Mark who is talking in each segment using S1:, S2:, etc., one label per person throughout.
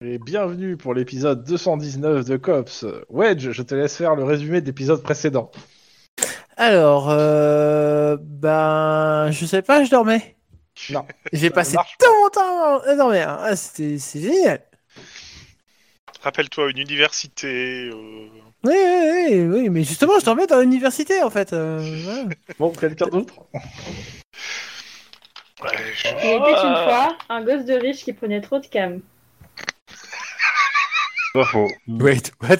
S1: bienvenue pour l'épisode 219 de Cops. Wedge, je te laisse faire le résumé d'épisodes précédents.
S2: Alors, euh, ben, je sais pas, je dormais.
S1: Non,
S2: J'ai
S1: Ça
S2: passé
S1: marche
S2: tant longtemps à dormir. Ah, c'était c'est génial.
S3: Rappelle-toi, une université. euh,
S2: Oui, oui, oui, oui, mais justement, je dormais dans l'université en fait. euh, voilà.
S1: bon, quelqu'un d'autre
S3: ouais, je-
S4: Il était
S5: Oh.
S4: une fois un gosse de riche qui prenait trop de cam.
S1: Pas faux.
S2: Wait, what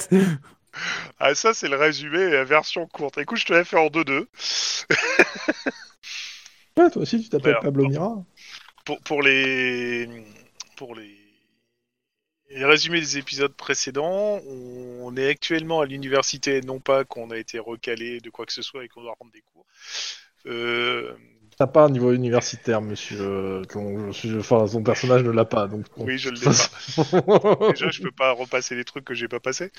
S3: Ah, ça, c'est le résumé, la version courte. Écoute, je te l'ai fait en 2-2.
S1: Ouais, toi aussi, tu t'appelles
S3: Merde.
S1: Pablo Mira.
S3: Pour, pour les. Pour les. Les résumés des épisodes précédents, on on est actuellement à l'université, non pas qu'on a été recalé de quoi que ce soit et qu'on doit rendre des cours. Euh,
S1: T'as pas un niveau universitaire, monsieur. euh, Ton, enfin, son personnage ne l'a pas, donc.
S3: oui, je le dis
S1: Ça,
S3: pas. Déjà, je peux pas repasser les trucs que j'ai pas passés.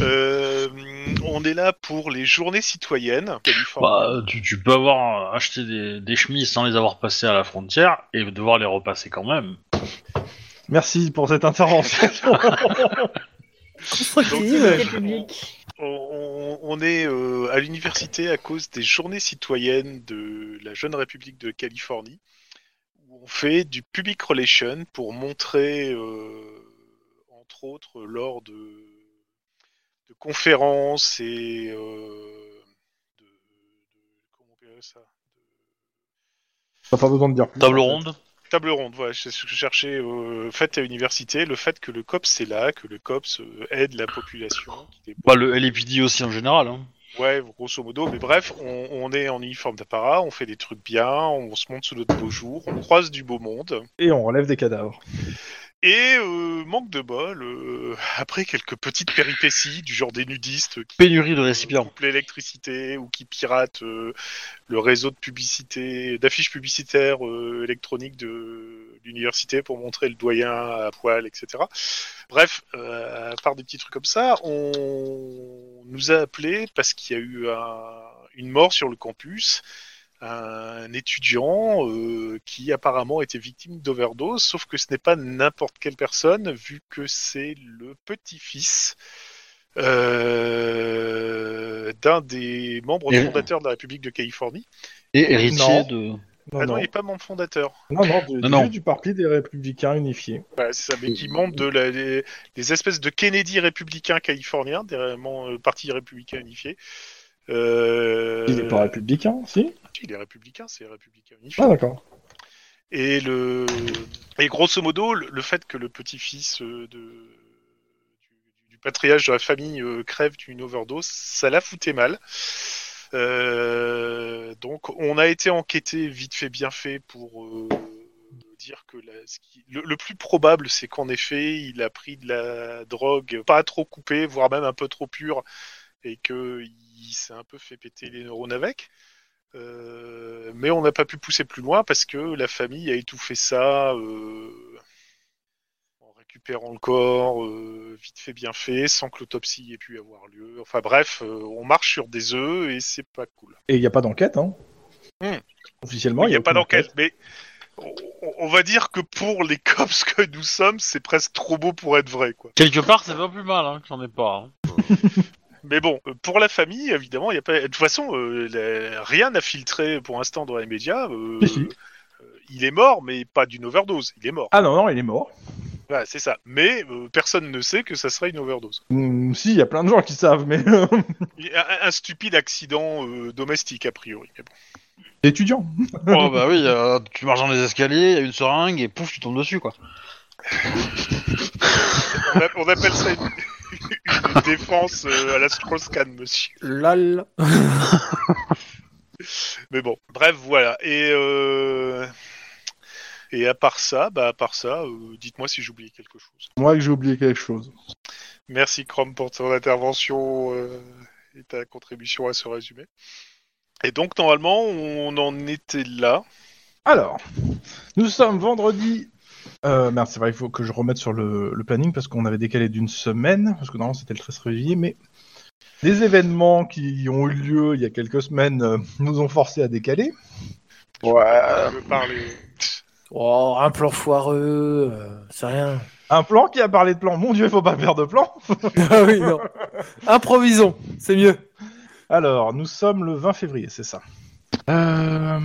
S3: Euh, on est là pour les journées citoyennes.
S5: Bah, euh, tu, tu peux avoir euh, acheté des, des chemises sans les avoir passées à la frontière et devoir les repasser quand même.
S1: Merci pour cette intervention.
S2: Constructive.
S4: C'était public.
S3: On, on- on est euh, à l'université à cause des journées citoyennes de la jeune République de Californie, où on fait du public relation pour montrer, euh, entre autres, lors de, de conférences et euh, de, de- comment on appelle ça
S1: T'as pas besoin de dire. plus,
S5: Table
S1: en fait.
S5: ronde
S3: Table ronde, voilà, c'est ce que je cherchais. Euh, fait à l'université, le fait que le COPS est là, que le COPS euh, aide la population, qu'il est
S5: Bah, le LAPD aussi en général. Hein.
S3: Ouais, grosso modo, mais bref, on, on est en uniforme d'apparat, on fait des trucs bien, on se monte sous notre beau jour, on croise du beau monde.
S1: Et on relève des cadavres.
S3: Et euh, manque de bol, euh, après quelques petites péripéties du genre des nudistes qui
S5: Pénurie de
S3: euh,
S5: récipients.
S3: coupent l'électricité ou qui piratent euh, le réseau de publicité, d'affiches publicitaires euh, électroniques de l'université pour montrer le doyen à poil, etc. Bref, euh, à part des petits trucs comme ça, on nous a appelés parce qu'il y a eu un- une mort sur le campus, un étudiant euh, qui apparemment était victime d'overdose, sauf que ce n'est pas n'importe quelle personne, vu que c'est le petit-fils euh, d'un des membres
S5: Et-
S3: fondateurs de la République de Californie.
S5: Et héritier
S1: Non.
S5: de.
S1: Non,
S3: ah non,
S1: Oh non.
S3: il n'est pas membre fondateur.
S1: non, non, du,
S5: Non, non.
S1: du- du Parti des Républicains Unifiés.
S3: Voilà, c'est ça, mais qui membre de la- les, les espèces de Kennedy républicains californiens, des vraiment euh, parti républicain unifié. Euh,
S1: Il est pas républicain, si
S3: Il est républicain, c'est républicain unifié.
S1: Ah, d'accord.
S3: Et le et grosso modo, le, le fait que le petit-fils euh, de du, du patriarche de la famille euh, crève d'une overdose, ça l'a fouté mal. Euh, donc, on a été enquêté vite fait, bien fait pour euh, dire que la- ce qui- le, le plus probable, c'est qu'en effet, il a pris de la drogue pas trop coupée, voire même un peu trop pure, et que il s'est un peu fait péter les neurones avec. Euh, mais on n'a pas pu pousser plus loin parce que la famille a étouffé ça euh, en récupérant le corps, euh, vite fait, bien fait, sans que l'autopsie ait pu avoir lieu. Enfin bref, euh, on marche sur des œufs et c'est pas cool.
S1: Et il n'y a pas d'enquête, hein
S3: Hmm.
S1: Officiellement,
S3: Il n'y a,
S1: aucune
S3: pas d'enquête, mais on, on va dire que pour les cops que nous sommes, c'est presque trop beau pour être vrai, quoi.
S5: Quelque part, c'est pas plus mal hein, que j'en ai pas. hein.
S3: Mais bon, euh, pour la famille, évidemment, il y a pas. De toute façon, euh, la- rien n'a filtré pour l'instant dans les médias. euh,
S1: Si, si.
S3: euh, Il est mort, mais pas d'une overdose. Il est mort.
S1: Ah non, non, il est mort.
S3: Voilà, c'est ça. Mais euh, personne ne sait que ça serait une overdose.
S1: Hmm, si, il y a plein de gens qui savent, mais. euh,
S3: Il y a Un, un stupide accident euh, domestique, a priori. Mais bon.
S1: Étudiants.
S5: oh bah oui, euh, tu marches dans les escaliers, il y a une seringue et pouf, tu tombes dessus quoi.
S3: on, a- on appelle ça une, une défense euh, à la Strauss-Kahn, monsieur.
S2: Lol.
S3: Mais bon, bref, voilà. Et, euh, et à part ça, bah, à part ça, euh, dites-moi si j'ai oublié quelque chose.
S1: Moi que j'ai oublié quelque chose.
S3: Merci, Chrome, pour ton intervention euh, et ta contribution à ce résumé. Et donc, normalement, on en était là.
S1: Alors, nous sommes vendredi. Euh, merde, c'est vrai, il faut que je remette sur le, le planning parce qu'on avait décalé d'une semaine, parce que normalement c'était le 13 février, mais les événements qui ont eu lieu il y a quelques semaines euh, nous ont forcés à décaler.
S3: Je veux parler.
S2: Oh, un plan foireux, euh, c'est rien.
S1: Un plan qui a parlé de plan. Mon dieu, faut pas faire de plan.
S2: ah oui, non. Improvisons, c'est mieux.
S1: Alors, nous sommes le 20 février, c'est ça. Euh,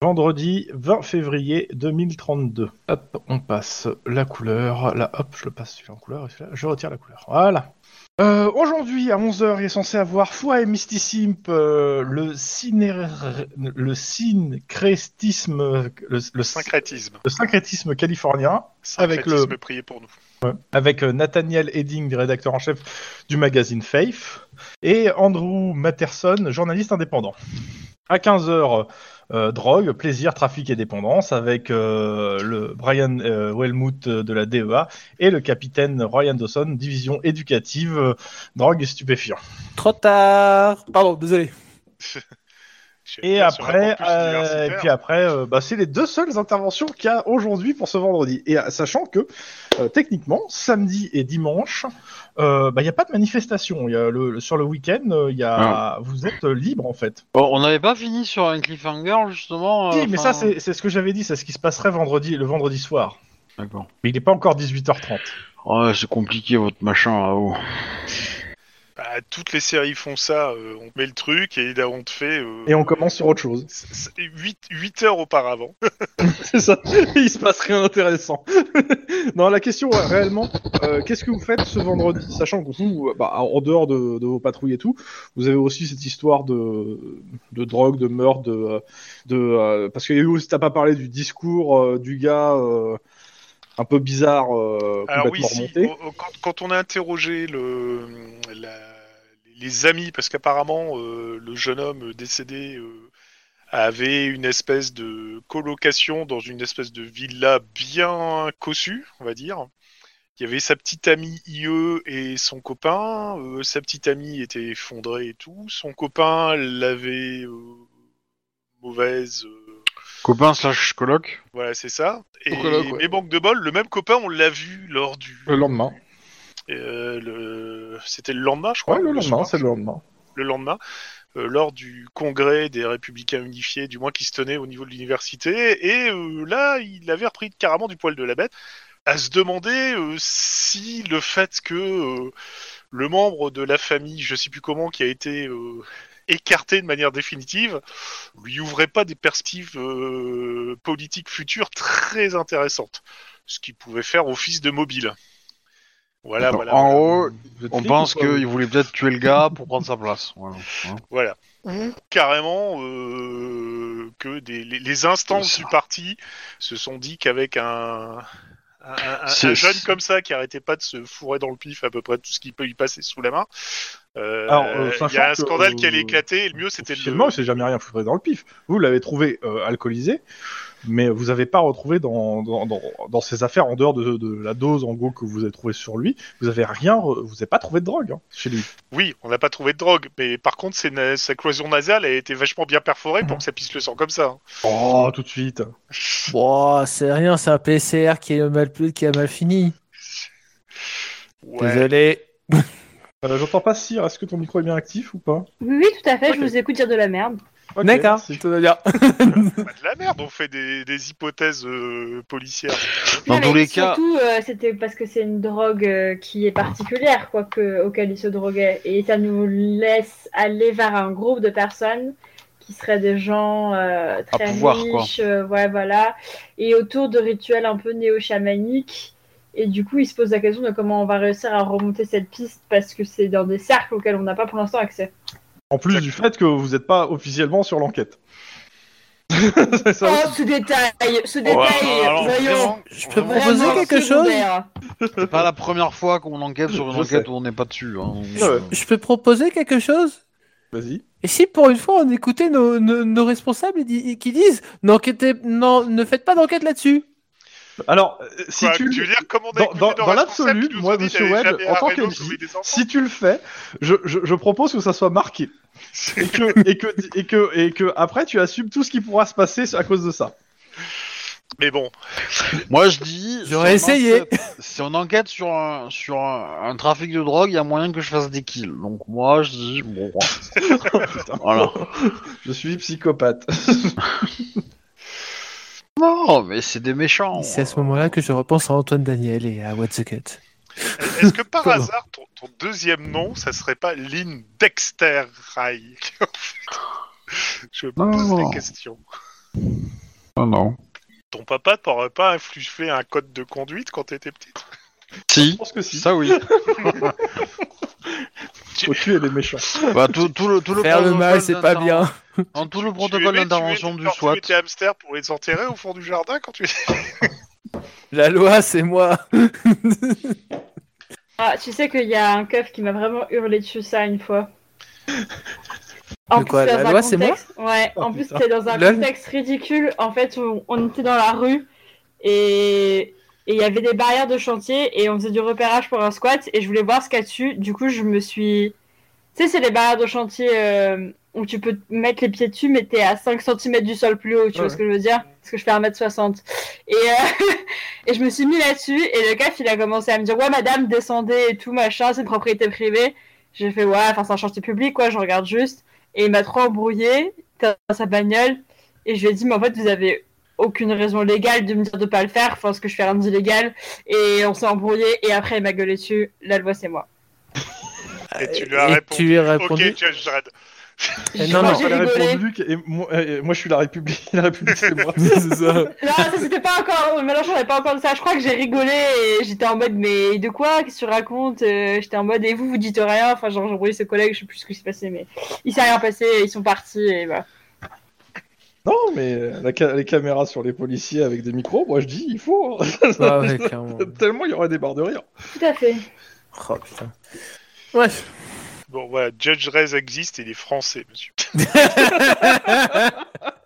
S1: Vendredi 20 février 2032. Hop, on passe la couleur. Là, hop, je le passe celui en couleur et celui-là, je retire la couleur. Voilà. Euh, Aujourd'hui, à 11h, il est censé avoir foi et mysticisme, euh, le ciné... le syncrétisme... Le, le,
S3: Syncrétisme.
S1: le syncrétisme californien Avec le-
S3: Syncrétisme, priez pour nous.
S1: avec euh, Nathaniel Edding, rédacteur en chef du magazine Faith, et Andrew Matterson, journaliste indépendant. À 15h, euh, drogue, plaisir, trafic et dépendance, avec euh, le Brian euh, Wellmouth euh, de la DEA et le capitaine Ryan Dawson, division éducative, euh, drogue et stupéfiants.
S2: Trop tard. Pardon, désolé.
S3: J'ai
S1: Et
S3: été sur un
S1: après,
S3: campus
S1: euh, et
S3: universitaire.
S1: puis après, euh, bah, c'est les deux seules interventions qu'il y a aujourd'hui pour ce vendredi. Et euh, sachant que euh, techniquement, samedi et dimanche, euh, bah, il n'y a pas de manifestation. Il Y a le, le- sur le week-end, euh, il y a, vous êtes euh, libre en fait.
S5: Bon, on n'avait pas fini sur un cliffhanger,
S6: Oh,
S5: justement. euh,
S1: Si, mais
S5: enfin,
S1: ça, c'est c'est ce que j'avais dit, c'est ce qui se passerait vendredi, le vendredi soir.
S5: D'accord.
S1: Mais il n'est pas encore 18h30.
S5: Ouais, c'est compliqué, votre machin, oh. là-haut.
S3: Bah, toutes les séries font ça. euh, on met le truc et là, on te fait. euh,
S1: Et on commence sur autre chose.
S3: 8, heures auparavant.
S1: C'est ça. Il se passe rien d'intéressant. non, la question ouais, réellement, euh, qu'est-ce que vous faites ce vendredi, sachant que vous, bah, en dehors de, de vos patrouilles et tout, vous avez aussi cette histoire de, de drogue, de meurtre, de, euh, de euh, parce qu'il y a eu aussi, t'as pas parlé du discours euh, du gars euh, un peu bizarre, euh,
S3: Alors
S1: complètement
S3: oui, si,
S1: remonté.
S3: on- on- quand, quand on a interrogé le, la- les amis, parce qu'apparemment euh, le jeune homme décédé euh, avait une espèce de colocation dans une espèce de villa bien cossue, on va dire. Il y avait sa petite amie IE et son copain. euh, sa petite amie était effondrée et tout. Son copain l'avait euh, mauvaise. euh,
S5: Copain slash coloc
S3: Voilà, c'est ça. Et
S6: Au colloque, ouais.
S3: mes banques de bol, le même copain, on l'a vu lors du.
S1: Le lendemain.
S3: euh, le... C'était le lendemain, je crois.
S1: Ouais, le lendemain,
S3: soir,
S1: c'est le lendemain.
S3: le lendemain, euh, lors du congrès des Républicains Unifiés, du moins qui se tenait au niveau de l'université. Et euh, là, il avait repris carrément du poil de la bête à se demander euh, si le fait que euh, le membre de la famille, je sais plus comment, qui a été euh, écarté de manière définitive, lui ouvrait pas des perspectives euh, politiques futures très intéressantes, ce qui pouvait faire office de mobile. Voilà,
S5: D'accord.
S3: voilà.
S5: En
S3: voilà.
S5: haut,
S1: Vous êtes
S5: on
S1: flic
S5: pense
S1: ou quoi
S5: qu'il voulait peut-être tuer le gars pour prendre sa place. Voilà. Hein.
S3: Voilà. Ou carrément euh, que des, les, les instances
S5: Ça.
S3: du parti se sont dit qu'avec un, un- un-
S5: C'est-
S3: un jeune comme ça qui arrêtait pas de se fourrer dans le pif à peu près tout ce qui peut lui passer sous la main, euh,
S1: Alors, euh,
S3: il y a
S1: sachant
S3: un
S1: que,
S3: scandale qui
S1: euh,
S3: allait éclater et le mieux c'était de le...
S1: Officiellement, il s'est jamais rien foutu dans le pif. Vous l'avez trouvé euh, alcoolisé, mais vous n'avez pas retrouvé dans, dans, dans, dans ses affaires, en dehors de, de la dose en gros que vous avez trouvé sur lui, vous avez rien, re- vous n'avez pas trouvé de drogue hein, chez lui.
S3: Oui, on n'a pas trouvé de drogue, mais par contre c'est na- sa cloison nasale a été vachement bien perforée
S1: Mhm.
S3: pour que ça pisse le sang comme ça. hein.
S1: Oh, tout de suite.
S2: Bon, c'est rien, c'est un PCR qui est mal qui a mal fini.
S3: Ouais.
S2: Désolé.
S1: Euh, J'entends pas Cyr, est-ce que ton micro est bien actif ou pas
S4: Oui, oui, tout à fait, je vous écoute dire de la merde.
S1: Ok,
S2: D'accord,
S1: merci.
S2: tout va bien.
S3: Pas de la merde, on fait des, des hypothèses euh, policières.
S5: Dans
S4: Non, mais
S5: tous les cas-
S4: Surtout, euh, c'était parce que c'est une drogue euh, qui est particulière, quoi, que, auquel il se droguait. Et ça nous laisse aller vers un groupe de personnes qui seraient des gens euh, très
S5: pouvoir, quoi.
S4: riches, euh, ouais, voilà, et autour de rituels un peu néo-chamaniques. Et du coup, il se pose la question de comment on va réussir à remonter cette piste parce que c'est dans des cercles auxquels on n'a pas pour l'instant accès.
S1: En plus du fait que vous n'êtes pas officiellement sur l'enquête. C'est ça aussi.
S4: Oh, ce détail, ce détail,
S5: Ouais, alors,
S4: voyons.
S5: vraiment,
S2: Je peux
S5: vraiment,
S2: proposer quelque chose
S4: secondaire.
S5: C'est pas la première fois qu'on enquête sur une
S1: Je
S5: enquête
S1: sais.
S5: où on n'est pas dessus. hein.
S1: Ouais.
S2: Je peux proposer quelque chose
S1: Vas-y.
S2: Et si pour une fois on écoutait nos, nos- nos responsables et di- et qui disent N'enquêtez, non, ne faites pas d'enquête là-dessus
S1: Alors, euh, si
S3: Quoi,
S1: tu,
S3: tu veux dire, comme on a
S1: dans-
S3: écouté
S1: dans-
S3: nos
S1: dans
S3: responsables
S1: l'absolu,
S3: qui nous ont
S1: moi,
S3: dit
S1: monsieur
S3: d'aller
S1: Webb,
S3: jamais
S1: en
S3: à
S1: tant
S3: Reno
S1: que-
S3: sauver des enfants.
S1: si tu le fais, je, je- je propose que ça soit marqué. Et que, et, que, et, que, et que après, tu assumes tout ce qui pourra se passer à cause de ça.
S3: Mais bon,
S5: Moi, je dis.
S2: J'aurais
S5: si on
S2: essayé.
S5: enquête- si on enquête sur un, sur un, un trafic de drogue, il y a moyen que je fasse des kills. Donc, moi, je dis. Bon, voilà.
S1: Je suis psychopathe.
S5: Oh,
S6: Non, mais c'est des méchants.
S2: Et C'est à ce moment-là que je repense à Antoine Daniel et à What the Cut.
S3: Est-ce que par
S2: Pardon.
S3: hasard, ton, ton deuxième nom, ça serait pas Lynn Dexter Rai Je me pose
S6: Non.
S3: la question.
S5: Ah,
S6: Non, non.
S3: Ton papa t'aurait pas infligé un code de conduite quand t'étais petite
S1: Je
S6: Si,
S1: pense que si.
S6: ça oui.
S1: Faut tuer les méchants.
S6: Bah, tout, tout le, tout le
S2: Faire le
S6: protocole
S2: mal, c'est pas
S6: d'interven-
S2: bien.
S6: Dans tout le
S3: Tu
S6: protocole
S3: aimais
S6: d'intervention
S3: tuer-
S6: du
S3: quand
S6: SWAT.
S3: Tu étais hamster pour les enterrer au fond du jardin quand tu
S2: La loi, c'est moi.
S4: Ah, tu sais qu'il y a un keuf qui m'a vraiment hurlé dessus ça une fois. En
S2: De quoi,
S4: plus,
S2: la
S4: c'est dans un
S2: loi, c'est moi
S4: contexte- Ouais,
S1: Oh,
S4: en plus,
S1: putain.
S4: c'était dans un
S2: Lol.
S4: contexte ridicule. En fait, où on était dans la rue et et il y avait des barrières de chantier et on faisait du repérage pour un squat et je voulais voir ce qu'il y a dessus. Du coup, je me suis. Tu sais, c'est les barrières de chantier euh, où tu peux te mettre les pieds dessus, mais t'es à 5 cm du sol plus haut. Tu
S1: Ouais.
S4: vois ce que je veux dire Parce que je fais 1m60. Et, euh, et je me suis mis là-dessus et le CAF, il a commencé à me dire Ouais, madame, descendez et tout, machin, c'est une propriété privée. J'ai fait Ouais, enfin, c'est un chantier public, quoi, je regarde juste. Et il m'a trop embrouillé dans sa bagnole. Et je lui ai dit Mais en fait, vous avez aucune raison légale de me dire de pas le faire, enfin, ce que je fais rien d'illégal. Et on s'est embrouillé et après, il m'a gueulé dessus. La loi, c'est moi.
S6: Euh,
S3: Et tu lui as répondu.
S2: tu lui as
S3: Ok,
S2: répondu.
S3: Judge Dredd.
S2: Eh,
S4: J'ai-
S2: non,
S4: moi,
S2: non.
S4: j'ai
S1: Elle a
S4: rigolé.
S1: répondu que- et moi, euh, moi, je suis la République. La République, c'est moi.
S2: c'est ça.
S4: Non, ça c'était pas encore. Mélenchon n'avait pas encore de ça. Je crois que j'ai rigolé et j'étais en mode, mais de quoi Qu'est-ce que tu racontes Euh, J'étais en mode, et vous, vous dites rien. Enfin, genre, j'ai envoyé ses collègues, je sais plus ce qui s'est passé, mais il s'est rien passé, ils sont partis et voilà.
S1: Non, mais la ca- les caméras sur les policiers avec des micros, moi, je dis, il faut. hein.
S2: Ah ouais, clairement.
S1: Tellement il y aurait des barres de rire.
S4: Tout à fait.
S2: Oh putain. Ouais.
S3: Bon, voilà, Judge Dredd existe, il est français, monsieur.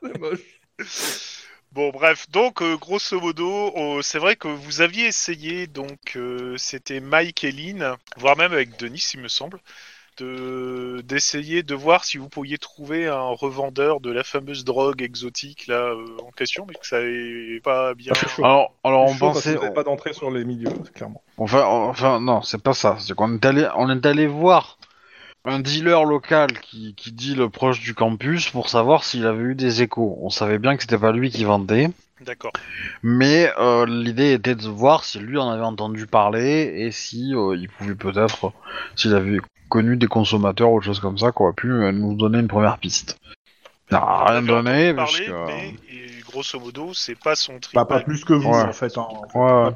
S1: C'est moche.
S3: Bon, bref, donc, euh, grosso modo, euh, c'est vrai que vous aviez essayé, donc, euh, c'était Mike et Lynn, voire même avec Denis, il me semble, de d'essayer de voir si vous pourriez trouver un revendeur de la fameuse drogue exotique, là, euh, en question, mais que ça n'avait pas bien...
S6: Alors, alors on
S1: Chaud parce que
S6: pensait.
S1: vous avez pas d'entrée sur les milieux, clairement.
S6: Enfin, enfin, non, c'est pas ça. C'est qu'on est allé, on est allé voir un dealer local qui, qui deal proche du campus pour savoir s'il avait eu des échos. On savait bien que c'était pas lui qui vendait,
S3: D'accord.
S6: mais euh, l'idée était de voir si lui en avait entendu parler et si euh, il pouvait peut-être, euh, s'il avait connu des consommateurs ou des choses comme ça, qu'on aurait pu euh, nous donner une première piste. Ça n'a rien donné, parce
S3: Parler,
S6: que...
S3: mais, et, grosso modo, c'est pas son trip.
S1: Eh, Bah, pas plus que vous,
S6: Ouais.
S1: en fait. hein.
S6: Ouais.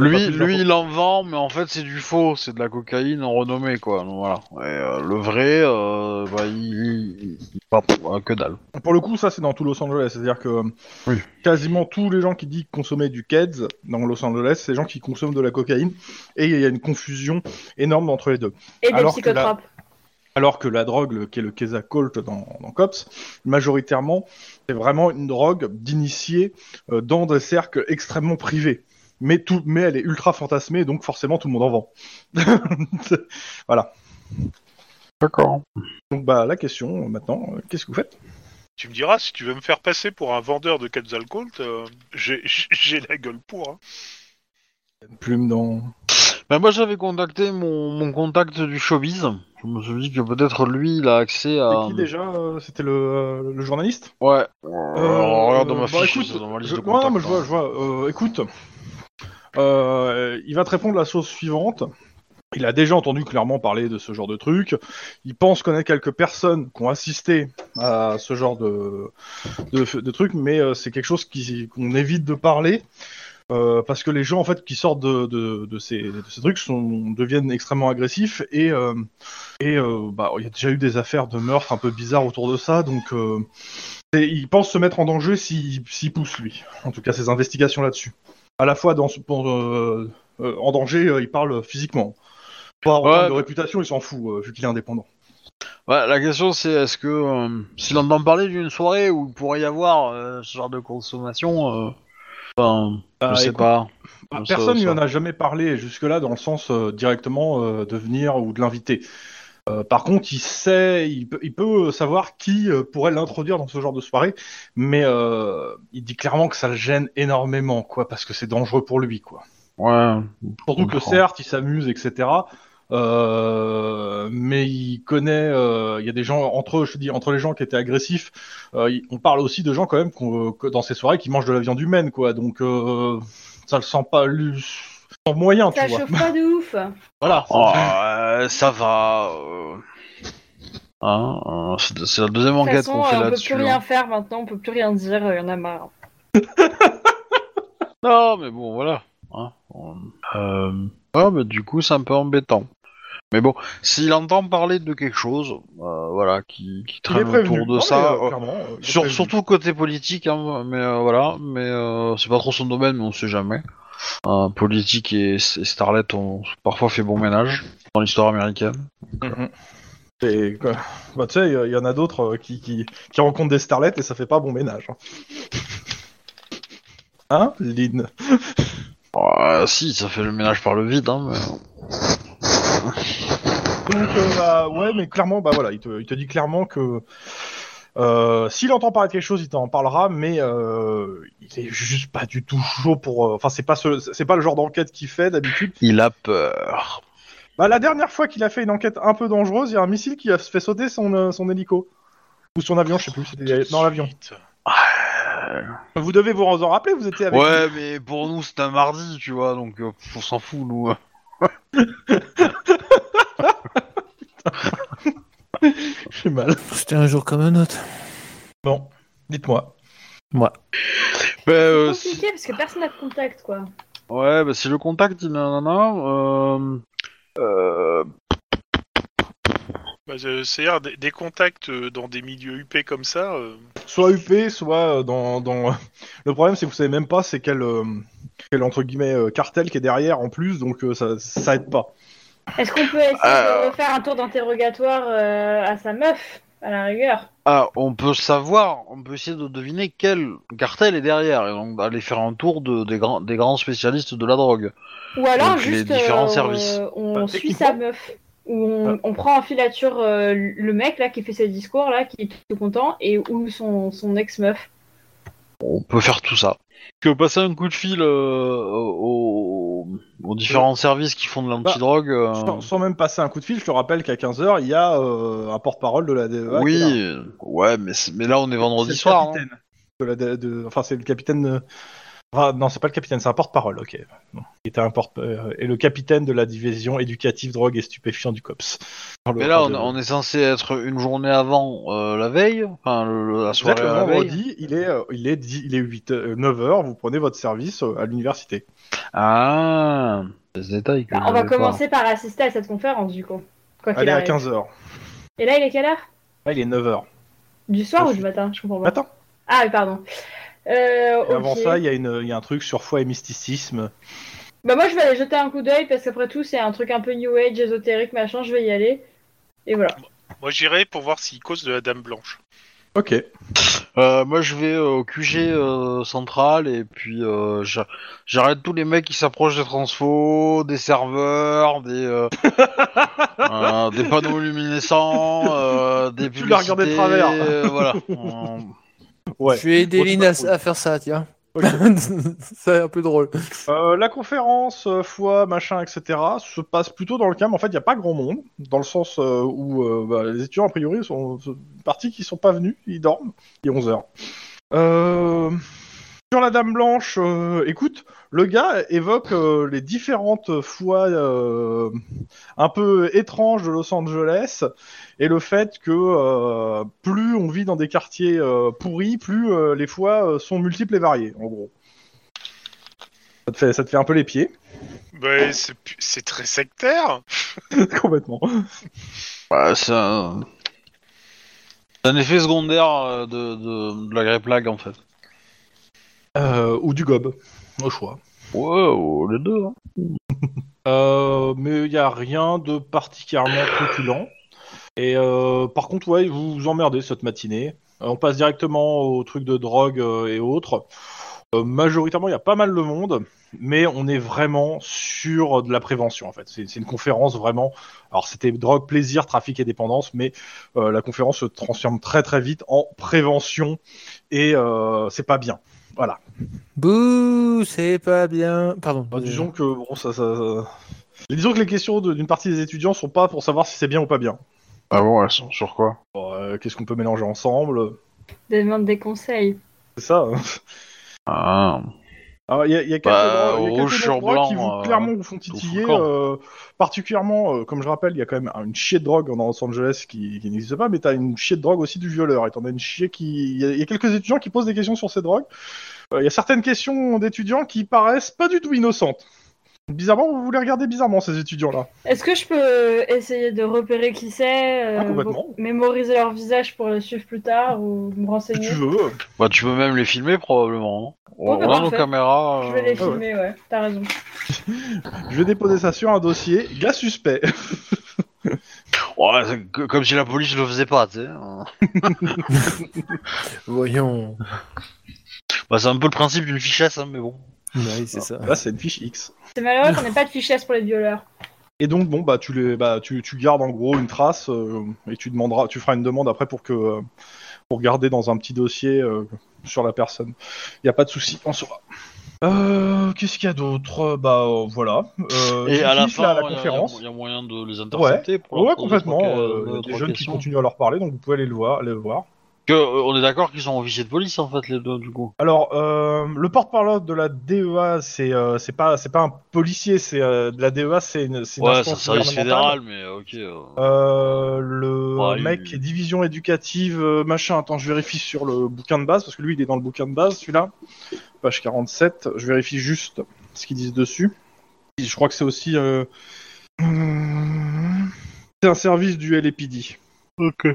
S6: Lui,
S1: Pas plus
S6: lui,
S1: d'infos.
S6: il en vend, mais en fait, c'est du faux, c'est de la cocaïne en renommée, quoi. Donc, voilà. Et, euh, le vrai, euh, bah, il, il- il- pas- euh, que dalle.
S1: Pour le coup, ça, c'est dans tout Los Angeles. C'est-à-dire que
S6: Oui.
S1: quasiment tous les gens qui disent consommer du KEDS dans Los Angeles, c'est des gens qui consomment de la cocaïne. Et il y a une confusion énorme entre les deux.
S4: Et des
S1: Alors que là-
S4: psychotropes.
S1: Alors que la drogue, le- qui est le Kesa Colt dans, dans Cops, majoritairement, c'est vraiment une drogue d'initié euh, dans des cercles extrêmement privés. Mais, tout, mais elle est ultra fantasmée, donc forcément tout le monde en vend.
S6: D'accord.
S1: donc bah la question euh, maintenant, euh, qu'est-ce que vous faites
S3: Tu me diras, si tu veux me faire passer pour un vendeur de Quetzalcoatl, euh, j'ai- j'ai la gueule pour. hein.
S1: Plume dans...
S6: Bah, moi, j'avais contacté mon, mon contact du showbiz. Je me suis dit que peut-être lui, il a accès à.
S1: C'est qui déjà euh, C'était le, euh, le journaliste
S6: Ouais. Euh, alors, regarde dans ma
S1: bah,
S6: fiche,
S1: écoute,
S6: c'est dans ma liste
S1: je-
S6: de
S1: ouais, non,
S6: contacts.
S1: mais je vois, je
S6: hein.
S1: vois. Euh, écoute, euh, il va te répondre la chose suivante. Il a déjà entendu clairement parler de ce genre de truc. Il pense connaître quelques personnes qui ont assisté à ce genre de, de, de truc, mais euh, c'est quelque chose qui- qu'on évite de parler. euh, parce que les gens en fait qui sortent de, de- de ces, de ces trucs sont, deviennent extrêmement agressifs et euh, et euh, bah il y a déjà eu des affaires de meurtre un peu bizarres autour de ça donc euh, et il pense se mettre en danger s'il s'il pousse, lui. En tout cas, ses investigations là-dessus. À la fois dans, ce- pour, euh, euh, en danger, euh, il parle physiquement. Pas en
S6: Ouais,
S1: termes de
S6: mais-
S1: réputation, il s'en fout, euh, vu qu'il est indépendant.
S6: Ouais, la question, c'est est-ce que. euh, S'il entend parler d'une soirée où il pourrait y avoir euh, ce genre de consommation. euh, Enfin, je
S1: Bah,
S6: sais
S1: écoute,
S6: pas.
S1: bah,
S6: Ça-
S1: personne lui
S6: ça-
S1: en a jamais parlé jusque-là, dans le sens euh, directement euh, de venir ou de l'inviter. Euh, par contre, il sait, il peut, il peut savoir qui euh, pourrait l'introduire dans ce genre de soirée, mais euh, il dit clairement que ça le gêne énormément, quoi, parce que c'est dangereux pour lui, quoi.
S6: Ouais.
S1: Surtout que
S6: comprends.
S1: certes, il s'amuse, etc. Euh, mais il connaît, euh, il y a des gens entre eux, je te dis, entre les gens qui étaient agressifs, euh, il- on parle aussi de gens quand même qu'on- que dans ces soirées qui mangent de la viande humaine, quoi. Donc euh, ça le sent pas lu, sans moyen,
S4: Ça
S1: tu vois.
S4: chauffe pas de ouf.
S1: Voilà.
S6: Oh, euh, ça va. euh. Hein, euh, c'est c'est la deuxième
S4: De toute
S6: enquête
S4: façon,
S6: qu'on fait
S4: euh, on peut
S6: là-dessus.
S4: plus rien
S6: hein.
S4: faire maintenant, on peut plus rien dire, il y en a marre.
S6: Non, mais bon, voilà. Hein, on- euh, ouais, mais du coup, c'est un peu embêtant. Mais bon, s'il entend parler de quelque chose, euh, voilà, qui, qui
S1: Il est
S6: traîne
S1: prévenu.
S6: autour de
S1: Non,
S6: ça,
S1: mais, euh,
S6: euh,
S1: clairement, euh, il est
S6: sur-
S1: prévenu.
S6: surtout côté politique, hein, mais euh, voilà, mais euh, c'est pas trop son domaine, mais on sait jamais. Euh, politique et, et Starlet ont parfois fait bon ménage dans l'histoire américaine.
S1: Et, quoi. Bah, tu sais, il y en a d'autres euh, qui, qui, qui rencontrent des starlettes et ça fait pas bon ménage. Hein, Hein, Lynn
S6: Euh, si, ça fait le ménage par le vide, hein, mais...
S1: Donc, euh, bah, ouais, mais clairement, bah voilà, il te, il te dit clairement que euh, s'il entend parler de quelque chose, il t'en parlera, mais euh, il est juste pas du tout chaud pour. euh, Enfin, c'est pas ce- c'est pas le genre d'enquête qu'il fait d'habitude.
S6: Il a peur.
S1: Bah, la dernière fois qu'il a fait une enquête un peu dangereuse, il y a un missile qui a fait sauter son, euh, son hélico ou son avion, je sais plus. C'était dans l'avion. Vous devez vous en rappeler. Vous étiez avec.
S6: Ouais, mais pour nous, c'est un mardi, tu vois, donc euh, on s'en fout, nous.
S1: J'ai mal.
S2: C'était un jour comme un autre.
S1: Bon, dites-moi.
S6: Bah,
S4: C'est
S6: euh, si-
S4: compliqué parce que personne n'a de contact quoi.
S6: ouais, bah, si le contact, il en a un, euh, euh,
S3: Bah, euh, C'est-à-dire des, des contacts euh, dans des milieux UP comme ça. euh,
S1: Soit UP, soit euh, dans. dans... Le problème, c'est que vous savez même pas c'est quel. euh, Quel entre guillemets euh, cartel qui est derrière en plus, donc euh, ça, ça aide pas.
S4: Est-ce qu'on peut essayer
S6: Euh.
S4: de faire un tour d'interrogatoire euh, à sa meuf, à la rigueur
S6: Ah, on peut savoir, on peut essayer de deviner quel cartel est derrière, et donc aller faire un tour de, des, grands, des grands spécialistes de la drogue.
S4: Ou alors
S6: Donc, les
S4: juste
S6: différents
S4: on-
S6: services.
S4: on
S1: Bah,
S4: suit
S1: techniquement. Bah.
S4: sa meuf. Ou on, on prend en filature euh, le mec là qui fait ses discours là, qui est tout content, et ou son, son ex-meuf.
S6: On peut faire tout ça. Que passer un coup de fil euh, aux, aux différents services qui font
S1: Bah,
S6: de l'antidrogue. euh,
S1: Sans, sans même passer un coup de fil, je te rappelle qu'à 15h, il y a euh, un porte-parole de la DEA. qui est là.
S6: oui, ouais, mais, c'est- mais là on est
S1: C'est
S6: vendredi
S1: le
S6: soir. hein.
S1: capitaine de la DEA de- Enfin, c'est le capitaine. euh, enfin, non, c'est pas le capitaine, c'est un porte-parole, ok. Bon. Il était un porte euh, et le capitaine de la division éducative, drogue et stupéfiant du COPS. Dans le-
S6: Mais là,
S1: dans
S6: on,
S1: le-
S6: on est censé être une journée avant euh, la veille, enfin le- le- la
S1: Vous êtes
S6: soirée
S1: le
S6: à la veille.
S1: vendredi, il est, euh, il est, dix- il est 8, 9h, vous prenez votre service euh, à l'université.
S6: Ah, des détails. que
S4: Bah, on va
S6: j'avais pas.
S4: commencer par assister à cette conférence du coup. Quoi qu'il
S1: Elle Ah, est à
S4: arrive.
S1: 15h.
S4: Et là il est quelle heure
S1: Là, il est 9h.
S4: Du soir
S1: Je
S4: ou
S1: suis-
S4: du matin Je comprends pas.
S1: Attends,
S4: Ah oui, pardon. Euh,
S1: et avant
S4: ok.
S1: ça, il y, a une- il y a un truc sur foi et mysticisme.
S4: Bah moi je vais aller jeter un coup d'œil parce qu'après tout c'est un truc un peu new age, ésotérique, machin, je vais y aller. Et voilà.
S3: Moi, j'irai pour voir s'il cause de la Dame Blanche.
S1: Ok.
S6: Euh, moi, je vais euh, au QG euh, central et puis euh, j'a- j'arrête tous les mecs qui s'approchent des transfos, des serveurs, des euh, euh, des panneaux luminescents, euh, des
S1: Tu l'as regardé de
S6: publicités,
S1: travers.
S6: euh, voilà. Euh,
S1: Ouais.
S2: Je vais aider
S1: Autre
S2: Lina
S1: chose.
S2: à faire ça, tiens.
S1: Ok.
S2: c'est un peu drôle.
S1: Euh, la conférence, euh, foi, machin, etc. se passe plutôt dans le calme. En fait, il n'y a pas grand monde, dans le sens euh, où euh, bah, les étudiants, a priori, sont sont partis qui sont pas venus, ils dorment. Il est 11h. Sur la Dame Blanche, euh, écoute, le gars évoque euh, les différentes fois euh, un peu étranges de Los Angeles et le fait que euh, plus on vit dans des quartiers euh, pourris, plus euh, les fois euh, sont multiples et variées, en gros. Ça te fait, ça te fait un peu les pieds,
S6: Oh.
S3: Bah, c'est pu- c'est très sectaire.
S1: complètement.
S6: bah, c'est un, c'est un effet secondaire euh, de, de, de la grippe lag en fait.
S1: Euh, ou du gob, au choix. oh,
S6: Wow, les deux. hein.
S1: Euh, mais il n'y a rien de particulièrement truculent. Et euh, par contre, ouais, vous vous emmerdez cette matinée. Euh, on passe directement au truc de drogue euh, et autres. Euh, majoritairement, il y a pas mal de monde, mais on est vraiment sur de la prévention en fait. C'est c'est une conférence vraiment. Alors, c'était drogue, plaisir, trafic et dépendance, mais euh, la conférence se transforme très très vite en prévention et euh, c'est pas bien.
S2: Bouh, c'est pas bien. Pardon.
S1: Oh,
S2: Euh,
S1: Bah, disons que bon, ça, ça, ça- Et disons que les questions de- d'une partie des étudiants sont pas pour savoir si c'est bien ou pas bien.
S6: Ah bon, elles sont sur quoi
S1: Bon, euh, Qu'est-ce qu'on peut mélanger ensemble
S4: Demande des conseils.
S1: C'est ça.
S6: Ah,
S1: Alors, il y a, il y a quelques
S6: Bah,
S1: endroits- il y a quelques
S6: rouge sur
S1: endroits
S6: blanc,
S1: qui vous,
S6: euh,
S1: clairement vous font titiller.
S6: le camp.
S1: euh, particulièrement, euh, comme je rappelle, il y a quand même une chier de drogue dans Los Angeles qui, qui n'existe pas, mais t'as une chier de drogue aussi du violeur. Et t'en as une chier qui. Il y, a- il y a quelques étudiants qui posent des questions sur ces drogues. Euh, Il y a certaines questions d'étudiants qui paraissent pas du tout innocentes. Bizarrement, vous les regardez bizarrement, ces étudiants-là.
S4: Est-ce que je peux essayer de repérer qui c'est euh,
S1: Ah, complètement.
S4: pour Mémoriser leur visage pour le suivre plus tard ou me
S1: Si
S4: renseigner
S1: tu veux.
S6: bah tu peux même les filmer probablement. non
S4: Ouais, bah,
S6: on a nos
S4: parfait.
S6: caméras.
S4: Je vais les
S6: euh,
S4: filmer, ouais. T'as raison.
S1: Je vais déposer ça sur un dossier. Gars suspect.
S6: ouais, c'est que- comme si la police le faisait pas, tu sais. hein.
S2: Voyons.
S6: Bah c'est un peu le principe d'une fichesse, hein, mais bon.
S2: Oui, c'est ça.
S1: Là, c'est une fiche X.
S4: C'est malheureux qu'on n'ait pas de fichesse pour les violeurs.
S1: Et donc bon bah tu les bah tu, tu gardes en gros une trace euh, et tu demanderas tu feras une demande après pour que euh, pour garder dans un petit dossier euh, sur la personne. Il y a pas de souci, on saura. Euh, qu'est-ce qu'il y a d'autre Bah euh, voilà. Euh,
S6: Et
S1: tu
S6: à la
S1: finis,
S6: fin,
S1: là,
S6: il y a- il y, a-
S1: conférence.
S6: il y a moyen de les intercepter pour leur
S1: Ouais
S6: poser, je crois,
S1: complètement.
S6: qu'il y a
S1: euh,
S6: deux,
S1: Il y a des
S6: trois
S1: jeunes qui
S6: questions.
S1: continuent à leur parler donc vous pouvez aller le voir. Aller le voir.
S6: Que, euh, on est d'accord qu'ils sont officiers de police en fait les deux du coup.
S1: Alors euh, le porte-parole de la DEA c'est euh, c'est pas c'est pas un policier c'est euh, de la DEA c'est une c'est une
S6: Ouais, c'est un
S1: instance
S6: service
S1: gouvernementale.
S6: fédéral, mais euh, ok. euh.
S1: Euh, le
S6: Ouais,
S1: mec
S6: il-
S1: qui est division éducative, euh, machin, attends, je vérifie sur le bouquin de base, parce que lui, il est dans le bouquin de base, celui-là, page 47, je vérifie juste ce qu'ils disent dessus. Et Je crois que c'est aussi... euh, hum, C'est un service du LAPD. Ok.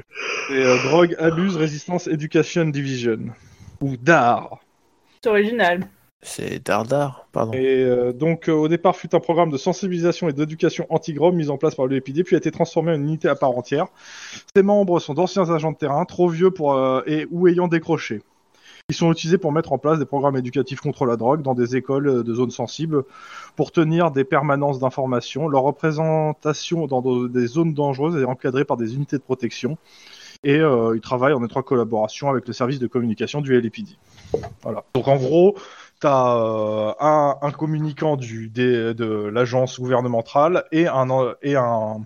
S1: C'est euh, Drogue, Abuse, Résistance, Education Division. Ou DAR.
S4: C'est original.
S2: C'est Dardar, pardon.
S1: Et euh, donc, euh, au départ, fut un programme de sensibilisation et d'éducation anti-grom mis en place par le LAPD, puis a été transformé en une unité à part entière. Ses membres sont d'anciens agents de terrain, trop vieux pour, euh, et, ou ayant décroché. Ils sont utilisés pour mettre en place des programmes éducatifs contre la drogue dans des écoles euh, de zones sensibles, pour tenir des permanences d'information. Leur représentation dans de- des zones dangereuses est encadrée par des unités de protection. Et euh, ils travaillent en étroite collaboration avec le service de communication du LAPD. Voilà. Donc en gros, T'as euh, un, un communicant du, des- de l'agence gouvernementale et un euh, et un,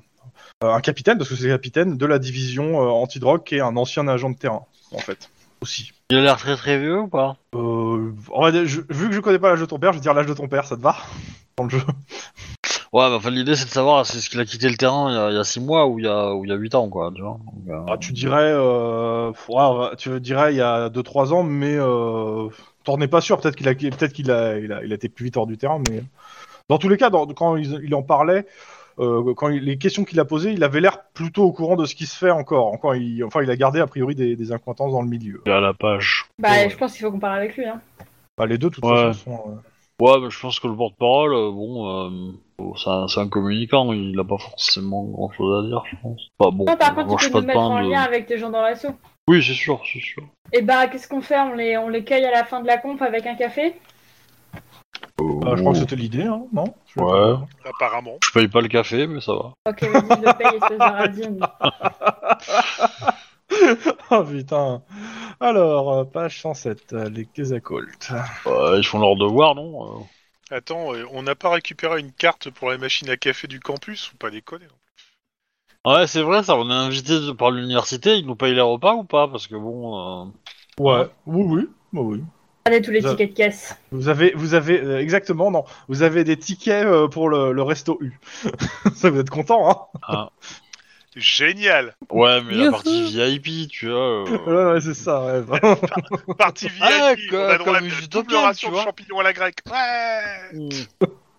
S1: euh, un capitaine parce que c'est le capitaine de la division euh, antidrogue qui est un ancien agent de terrain en fait aussi.
S6: Il a l'air très très vieux ou pas
S1: Euh, on va dire- je- vu que je connais pas l'âge de ton père, je vais dire l'âge de ton père, ça te va dans le jeu.
S6: Ouais, bah, enfin, l'idée c'est de savoir c'est ce qu'il a quitté le terrain il y a- il y a 6 mois ou il y a ou il y a 8 ans quoi, tu vois. Donc, euh,
S1: Ah, tu dirais, euh, pff, ouais, on va- tu dirais il y a 2-3 ans, mais euh, t'en es pas sûr. Peut-être qu'il a, peut-être qu'il a, il a, il a été plus vite hors du terrain, mais dans tous les cas, dans- quand ils- il, en parlait, euh, quand il- les questions qu'il a posées, il avait l'air plutôt au courant de ce qui se fait encore. Encore, il, enfin, il a gardé a priori des, des acquaintances dans le milieu.
S6: il est à la page.
S4: Bah,
S6: Ouais.
S4: je pense qu'il faut qu'on parle avec lui. Hein.
S1: Bah, les deux, de toute
S6: Ouais.
S1: façon, sont, euh,
S6: Ouais, mais je pense que le porte-parole, euh, bon, euh, bon, c'est un, c'est un communicant, il a pas forcément grand chose à dire, je pense. Pas bon,
S4: Non, par
S6: on
S4: contre,
S6: mange
S4: tu peux
S6: pas
S4: nous
S6: de
S4: mettre
S6: pain
S4: en
S6: de-
S4: lien avec tes gens dans l'assaut.
S6: Oui, c'est sûr, c'est sûr.
S4: Et bah, qu'est-ce qu'on fait on les, on les cueille à la fin de la comp avec un café
S1: bah, je crois que c'était l'idée, hein, non
S6: Ouais.
S3: apparemment.
S6: Je paye pas le café, mais ça va.
S4: Ok, vas-y, je le paye, espèce de radine.
S1: Ah putain. Alors, euh, page 107, euh, les Kezakolt.
S6: Ouais, ils font leur devoir, non Euh,
S3: Attends, euh, on n'a pas récupéré une carte pour la machine à café du campus ou pas déconner hein. non
S6: Ouais, c'est vrai, ça, on est invité de- par l'université, ils nous payent les repas ou pas Parce que bon... euh,
S1: Ouais. Oui, oui, bah, oui.
S4: Regardez tous les
S1: Ça-
S4: tickets de caisse.
S1: Vous avez, vous avez euh, exactement non, vous avez des tickets euh, pour le, le resto U. Ça vous êtes content, hein
S3: plus. Génial
S6: Ouais, mais la
S2: Youhou.
S6: partie VIP, tu vois... euh,
S1: Ouais, ouais, c'est ça. ouais, bah.
S3: Partie VIP,
S6: Ah,
S3: on
S6: que-
S3: a droit à
S6: comme
S3: une
S6: Utopia,
S3: double
S6: tu
S3: ration de
S6: vois.
S3: champignons à la grecque. Ouais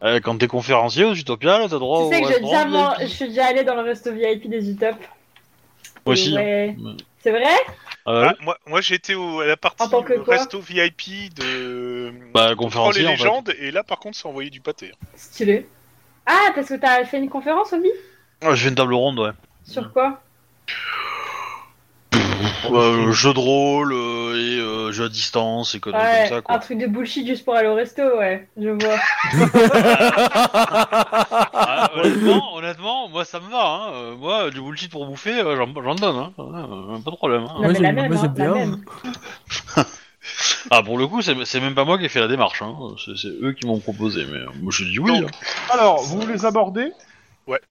S6: euh, quand t'es conférencier aux Utopiales, t'as droit
S4: tu sais
S6: au
S4: que j'ai déjà
S6: restaurant
S4: man- je
S6: VIP.
S4: suis déjà allée dans le resto VIP des Utop.
S6: Moi aussi. hein.
S4: Ouais.
S6: Ouais.
S4: C'est vrai
S6: Ah ouais
S3: Ah, moi, moi j'étais au- à la partie
S4: En tant que
S3: euh,
S4: quoi
S3: resto VIP de
S6: Bah,
S3: Troll
S6: conférencier,
S3: et
S6: en fait.
S3: légendes et là par contre c'est envoyé du pâté.
S4: Stylé. Ah, parce que t'as fait une conférence, Obi
S6: Ouais, J'ai une table ronde, ouais.
S4: Sur quoi
S6: Euh, jeu de rôle euh, et euh, jeu à distance et conneries
S4: Ouais,
S6: comme ça
S4: un
S6: quoi.
S4: truc de bullshit juste pour aller au resto, ouais. Je vois.
S6: Ah, honnêtement, honnêtement, moi ça me va. Hein. Euh, Moi, du bullshit pour bouffer, euh, j'en j'en donne. Hein. Euh, Pas de problème. hein.
S4: Non, mais
S2: j'aime-
S4: la même,
S2: moi,
S4: hein,
S2: j'aime bien.
S4: la même.
S5: Ah, pour le coup, c'est c'est même pas moi qui ai fait la démarche, hein. c'est c'est eux qui m'ont proposé, mais euh, moi je dis oui.
S3: Donc-
S5: hein.
S1: Alors, vous les abordez.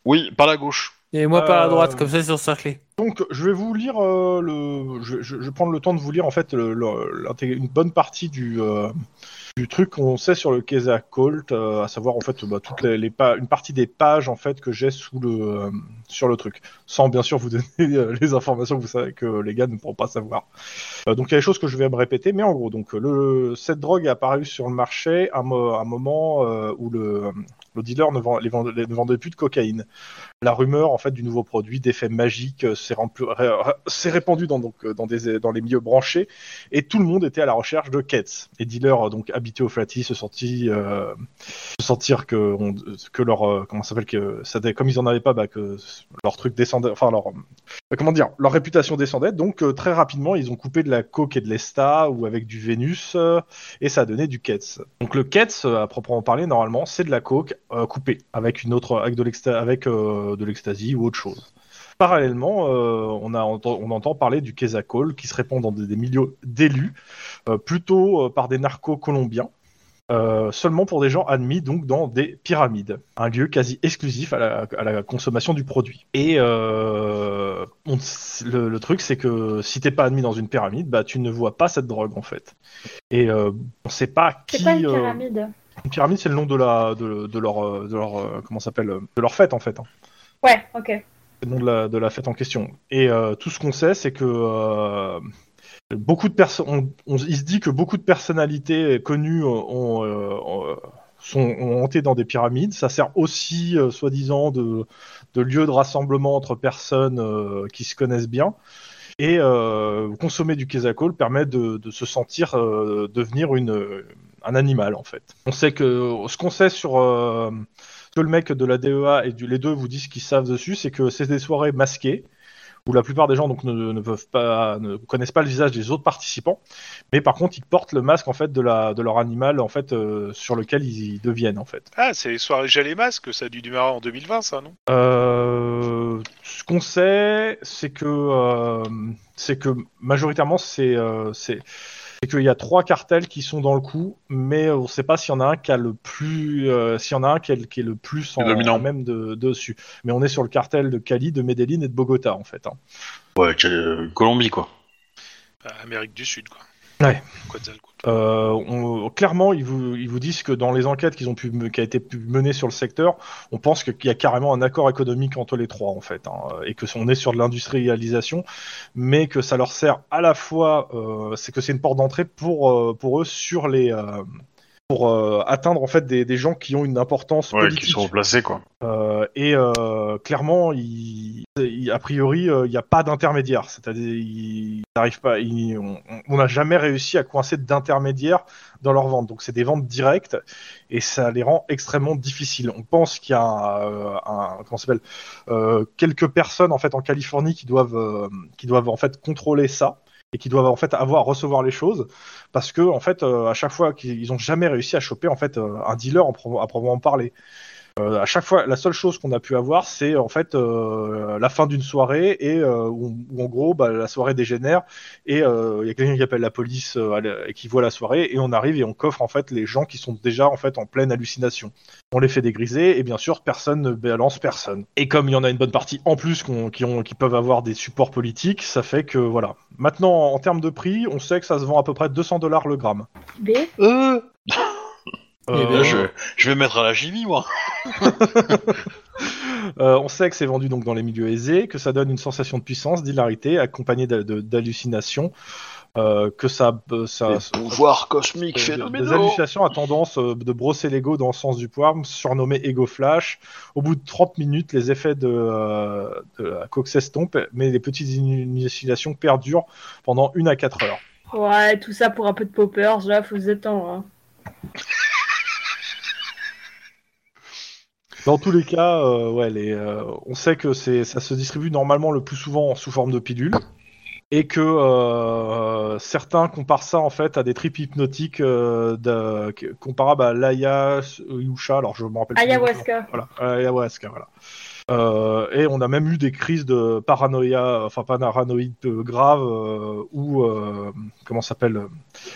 S5: Oui, par la gauche.
S2: Et moi par la
S1: Euh,
S2: droite, comme ça ils sont cerclés.
S1: Donc, je vais vous lire euh, le. Je, je, je vais prendre le temps de vous lire en fait le- le- l'intég- une bonne partie du euh, du truc qu'on sait sur le Kesa Colt, euh, à savoir en fait bah, toutes les, les pa- une partie des pages en fait que j'ai sous le euh, sur le truc, sans bien sûr vous donner euh, les informations que vous savez que les gars ne pourront pas savoir. Euh, donc il y a des choses que je vais me répéter, mais en gros donc le cette drogue est apparue sur le marché à un, mo- un moment euh, où le le dealer ne, vend- les vend- les- ne vendait plus de cocaïne la rumeur en fait du nouveau produit d'effet magique euh, s'est rempli- ré- ré- s'est répandue dans donc euh, dans des dans les milieux branchés et tout le monde était à la recherche de Kets. Les dealers euh, donc habités au Flatty se sentit euh, se sentir que on- que leur euh, comment ça s'appelle que ça dé- comme ils en avaient pas bah, que leur truc descendait enfin leur euh, comment dire leur réputation descendait donc euh, très rapidement ils ont coupé de la coke et de l'esta ou avec du Vénus euh, et ça a donné du Kets. Donc le Kets, euh, à proprement parler, normalement, c'est de la coke euh, coupée avec une autre, avec de l'exta- avec euh, de l'ecstasy ou autre chose. Parallèlement, euh, on, a ento- on entend parler du Kesacol qui se répand dans des, des milieux d'élus, euh, plutôt euh, par des narcos colombiens, euh, seulement pour des gens admis donc dans des pyramides, un lieu quasi exclusif à la, à la consommation du produit. Et euh, on- le, le truc, c'est que si t'es pas admis dans une pyramide, bah tu ne vois pas cette drogue en fait. Et euh, on sait pas qui.
S4: C'est quoi une
S1: euh,
S4: pyramide
S1: une pyramide, c'est le nom de la de, de leur euh, de leur euh, comment ça s'appelle euh, de leur fête en fait. hein.
S4: Ouais, ok.
S1: C'est le nom de la, de la fête en question. Et euh, tout ce qu'on sait, c'est que euh, beaucoup de personnes, on, on- il se dit que beaucoup de personnalités connues euh, ont, euh, ont- sont ont hanté dans des pyramides. Ça sert aussi, euh, soi-disant, de, de lieu de rassemblement entre personnes euh, qui se connaissent bien. Et euh, consommer du quesacol permet de, de se sentir euh, devenir une, un animal en fait. On sait que ce qu'on sait sur euh, ce que le mec de la DEA et du, les deux vous disent qu'ils savent dessus, c'est que c'est des soirées masquées où la plupart des gens donc ne, ne peuvent pas ne connaissent pas le visage des autres participants, mais par contre ils portent le masque en fait de la de leur animal en fait euh, sur lequel ils, ils deviennent en fait.
S3: Ah, c'est les soirées Gel et Masque, ça a dû démarrer en 2020, ça, non
S1: Euh, ce qu'on sait, c'est que euh, c'est que majoritairement c'est euh, c'est c'est qu'il y a trois cartels qui sont dans le coup, mais on ne sait pas s'il y en a un qui a le plus, euh, s'il y en a un qui est, qui est le plus en,
S5: Le dominant.
S1: en même de, dessus. Mais on est sur le cartel de Cali, de Medellin et de Bogota en fait. hein.
S5: Ouais, quelle- euh, Colombie quoi.
S3: Bah, Amérique du Sud, quoi.
S1: Ouais.
S3: Quetzalcoatl.
S1: Euh, on- clairement, ils vous, ils vous disent que dans les enquêtes qu'ils ont pu, qui a été pu- menées sur le secteur, on pense que- qu'il y a carrément un accord économique entre les trois en fait, hein, et que on est sur de l'industrialisation, mais que ça leur sert à la fois, euh, c'est que c'est une porte d'entrée pour euh, pour eux sur les euh, pour euh, atteindre en fait des, des gens qui ont une importance
S5: Ouais,
S1: politique.
S5: qui sont replacés quoi.
S1: Euh, et euh, clairement, il, il- a priori, euh, il n'y a pas d'intermédiaire. C'est-à-dire, il- il n'arrive pas. il- on- on n'a jamais réussi à coincer d'intermédiaire dans leur vente. Donc, c'est des ventes directes et ça les rend extrêmement difficiles. On pense qu'il y a euh, un, comment ça s'appelle euh, quelques personnes en fait en Californie qui doivent euh, qui doivent en fait contrôler ça et qui doivent en fait avoir recevoir les choses parce que en fait euh, à chaque fois qu'ils ont jamais réussi à choper en fait euh, un dealer en pro- à proprement parler. Euh, à chaque fois, la seule chose qu'on a pu avoir, c'est en fait euh, la fin d'une soirée et euh, où, où, en gros bah, la soirée dégénère et euh, il y a quelqu'un qui appelle la police euh, à la- et qui voit la soirée et on arrive et on coffre en fait les gens qui sont déjà en fait en pleine hallucination. On les fait dégriser et bien sûr personne ne balance personne. Et comme il y en a une bonne partie en plus qu'on- qui, ont, qui peuvent avoir des supports politiques, ça fait que voilà. Maintenant en termes de prix, on sait que ça se vend à peu près 200 dollars le gramme.
S4: B.
S5: Euh,
S2: Eh
S5: là,
S2: ben,
S5: je, je vais mettre à la chimie moi.
S1: Euh, on sait que c'est vendu donc dans les milieux aisés, que ça donne une sensation de puissance, d'hilarité, accompagnée d'a- de- d'hallucinations, euh, que ça, euh, ça
S5: Les pouvoirs cosmiques
S1: des, des
S5: phénoménaux.
S1: hallucinations à tendance euh, de brosser l'ego dans le sens du poivre, surnommé Ego Flash. Au bout de 30 minutes, les effets de, euh, de la coque s'estompent, mais les petites hallucinations perdurent pendant une à 4 heures.
S4: Ouais, tout ça pour un peu de poppers, là, faut se détendre. hein.
S1: Dans tous les cas, euh, ouais, les, euh, on sait que c'est, ça se distribue normalement le plus souvent sous forme de pilules, et que euh, certains comparent ça en fait à des tripes hypnotiques euh, de- que- comparables à l'aya Yusha, alors je me rappelle plus.
S4: Ayahuasca.
S1: Voilà, Euh, ayahuasca, voilà. Euh, et on a même eu des crises de paranoïa, enfin paranoïde euh, grave, euh, où euh, comment ça s'appelle euh,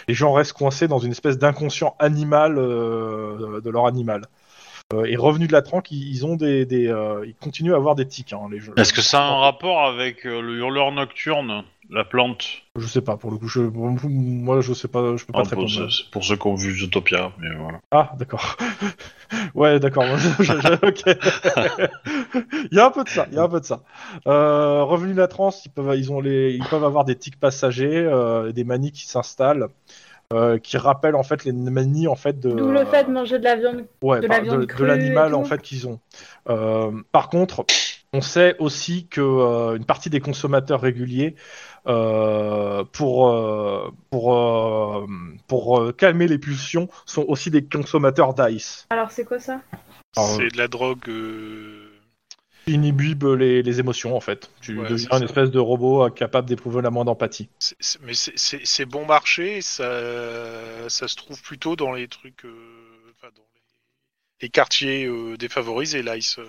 S1: Les gens restent coincés dans une espèce d'inconscient animal euh, de leur animal. Euh, et revenus de la tranque, ils, ils ont des, des euh, ils continuent à avoir des tics. Hein, les gens.
S5: Est-ce que ça a un rapport avec euh, le hurleur nocturne, la plante
S1: Je sais pas pour le coup. Je, moi, je sais pas. Je peux pas
S5: Ah,
S1: très
S5: pour, ceux- pour ceux qui ont vu Zootopia, mais euh, voilà.
S1: Ah, d'accord. ouais, d'accord. moi, je- je- ok. il y a un peu de ça. Il y a un peu de ça. Euh, revenu de la transe, ils peuvent, ils ont les, ils peuvent avoir des tics passagers, euh, des manies qui s'installent, euh, qui rappellent en fait les manies en fait de.
S4: D'où le fait de manger de la viande.
S1: Ouais,
S4: de
S1: par-
S4: la viande crue et
S1: l'animal
S4: tout.
S1: en fait qu'ils ont. Euh, par contre, on sait aussi que euh, une partie des consommateurs réguliers, euh, pour euh, pour euh, pour euh, calmer les pulsions, sont aussi des consommateurs d'ice.
S4: Alors c'est quoi ça
S1: Alors,
S3: C'est de la drogue. euh,
S1: Ils inhibent les, les émotions en fait. Tu
S3: Ouais,
S1: deviens
S3: c'est
S1: une
S3: ça.
S1: espèce de robot euh, capable d'éprouver la moindre empathie.
S3: c'est- c'est- mais c'est- c'est c'est bon marché, ça, ça se trouve plutôt dans les trucs. euh, enfin, dans les, les quartiers euh, défavorisés, là. ils se-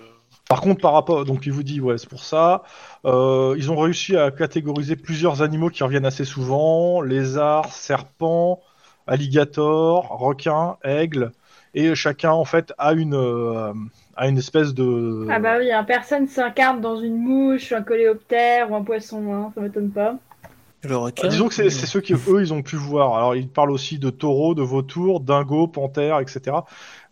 S1: Par contre, par rapport, donc il vous dit, ouais, c'est pour ça. Euh, ils ont réussi à catégoriser plusieurs animaux qui reviennent assez souvent lézards, serpents, alligators, requins, aigles. Et chacun, en fait, a une, euh, a une espèce de.
S4: Ah bah oui, hein, personne s'incarne dans une mouche, un coléoptère ou un poisson, hein, ça m'étonne pas.
S2: Le requin.
S1: Euh, Ah, Disons que c'est c'est ceux qui, eux, ils ont pu voir. Alors, ils parlent aussi de taureaux, de vautours, dingos, panthères, etc.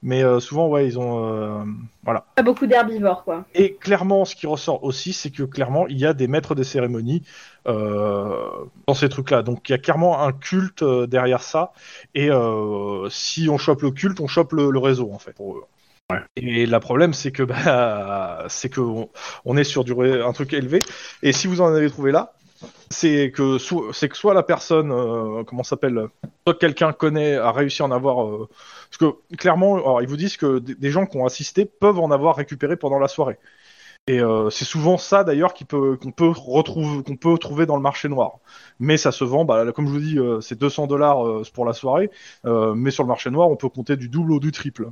S1: Mais euh, souvent, ouais, ils ont. euh, voilà.
S4: Pas beaucoup d'herbivores quoi.
S1: Et clairement, ce qui ressort aussi, c'est que clairement, il y a des maîtres des cérémonies euh, dans ces trucs-là. Donc, il y a clairement un culte euh, derrière ça. Et euh, si on chope le culte, on chope le, le réseau, en fait. pour eux. Et le problème, c'est que bah, c'est que on, on est sur du, ré- un truc élevé. Et si vous en avez trouvé là, c'est que so- c'est que soit la personne, euh, comment ça s'appelle, soit quelqu'un connaît a réussi à en avoir. euh, parce que clairement, alors, ils vous disent que des des gens qui ont assisté peuvent en avoir récupéré pendant la soirée. Et euh, c'est souvent ça d'ailleurs qui peut- qu'on peut, retrouver, qu'on peut trouver dans le marché noir. Mais ça se vend, bah, là, comme je vous dis, euh, c'est 200 dollars pour la soirée. euh, mais sur le marché noir, on peut compter du double ou du triple.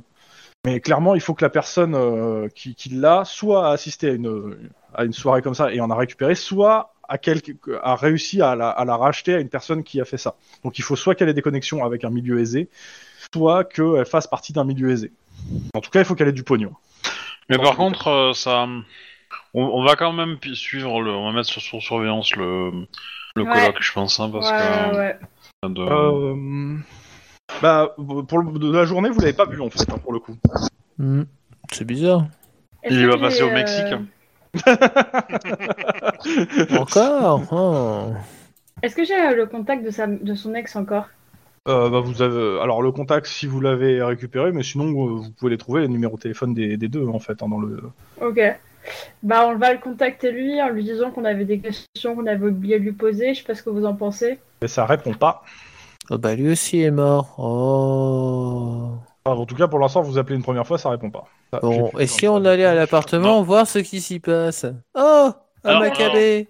S1: Mais clairement, il faut que la personne euh, qui, qui l'a soit a assisté à une, à une soirée comme ça et en a récupéré, soit a, quelque, a réussi à la, à la racheter à une personne qui a fait ça. Donc il faut soit qu'elle ait des connexions avec un milieu aisé, soit qu'elle fasse partie d'un milieu aisé. En tout cas, il faut qu'elle ait du pognon.
S5: Mais par contre, euh, ça, on, on va quand même pi- suivre le, on va mettre sur, sur surveillance le, le
S4: Ouais.
S5: colloque, je pense, hein, parce
S4: ouais,
S5: que. euh,
S4: ouais.
S5: de-
S1: Euh, bah, pour le- de la journée, vous l'avez pas vu en fait, hein, pour le coup.
S2: Hmm. C'est bizarre.
S4: Est-ce
S5: Il
S4: que
S5: va
S4: les,
S5: passer au
S4: euh,
S5: Mexique.
S2: Encore Oh.
S4: Est-ce que j'ai euh, le contact de, sa... de son ex encore
S1: Euh, bah, vous avez, alors le contact si vous l'avez récupéré, mais sinon euh, vous pouvez les trouver les numéros de téléphone des, des deux en fait hein, dans le.
S4: Ok. Bah on va le contacter lui en lui disant qu'on avait des questions qu'on avait oublié de lui poser, je sais pas ce que vous en pensez.
S1: Mais ça répond pas.
S2: Oh, bah lui aussi est mort. Oh.
S1: Enfin, en tout cas pour l'instant vous appelez une première fois ça répond pas. Ça,
S2: Bon,
S1: j'ai plus
S2: et
S1: de-
S2: si on allait à l'appartement voir ce qui s'y passe Oh Un
S5: Alors,
S2: Maccabée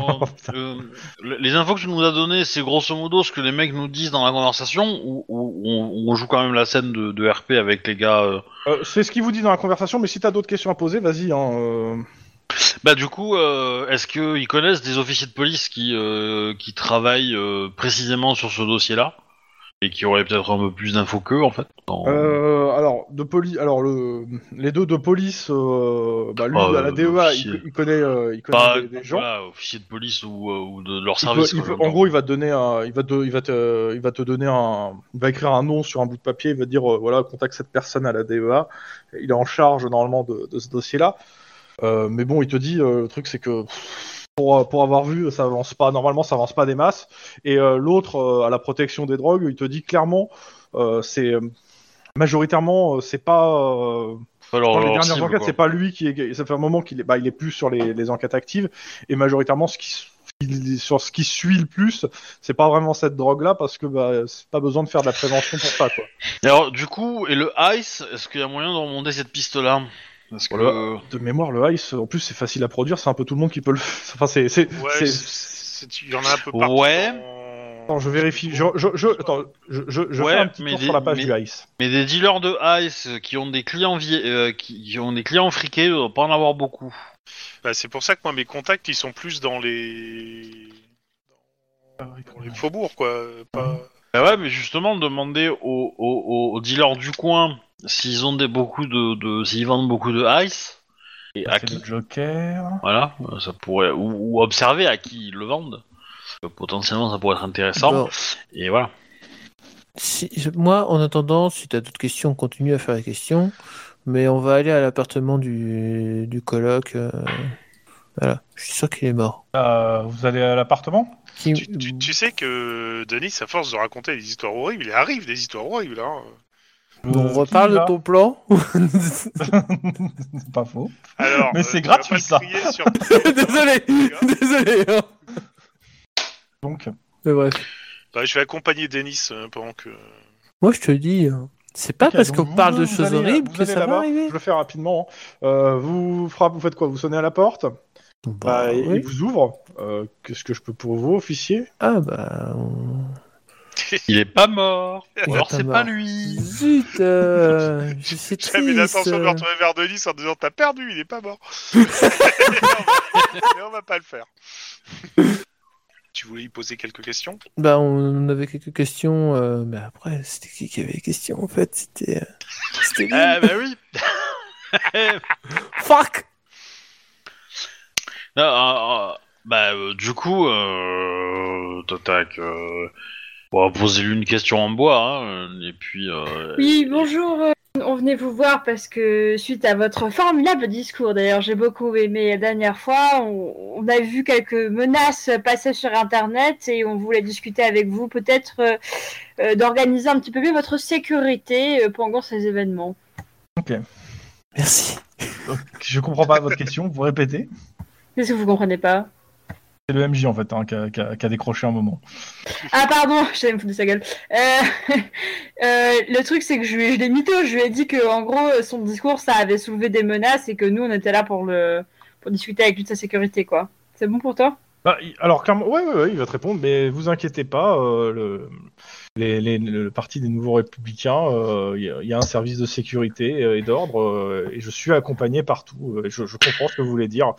S5: Oh, euh, le- les infos que tu nous as données, c'est grosso modo ce que les mecs nous disent dans la conversation, ou, ou- ou on, on joue quand même la scène de, de RP avec les gars. euh.
S1: Euh, c'est ce qu'il vous dit dans la conversation, mais si t'as d'autres questions à poser, vas-y. Hein, euh.
S5: Bah du coup, euh, est-ce qu'ils connaissent des officiers de police qui, euh, qui travaillent euh, précisément sur ce dossier-là et qui auraient peut-être un peu plus d'infos qu'eux en fait dans-
S6: Oh.
S1: Euh, alors de police, alors le, les deux de police, euh, bah, lui
S5: Ah,
S1: à la
S5: euh,
S1: DEA,
S5: officier.
S1: il, il connaît, euh, il connaît
S6: Bah,
S5: Pas
S1: des, des gens.
S5: Bah, voilà, officiers de police ou, euh, ou de leur
S1: Il
S5: service. hein.
S1: peut- il
S5: quoi,
S1: peut-
S5: dans-
S1: en gros, il va te donner, un, il va te, il va te, il va te donner un, il va écrire un nom sur un bout de papier. Il va te dire, euh, voilà, contacte cette personne à la DEA. Il est en charge normalement de, de ce dossier-là. Euh, mais bon, il te dit, euh, le truc, c'est que pff, pour, euh, pour avoir vu, ça avance pas. Normalement, ça avance pas des masses. Et euh, l'autre, euh, à la protection des drogues, il te dit clairement, euh, c'est euh, majoritairement, euh, c'est pas. euh,
S5: Pas leur-
S1: dans les
S5: leur
S1: dernières
S5: cible,
S1: enquêtes,
S5: Oh, quoi.
S1: c'est pas lui qui est. Ça fait un moment qu'il est, bah, il est plus sur les, les enquêtes actives et majoritairement ce qui il- sur ce qui suit le plus, c'est pas vraiment cette drogue-là parce que bah, c'est pas besoin de faire de la prévention pour ça. Quoi.
S5: Et Alors, du coup, et le ice, est-ce qu'il y a moyen de remonter cette piste-là Parce que.
S1: Voilà. De mémoire, le ice, en plus c'est facile à produire, c'est un peu tout le monde qui peut le. Enfin, c'est c'est
S3: Ouais,
S1: c'est-
S3: c'est- c'est- il y en a un peu
S5: Ouais.
S3: partout. dans-
S1: Attends, je vérifie. Je, je, je- attends, je, je, je
S5: Ouais,
S1: fais un petit
S5: mais
S1: tour
S5: des-
S1: sur la page
S5: mais-
S1: du Ice.
S5: Mais des dealers de ice euh, qui ont des clients vie- euh, qui, qui ont des clients friqués, on pas en avoir beaucoup.
S3: Bah, c'est pour ça que moi, mes contacts, ils sont plus dans les,
S1: Ah,
S3: dans les faubourgs, quoi. Pas...
S5: Bah ouais, mais justement, demander aux, aux- aux dealers du coin s'ils ont des beaucoup de, de- s'ils vendent beaucoup de ice et à
S1: C'est
S5: qui.
S1: le Joker.
S5: Voilà, euh, ça pourrait ou, ou observer à qui ils le vendent. Euh, Potentiellement, ça pourrait être intéressant.
S2: Bon,
S5: Et voilà.
S2: si- je- moi, en attendant, si t'as d'autres questions, on continue à faire les questions. Mais on va aller à l'appartement du, du coloc. euh, Voilà, je suis sûr qu'il est mort.
S1: Euh, vous allez à l'appartement
S2: Qui-
S3: Tu, tu- tu sais que Denis, à force de raconter des histoires horribles, il arrive des histoires horribles. Hein.
S2: On
S1: Euh,
S2: reparle
S1: qui
S2: de
S1: va
S2: ton plan
S1: C'est pas faux.
S3: Alors,
S1: Mais
S3: euh,
S1: c'est
S3: tu vas
S1: gratuit,
S3: pas le
S1: ça.
S3: crier sur-
S2: Désolé, désolé. hein.
S1: Donc,
S2: Mais bref.
S3: Bah, je vais accompagner Denis euh, pendant que.
S2: Moi, je te dis, hein, c'est pas
S1: Ok,
S2: parce
S1: donc
S2: qu'on
S1: vous-
S2: parle de
S1: vous
S2: choses
S1: allez-
S2: horribles
S1: vous
S2: que
S1: allez
S2: ça va
S1: là-bas.
S2: arriver.
S1: Je le fais rapidement. Euh, vous, frappez, vous faites quoi Vous sonnez à la porte
S2: Bah,
S1: Bah, et-
S2: oui.
S1: Il vous ouvre. Euh, Qu'est-ce que je peux pour vous, officier
S2: Ah bah... on-
S5: Il est pas mort.
S2: Il
S5: Ou
S2: est
S5: alors
S2: pas
S5: c'est
S2: mort.
S5: pas lui.
S2: Zut euh, Je suis triste
S3: J'avais l'intention de me
S2: euh.
S3: retourner vers Denis en disant T'as perdu, il est pas mort. Mais on va- mais on va pas le faire. tu voulais lui poser quelques questions
S2: Bah, on avait quelques questions, euh, mais après, c'était qui qui avait les questions, en fait C'était... euh, C'était lui.
S1: Euh.
S5: Eh ben oui.
S2: Fuck
S5: Non, euh, euh, bah, euh, du coup, euh, tac, tac, euh, bon, posez-lui une question en bois, hein, et puis. euh,
S4: Oui, bonjour. euh, On venait vous voir parce que suite à votre formidable discours, d'ailleurs, j'ai beaucoup aimé la dernière fois, on, on a vu quelques menaces passer sur Internet et on voulait discuter avec vous peut-être euh, euh, d'organiser un petit peu mieux votre sécurité euh, pendant ces événements.
S2: Merci.
S1: Je comprends pas votre question. Vous répétez
S4: Qu'est-ce que vous comprenez pas
S1: C'est le MJ en fait hein, qui a- qui a- qui a décroché un moment.
S4: Ah pardon, j'allais me foutre de sa gueule. Euh, euh, le truc c'est que je, lui- je l'ai mytho, je lui ai dit que en gros euh, son discours ça avait soulevé des menaces et que nous on était là pour le pour discuter avec lui de sa sécurité quoi. C'est bon pour toi
S1: Bah, il- alors clairement, ouais, ouais, ouais, il va te répondre, mais vous inquiétez pas, euh, le, les- les- le parti des Nouveaux Républicains, euh, il y, a- il y a un service de sécurité euh, et d'ordre, euh, et je suis accompagné partout. euh, et je, je comprends ce que vous voulez dire.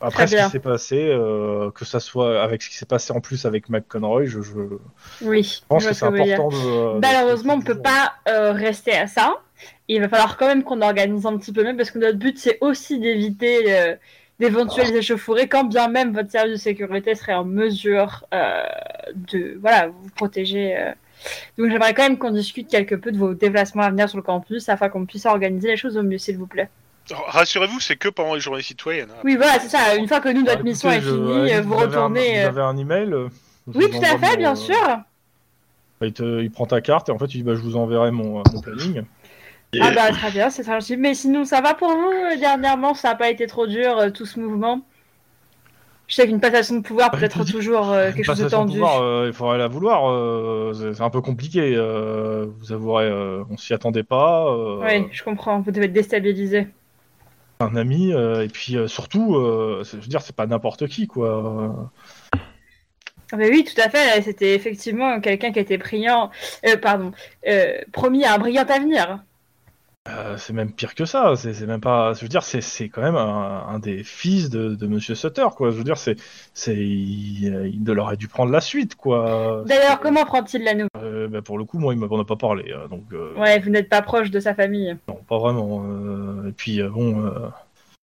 S1: Après
S4: Très
S1: ce
S4: bien.
S1: qui s'est passé, euh, que ça soit avec ce qui s'est passé en plus avec McConroy, je, je
S4: Oui.
S1: pense
S4: je vois
S1: que
S4: ce
S1: c'est
S4: que vous voulez dire.
S1: important de. de-
S4: Malheureusement, on
S1: de-
S4: peut pas euh, rester à ça. Il va falloir quand même qu'on organise un petit peu mieux parce que notre but c'est aussi d'éviter euh,
S1: Ah.
S4: d'éventuelles échauffourées quand bien même votre service de sécurité serait en mesure euh, de voilà, vous protéger. euh. Donc j'aimerais quand même qu'on discute quelque peu de vos déplacements à venir sur le campus afin qu'on puisse organiser les choses au mieux, s'il vous plaît.
S3: R- Rassurez-vous, c'est que pendant les journées citoyennes. hein.
S4: Oui, voilà, c'est ça. Une fois que nous,
S1: Bah,
S4: notre
S1: écoutez,
S4: mission est
S1: je-
S4: finie,
S1: à la
S4: euh,
S1: limite,
S4: vous
S1: avez un-
S4: retournez.
S1: Vous
S4: euh,
S1: avez un euh, email euh, je
S4: Oui,
S1: vous
S4: tout à
S1: envoie
S4: fait,
S1: mon- bah,
S4: bien sûr.
S1: Il, te- il prend ta carte et en fait il dit bah, je vous enverrai mon, euh, mon planning.
S4: Ah bah très bien, c'est très gentil. Mais sinon, ça va pour vous euh, Dernièrement, ça n'a pas été trop dur, euh, tout ce mouvement Je sais qu'une passation de pouvoir peut être toujours euh, quelque chose de
S1: Passation
S4: tendu.
S1: pouvoir, euh, il faudrait la vouloir. euh, c'est c'est un peu compliqué. euh, vous avouerez, euh, on s'y attendait pas. euh,
S4: Oui, je comprends, vous devez être déstabilisé.
S1: Un ami, euh, et puis euh, surtout, euh, c'est- je veux dire, c'est pas n'importe qui, quoi.
S4: Ah bah oui, tout à fait, là, c'était effectivement quelqu'un qui était brillant, euh, pardon, euh, promis à un brillant
S1: Ah,
S4: avenir.
S1: Euh, c'est même pire que ça. C'est c'est même pas. Je veux dire, c'est- c'est quand même un, un des fils de, de Monsieur Sutter, quoi. Je veux dire, c'est, c'est, il, euh, il aurait dû prendre la suite, quoi.
S4: D'ailleurs,
S1: C'est-
S4: comment prend-il la nouvelle
S1: euh, bah, pour le coup, moi, il m'en a pas parlé, euh, donc. euh,
S4: Ouais, vous n'êtes pas proche de sa famille.
S1: Non, pas vraiment. euh, et puis, euh, bon, euh,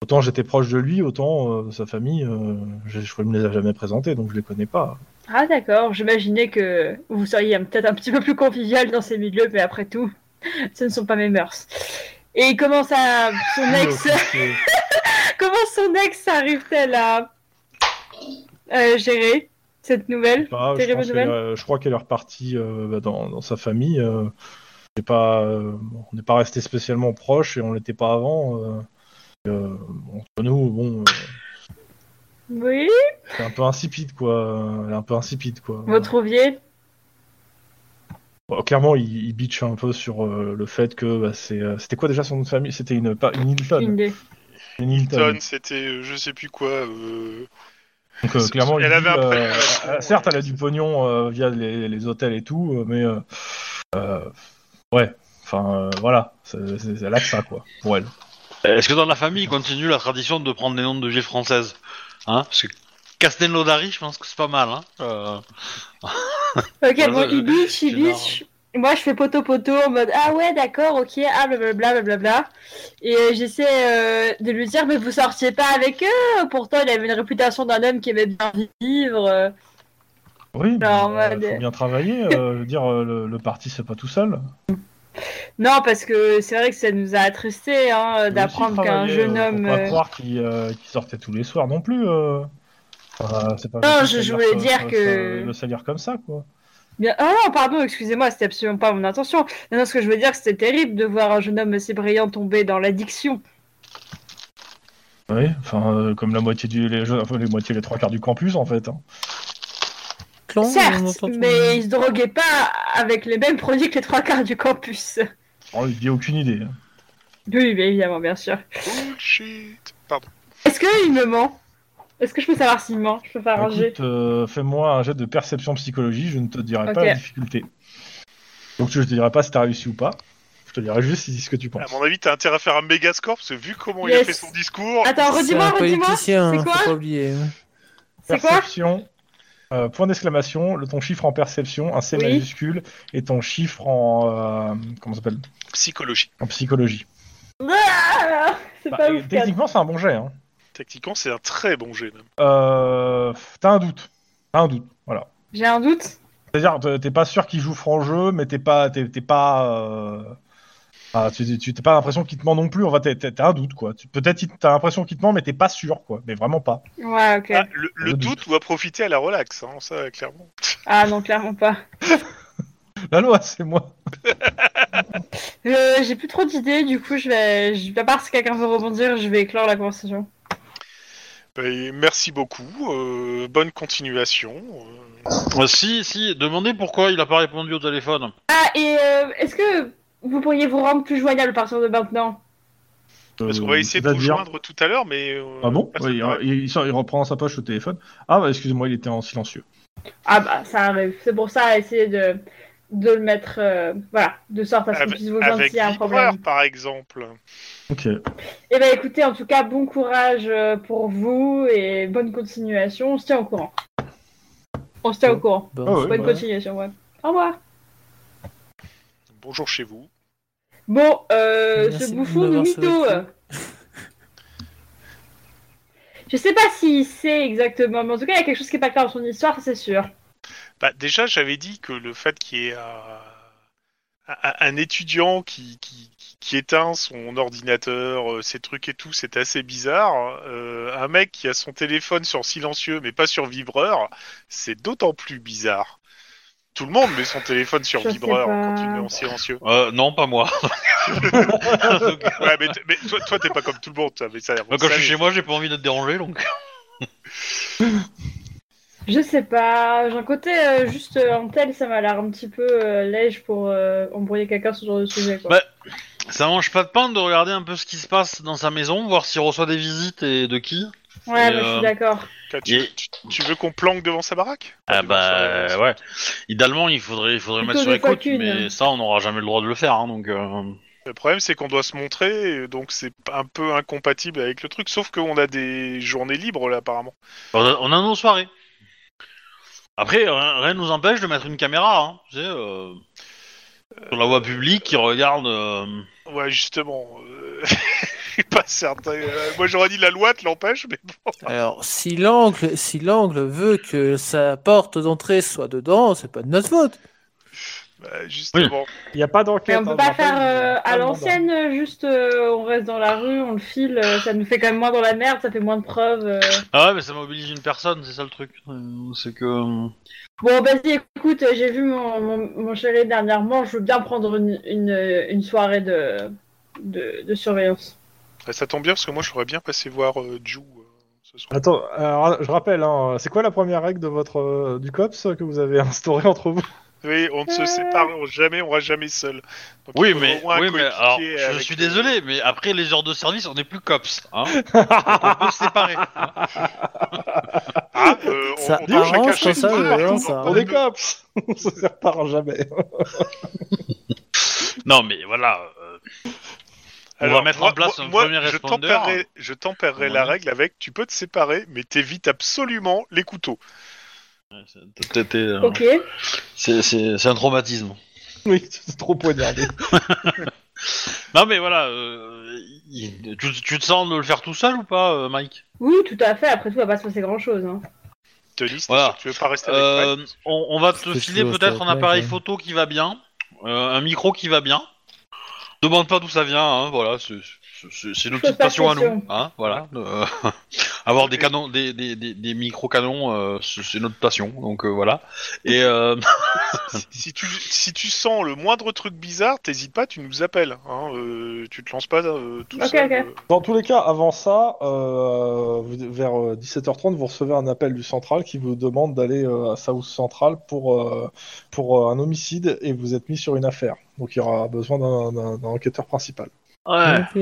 S1: autant j'étais proche de lui, autant euh, sa famille, euh, je je ne me les a jamais présentés, donc je les connais pas.
S4: Ah d'accord, j'imaginais que vous seriez un- peut-être un petit peu plus convivial dans ces milieux, mais après tout, ce ne sont pas mes mœurs. Et comment ça, son
S1: Oui,
S4: ex...
S1: aussi, c'est-
S4: Comment son ex arrive-t-elle à euh, gérer cette nouvelle
S1: pas, je,
S4: Terrible
S1: pense qu'elle,
S4: nouvelle.
S1: euh, je crois qu'elle est repartie euh, bah, dans, dans sa famille. euh, j'ai pas, euh, on n'est pas resté spécialement proches et on l'était pas avant. euh, et, euh, entre nous, bon, euh,
S4: Oui,
S1: c'est un peu insipide, quoi. Elle est un peu insipide, quoi.
S4: vous trouviez
S1: Bon, clairement, il, il bitch un peu sur euh, le fait que bah, c'est, euh, c'était quoi déjà son nom de famille C'était une, pas- une Hilton.
S4: une des...
S1: Une Hilton.
S3: Hilton, c'était euh, je sais plus quoi. euh,
S1: Donc, euh,
S3: C'est-
S1: clairement,
S3: elle
S1: il
S3: avait
S1: dit,
S3: un
S1: euh,
S3: préjudice.
S1: euh, certes, elle a du pognon euh, via les, les hôtels et tout, euh, mais euh, euh, ouais, enfin euh, voilà, c'est- c'est- elle a que ça quoi pour elle.
S5: Est-ce que dans la famille, ils continuent la tradition de prendre les noms de villes françaises Hein Parce que Castelnaudary, je pense que c'est pas mal. Hein Euh,
S4: Ok,
S5: Voilà,
S4: bon,
S5: euh,
S4: il bitch, il
S5: c'est
S4: bitch. Moi, je fais poteau-poteau en mode Ah ouais, d'accord, ok, ah blablabla, blablabla. Et euh, j'essaie euh, de lui dire Mais vous sortiez pas avec eux Pourtant, il avait une réputation d'un homme qui aimait bien vivre. euh.
S1: Oui, mais,
S4: Alors,
S1: euh,
S4: ouais,
S1: faut
S4: mais-
S1: bien travailler. euh, je veux dire, euh, le, le parti c'est pas tout seul.
S4: Non, parce que c'est vrai que ça nous a attristés hein, euh,
S1: Lui
S4: d'apprendre
S1: aussi
S4: qu'un
S1: travaillait,
S4: jeune
S1: euh,
S4: homme.
S1: Faut pas
S4: euh,
S1: croire qu'il euh, qu'il sortait tous les soirs non plus. euh. Enfin, c'est pas
S4: Non,
S1: gentil
S4: je-
S1: de
S4: je
S1: dire
S4: voulais
S1: que-
S4: dire
S1: que-
S4: que-
S1: le salir comme ça quoi.
S4: Bien... Ah non, pardon, excusez-moi, c'était absolument pas mon intention. Non, non, ce que je veux dire, c'était terrible de voir un jeune homme aussi brillant tomber dans l'addiction.
S1: Oui, enfin euh, comme la moitié du les, jeunes- enfin, les moitiés les trois quarts du campus en fait. hein.
S2: Clan, on
S4: Certes,
S2: entend tout.
S4: mais il se droguait pas avec les mêmes produits que les trois quarts du campus.
S1: Oh, il dit aucune idée. hein.
S4: Oui, bien évidemment, bien sûr.
S3: Oh, Bullshit. Pardon.
S4: Est-ce qu'il me ment Est-ce que je peux savoir s'il ment Je peux
S2: Bah,
S4: pas ranger.
S1: Écoute, euh, fais-moi un jet de perception psychologie, je ne te dirai pas
S4: Ok.
S1: la difficulté. Donc je te dirai pas si t'as réussi ou pas. Je te dirai juste si- ce que tu
S3: À
S4: Ah,
S1: penses.
S3: mon avis, t'as intérêt à faire un méga score parce que vu comment il a
S4: Yes.
S3: fait son discours,
S4: Attends,
S2: C'est
S4: redis-moi,
S2: un
S4: redis-moi.
S2: politicien,
S4: c'est
S2: hein,
S4: quoi
S2: faut pas oublier.
S4: C'est quoi
S1: perception, euh, point d'exclamation, le- ton chiffre en perception, un C
S4: Oui.
S1: majuscule, et ton chiffre en euh, comment ça s'appelle
S3: psychologie.
S1: En psychologie.
S4: Ah, C'est
S1: Bah,
S4: pas
S1: et
S4: ouf, Kat.
S1: techniquement, c'est un bon jet. Hein.
S3: Tactiquement, c'est un très bon jeu. même.
S1: Euh, t'as un doute. T'as un doute. Voilà.
S4: J'ai un doute.
S1: C'est-à-dire, t'es- t'es pas sûr qu'il joue franc jeu, mais t'es pas, t'es, t'es pas, euh, ah, tu, tu- t'as pas l'impression qu'il te ment non plus. Enfin, t'es- t'es- t'as un doute quoi. Tu- Peut-être il- t'as l'impression qu'il te ment, mais t'es pas sûr quoi. Mais vraiment pas.
S4: Ouais, ok.
S3: Ah,
S4: Ah,
S3: le le
S1: Le
S3: doute doit profiter à la relax, hein, ça clairement.
S4: Ah, non, clairement pas.
S1: La loi, c'est moi.
S4: Euh, J'ai plus trop d'idées, du coup, je vais. je- À part si quelqu'un veut rebondir, je vais éclore la conversation.
S3: Ben, merci beaucoup. euh, bonne continuation. euh.
S5: euh, si, si, demandez pourquoi il a pas répondu au téléphone.
S4: Ah, et euh, est-ce que vous pourriez vous rendre plus joignable à partir de maintenant
S3: Parce qu'on va essayer de vous
S1: Euh, C'est-à-dire-
S3: joindre tout à l'heure, mais. euh,
S1: hein. Ah bon
S3: pas
S1: Oui,
S3: ça-
S1: il, il sort- il reprend dans sa poche le téléphone. Ah, bah, excusez-moi, il était en silencieux.
S4: Ah, bah, ça arrive. C'est pour ça, essayez de, de le mettre. euh, voilà, de sorte à ce qu'on
S3: Avec,
S4: puisse vous joindre
S3: avec
S4: s'il y a un
S3: Vibreur,
S4: problème.
S3: par exemple.
S1: Ok.
S4: Eh ben écoutez, en tout cas, bon courage euh, pour vous et bonne continuation. On se tient au courant. On se tient au courant.
S2: Bon,
S1: Ah ouais.
S4: Bonne continuation, ouais. Au revoir.
S3: Bonjour chez vous.
S4: Bon, euh,
S2: Merci
S4: ce
S2: de
S4: bouffon de
S2: m'avoir sauvé
S4: mytho.
S2: le
S4: euh. Je sais pas s'il sait exactement, mais en tout cas, il y a quelque chose qui est pas clair dans son histoire, ça, c'est sûr.
S3: Bah, déjà, j'avais dit que le fait qu'il y ait euh, un, un étudiant qui, qui, qui éteint son ordinateur, euh, ses trucs et tout, c'est assez bizarre. Euh, un mec qui a son téléphone sur silencieux mais pas sur vibreur, c'est d'autant plus bizarre. Tout le monde met son téléphone sur
S4: Je sais
S3: vibreur
S4: pas.
S3: quand il met en silencieux.
S5: Euh, non, pas moi. donc,
S3: Ouais, mais, t- mais toi, toi, t'es pas comme tout le monde, toi, mais ça. vous
S5: moi, quand je suis
S3: savez.
S5: chez moi, j'ai pas envie d'être dérangé, donc.
S4: Je sais pas. J'ai un côté euh, juste euh, en tel, ça m'a l'air un petit peu euh, léger pour euh, embrouiller quelqu'un sur ce genre de sujet. Quoi.
S5: Bah, Ça mange pas de pain de regarder un peu ce qui se passe dans sa maison, voir s'il reçoit des visites et de qui.
S4: ouais,
S5: et,
S4: moi, je
S5: euh,
S4: suis d'accord.
S3: Quand tu,
S5: Et-
S3: tu- tu veux qu'on planque devant sa baraque
S5: Ah
S3: Devant sa-
S5: bah
S3: sa-
S5: ouais. Idéalement, il faudrait, il faudrait
S4: Plutôt
S5: mettre sur
S4: des
S5: écoute,
S4: facunes.
S5: mais ça, on n'aura jamais le droit de le faire, hein, donc. euh,
S3: Le problème, c'est qu'on doit se montrer, et donc c'est un peu incompatible avec le truc, sauf qu'on a des journées libres là, apparemment.
S5: On a, on a nos soirées. Après, rien rien nous empêche de mettre une caméra, hein, tu sais, euh, sur la voie publique qui regarde. euh,
S3: Ouais, justement. euh, Je suis pas certain. Euh, moi, j'aurais dit la loi te l'empêche, mais bon.
S2: Alors, si l'angle, si l'angle veut que sa porte d'entrée soit dedans, c'est pas de notre faute.
S3: bah, justement.
S1: Il n'y a pas
S4: Mais
S1: d'enquête.
S4: on
S1: hein,
S4: peut
S1: je
S4: pas
S1: rappelle,
S4: faire
S1: il y a
S4: euh,
S1: pas
S4: à
S1: de mandat.
S4: l'ancienne, euh, juste euh, on reste dans la rue, on le file, euh, ça nous fait quand même moins dans la merde, ça fait moins de preuves. euh.
S5: Ah ouais, mais ça mobilise une personne, c'est ça le truc. Euh, C'est que.
S4: Bon, vas-y, écoute, euh, j'ai vu mon, mon, mon chéri dernièrement, je veux bien prendre une, une, euh, une soirée de, de, de surveillance.
S3: Bah, ça tombe bien, parce que moi, j'aurais bien passé voir euh, Ju, euh, ce soir.
S1: Attends, alors, je rappelle, hein, c'est quoi la première règle de votre euh, du cops que vous avez instaurée entre vous
S3: Oui, on ne se
S4: Euh.
S3: sépare jamais, on reste jamais seul. Donc, il
S5: Oui,
S3: faut
S5: mais,
S3: au moins un
S5: oui, mais alors,
S3: coéquipier
S5: je
S3: avec-
S5: suis désolé, mais après les heures de service, on n'est plus cops. Hein Donc, on peut se séparer.
S3: Ah,
S2: Ça
S3: on- on- chacun
S2: arrange
S3: chez
S2: ça,
S3: nous,
S2: euh,
S3: par
S2: ça.
S3: contre,
S1: On
S3: Ah, on est
S1: est cops On se sépare jamais.
S7: Non, mais voilà. euh, On va mettre en place un premier
S3: je
S7: responder.
S3: tempérerai, je tempérerai la
S7: Ouais.
S3: règle avec tu peux te séparer, mais t'évites absolument les couteaux.
S6: T'es- t'es, euh,
S4: Ok.
S6: C'est c'est- c'est un traumatisme.
S1: Oui, c'est trop poignardé.
S7: Non, mais voilà. euh, il- Tu, tu te sens de le faire tout seul ou pas, euh, Mike
S4: Oui, tout à fait. Après tout, il va pas se passer grand chose. Hein.
S3: Denis, c'est
S7: Voilà.
S3: sûr que tu veux pas rester avec
S7: Euh,
S3: Mike
S7: on, on va te
S2: Parce que
S7: filer
S2: sinon,
S7: peut-être
S2: c'est
S7: un
S2: vrai,
S7: appareil
S2: ouais.
S7: photo qui va bien, euh, un micro qui va bien. Demande pas d'où ça vient, hein, voilà, c'est c'est- c'est- c'est nos
S4: Faut
S7: petites
S4: pas
S7: passions à nous,
S4: pression.
S7: hein, voilà. Euh, avoir des canons, des, des, des, des micro-canons, euh, c'est c'est notre passion, donc euh, voilà. Et euh,
S3: si, tu, si tu sens le moindre truc bizarre, t'hésites pas, tu nous appelles. Hein, euh, tu te lances pas euh, tout
S4: Ok,
S3: seul.
S4: ok.
S3: euh.
S1: Dans tous les cas, avant ça, euh, vous- vers euh, 17h30, vous recevez un appel du central qui vous demande d'aller euh, à South Central pour, euh, pour euh, un homicide et vous êtes mis sur une affaire. Donc il y aura besoin d'un- d'un d'un enquêteur principal.
S2: Ok.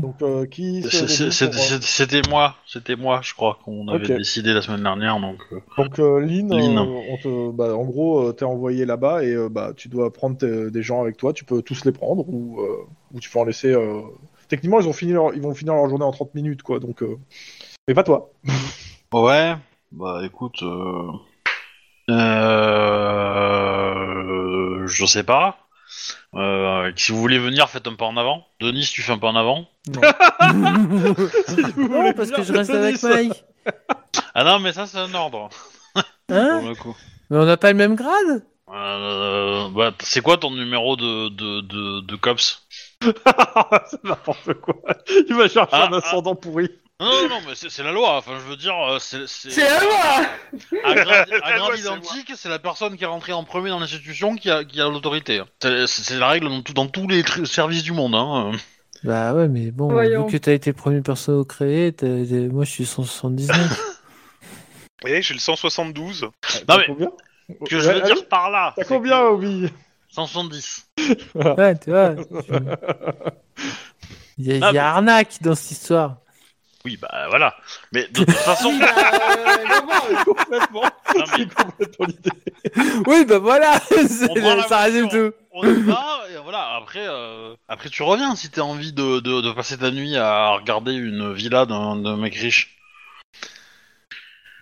S1: Donc euh, qui se
S6: C'est- c'est-
S1: décide
S6: c'est-
S1: pour, euh,
S6: c'est- C'était moi, c'était moi, je crois, qu'on avait
S1: Ok.
S6: décidé la semaine dernière, donc. euh,
S1: Donc euh, Lynn, euh,
S6: Lynn.
S1: on te, bah, en gros, euh, t'es envoyé là-bas et euh, bah, tu dois prendre tes- des gens avec toi. Tu peux tous les prendre ou, euh, ou tu peux en laisser. euh, Techniquement, ils, ont fini leur- ils vont finir leur journée en 30 minutes, quoi. Donc, euh, mais pas toi.
S6: Ouais, bah écoute, euh... euh, je sais pas. Euh, si vous voulez venir, faites un pas en avant. Denis, tu fais un pas en avant.
S2: non, parce que je reste avec Mike.
S6: Ah non, mais ça c'est un ordre.
S4: Ah.
S2: Hein
S6: pour le coup.
S2: Mais on n'a pas le même grade
S6: Euh, bah, t- c'est quoi ton numéro de de, de, de cops
S1: C'est n'importe quoi. Il va chercher
S6: Ah,
S1: un ascendant pourri.
S6: Non, non, non, mais c'est c'est la loi. Enfin, je veux dire, euh, c'est
S4: C'est la loi
S6: à grade, à
S3: La loi,
S6: grade
S3: c'est moi.
S6: identique, c'est la personne qui est rentrée en premier dans l'institution qui a qui a l'autorité. C'est c'est- c'est la règle dans, tout- dans tous les tr- services du monde. Hein.
S2: Bah ouais, mais bon,
S4: Voyons.
S2: vu que t'as été le premier perso créé, t'as- t'as- moi je suis 179.
S3: Et j'ai le 172.
S6: Non,
S1: T'as
S6: mais-
S1: combien
S4: Oh,
S6: Ce que je veux
S1: Ouais,
S4: ah
S6: dire par là.
S1: T'as
S6: c'est
S1: combien,
S6: que-
S1: Obi
S6: 170.
S2: ouais, tu vois. Il y a,
S6: Ah,
S2: il y a arnaque dans cette histoire.
S6: Oui, bah voilà. Mais de toute façon.
S4: Oui, bah, euh, normal.
S1: Complètement.
S6: non, mais
S1: C'est complètement l'idée.
S2: Oui, bah voilà,
S6: On prend la
S2: c'est- ça résume
S6: voiture.
S2: tout.
S6: on y va, et voilà. Après, euh, après tu reviens si t'as envie de, de, de passer ta nuit à regarder une villa d'un d'un mec riche.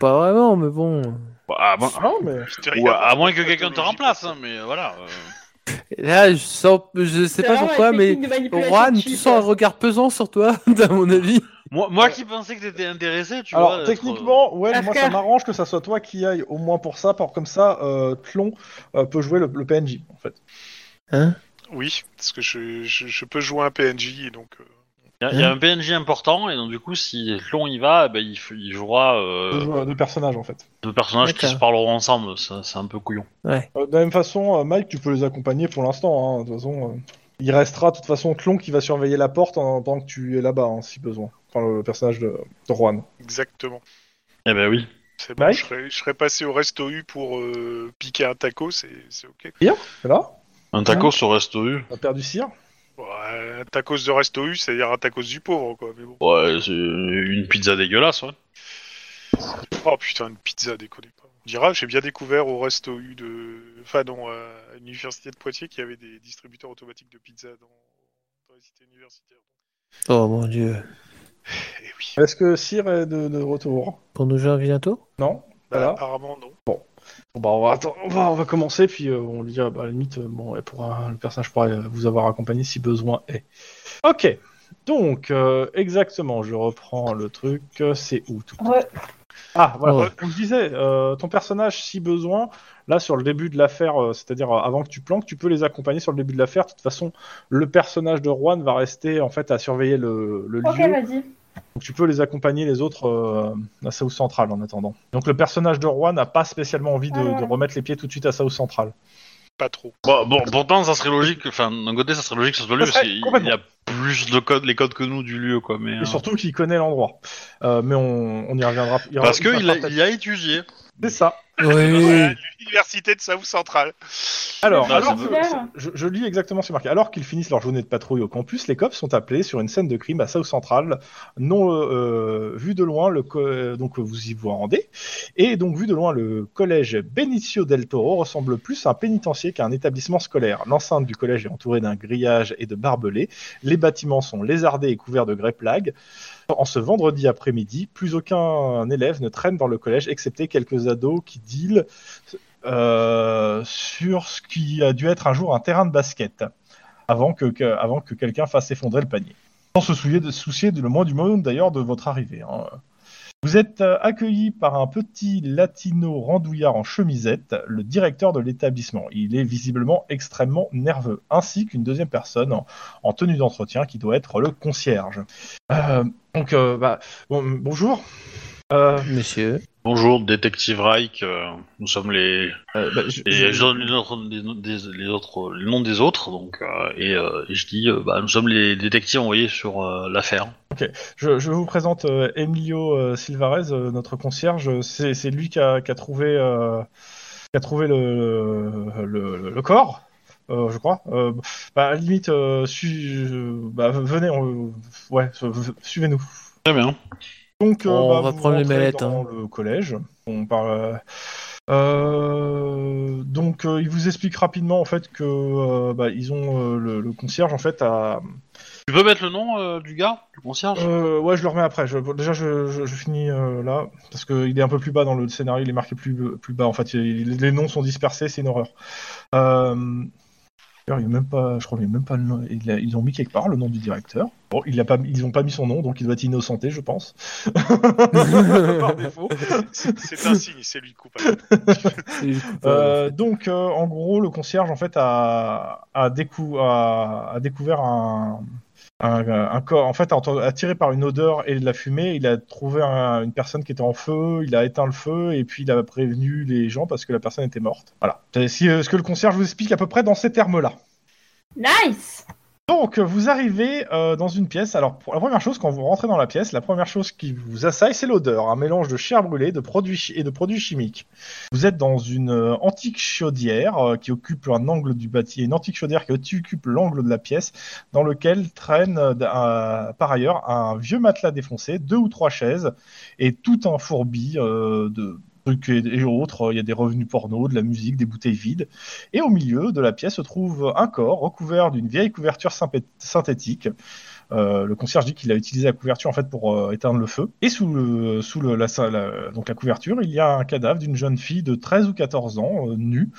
S2: Pas vraiment, mais bon.
S6: Bah, à, moins-
S1: Ah Non, mais.
S3: Je te
S6: ou
S3: regarde.
S6: à, à moins que quelqu'un te remplace, hein, mais voilà. euh.
S2: Et Là, je sens, je sais
S4: C'est
S2: pas
S4: vraiment
S2: pourquoi,
S4: une
S2: mais
S4: technique de manipulation
S2: Juan,
S4: cheap,
S2: tu sens un
S4: hein.
S2: regard pesant sur toi, à mon avis.
S6: Moi, moi qui pensais que t'étais intéressé, tu vois.
S1: Alors
S6: être,
S1: techniquement, ouais, moi ça
S4: Afkar.
S1: m'arrange que ça soit toi qui aille au moins pour ça, par comme ça, euh, Tlon euh, peut jouer le, le PNJ en fait.
S3: Oui, parce que je, je, je peux jouer un PNJ, donc. euh,
S6: euh, Il y, a un PNJ important, et donc du coup, si Clon y va, eh ben, il, f- il jouera euh,
S1: De, jouer- de personnage en fait.
S6: deux personnages qui
S2: D'accord.
S6: se parleront ensemble. ça- C'est un peu couillon.
S2: Ouais.
S1: Euh, de la même façon, euh, Mike, tu peux les accompagner pour l'instant. hein, de toute façon, euh, il restera de toute façon Tlon qui va surveiller la porte hein, pendant que tu es là-bas hein, si besoin. Enfin, le personnage de, de Juan.
S3: Exactement.
S6: Eh ben oui.
S3: C'est bon,
S1: Mike
S3: je serais, je serais passé au resto U pour euh, piquer un taco, c'est c'est ok.
S1: C'est là
S6: Un taco sur resto U.
S1: On a perdu Cire
S3: Ouais, un tacos de resto U, c'est-à-dire un tacos du pauvre, quoi. Mais bon.
S6: Ouais, c'est une pizza dégueulasse, ouais.
S3: Oh putain, une pizza, déconnez pas. On dira, j'ai bien découvert au resto U de. Enfin, non, à l'université de Poitiers, qu'il y avait des distributeurs automatiques de pizza dans, dans les cités universitaires.
S2: Oh mon dieu.
S3: Eh oui.
S1: Est-ce que Cire est de, de retour
S2: Pour nous jouer un bientôt
S1: Non
S3: Bah,
S1: Voilà.
S3: Apparemment, non.
S1: Bon, bah, on va, attendre- on va, on va commencer, puis euh, on lui dira, bah, à la limite, euh, bon, elle pourra, le personnage pourra euh, vous avoir accompagné si besoin est. Ok, donc, euh, exactement, je reprends le truc, euh, c'est où tout
S4: Re-
S1: Ah, voilà,
S2: Ouais.
S1: comme je disais, euh, ton personnage, si besoin, là, sur le début de l'affaire, euh, c'est-à-dire euh, avant que tu planques, tu peux les accompagner sur le début de l'affaire. De toute façon, le personnage de Juan va rester, en fait, à surveiller le, le
S4: Ok,
S1: lieu.
S4: vas-y.
S1: Donc tu peux les accompagner les autres euh, à South Central en attendant. Donc le personnage de Roi n'a pas spécialement envie de,
S4: Ah, voilà.
S1: de remettre les pieds tout de suite à South Central.
S3: Pas trop.
S6: Bon, bon, pourtant, ça serait logique, enfin, d'un côté, ça serait logique que ce soit lui,
S1: Ça
S6: parce
S1: serait
S6: qu'il il
S1: complètement.
S6: y a plus de codes, les codes que nous du lieu, quoi, mais. euh,
S1: Et surtout qu'il connaît l'endroit. Euh, mais on, on y reviendra.
S6: parce qu'il a,
S1: passera peut-être.
S6: il a étudié.
S1: C'est ça.
S3: Voilà,
S2: Oui.
S3: L'université de South Central.
S1: Alors,
S6: Non,
S1: alors
S6: ça
S1: que-
S4: peut-
S1: c'est- je, je lis exactement ce qui est marqué. Alors qu'ils finissent leur journée de patrouille au campus, les cops sont appelés sur une scène de crime à South Central. Non, euh, euh, vu de loin, le co- euh, donc vous y vous rendez. Et donc, vu de loin, le collège Benicio del Toro ressemble plus à un pénitencier qu'à un établissement scolaire. L'enceinte du collège est entourée d'un grillage et de barbelés. Les bâtiments sont lézardés et couverts de grès plagues. En ce vendredi après-midi, plus aucun élève ne traîne dans le collège, excepté quelques ados qui dealent euh, sur ce qui a dû être un jour un terrain de basket, avant que, que- avant que quelqu'un fasse effondrer le panier. Sans se soucier, de, soucier du- le moins du monde d'ailleurs de votre arrivée. hein. Vous êtes euh, accueilli par un petit latino randouillard en chemisette, le directeur de l'établissement. Il est visiblement extrêmement nerveux, ainsi qu'une deuxième personne en, en tenue d'entretien qui doit être le concierge. Euh, donc, euh, bah, bon, bonjour. Euh,
S2: Monsieur.
S6: Bonjour, détective Reich. euh, nous sommes les.
S1: euh, bah, je-
S6: Et je donne les, autres, les, noms des- les autres, les noms des autres, donc. euh, et, euh, et je dis, euh, bah, nous sommes les détectives envoyés sur euh, l'affaire.
S1: Je, je vous présente euh, Emilio euh, Silvarez, euh, notre concierge. Euh, C'est c'est lui qui a, qui a trouvé, euh, qui a trouvé le, le, le corps, euh, je crois. Euh, bah, à la limite, euh, su- euh, bah, venez, on- ouais, su- suivez-nous.
S6: Très bien.
S1: Donc, euh,
S2: On
S1: bah,
S2: va
S1: vous
S2: prendre les
S1: rentrez
S2: mallettes,
S1: Dans
S2: hein.
S1: le collège, on parle. euh, euh, donc, euh, il vous explique rapidement en fait que euh, bah, ils ont euh, le, le concierge en fait à.
S6: Tu peux mettre le nom euh, du gars, du concierge
S1: Euh, ouais, je le remets après. Je- déjà, je, je- je finis euh, là parce que il est un peu plus bas dans le scénario. Il est marqué plus plus bas. En fait, il- les noms sont dispersés. C'est une horreur. Euh, D'ailleurs, il est même pas. Je crois qu'il est même pas. le nom- il a- ils ont mis quelque part le nom du directeur. Bon, il a pas. Ils ont pas mis son nom, donc il doit être innocenté, je pense. Par défaut.
S3: C'est c'est un signe, c'est lui le coupable.
S2: C'est du coup pas-
S1: Euh, donc, euh, en gros, le concierge en fait a, a, décou- a- a découvert un, un- un corps. En fait, a entendu- attiré par une odeur et de la fumée, il a trouvé un- une personne qui était en feu. Il a éteint le feu et puis il a prévenu les gens parce que la personne était morte. Voilà. C'est si- euh, ce que le concierge vous explique à peu près dans ces termes-là.
S4: Nice
S1: Donc, vous arrivez euh, dans une pièce. Alors, pour la première chose, quand vous rentrez dans la pièce, la première chose qui vous assaille, c'est l'odeur. Un mélange de chair brûlée de produits chi- et de produits chimiques. Vous êtes dans une euh, antique chaudière euh, qui occupe un angle du bâtiment, une antique chaudière qui occupe l'angle de la pièce, dans lequel traîne euh, d- un- par ailleurs un vieux matelas défoncé, deux ou trois chaises et tout un fourbi euh, de trucs et, et autres. Il y a des revenus porno, de la musique, des bouteilles vides. Et au milieu de la pièce se trouve un corps recouvert d'une vieille couverture sympé- synthétique. Euh, le concierge dit qu'il a utilisé la couverture en fait pour euh, éteindre le feu. Et sous, le, sous le- la, sa- la- donc la couverture, il y a un cadavre d'une jeune fille de 13 ou 14 ans, euh, nue,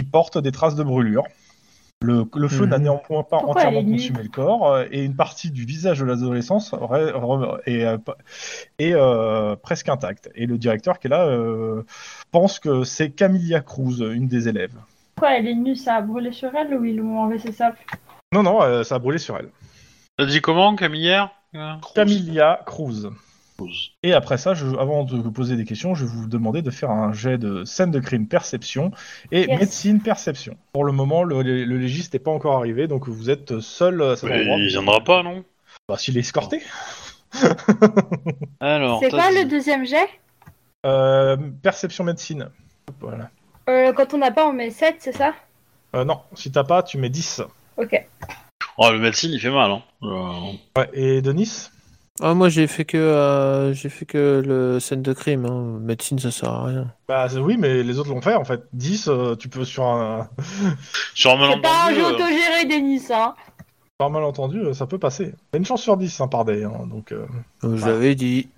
S1: qui porte des traces de brûlure. Le, le feu
S2: Mhm.
S1: n'a néanmoins pas
S4: Pourquoi elle
S1: entièrement
S4: est nue
S1: consumé le corps euh, et une partie du visage de l'adolescence aurait- aurait- est, euh, pa- est, euh, presque intacte. Et le directeur qui est là euh, pense que c'est Camilla Cruz, une des élèves.
S4: Pourquoi elle est nue Ça a brûlé sur elle ou ils l'ont enlevé ses sapes
S1: Non, non, euh, ça a brûlé sur elle.
S6: T'as dit comment, Camillère euh
S1: Camilla Cruz. Et après ça, je, avant de vous poser des questions, je vais vous demander de faire un jet de scène de crime perception et
S4: Yes.
S1: médecine perception. Pour le moment, le, le- le légiste n'est pas encore arrivé, donc vous êtes seul euh, à cet
S6: Mais
S1: endroit.
S6: il viendra pas, non
S1: Bah, S'il est escorté.
S6: Alors.
S4: C'est
S6: t'as
S4: quoi
S6: dit-
S4: le deuxième jet
S1: Euh, perception médecine. Voilà.
S4: Euh, Quand on n'a pas, on met 7, c'est ça
S1: Euh, non, si t'as pas, tu mets 10.
S4: Ok.
S6: Oh, le médecine, il fait mal, hein. Euh,
S1: Ouais, et Denis
S2: Ah, moi j'ai fait que euh, j'ai fait que le scène de crime. hein. Médecine ça sert à rien.
S1: Bah c'est- oui, mais les autres l'ont fait en fait. 10, euh, tu peux sur un,
S6: Sur un
S4: C'est pas un
S6: malentendu.
S4: jeu
S6: euh,
S4: autogéré, Denis, hein
S1: par malentendu, euh, ça peut passer. T'as une chance sur 10 hein, par day, hein, donc... euh,
S2: Donc, je
S1: Ah.
S2: l'avais dit.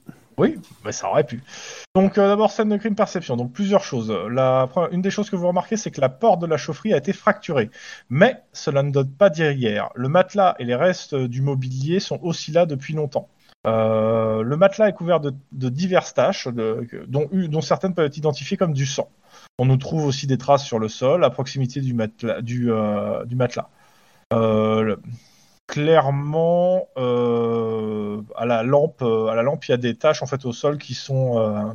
S1: Mais ça aurait pu. Donc euh, d'abord scène de crime perception. Donc plusieurs choses. La pre- une des choses que vous remarquez, c'est que la porte de la chaufferie a été fracturée, mais cela ne donne pas d'hier. Le matelas et les restes du mobilier sont aussi là depuis longtemps. Euh, le matelas est couvert de, de diverses taches, de- que- dont, une- dont certaines peuvent être identifiées comme du sang. On nous trouve aussi des traces sur le sol, à proximité du matelas. Du, euh, du matelas. Euh, le- clairement euh, à la lampe euh, à la lampe il y a des taches en fait au sol qui sont euh,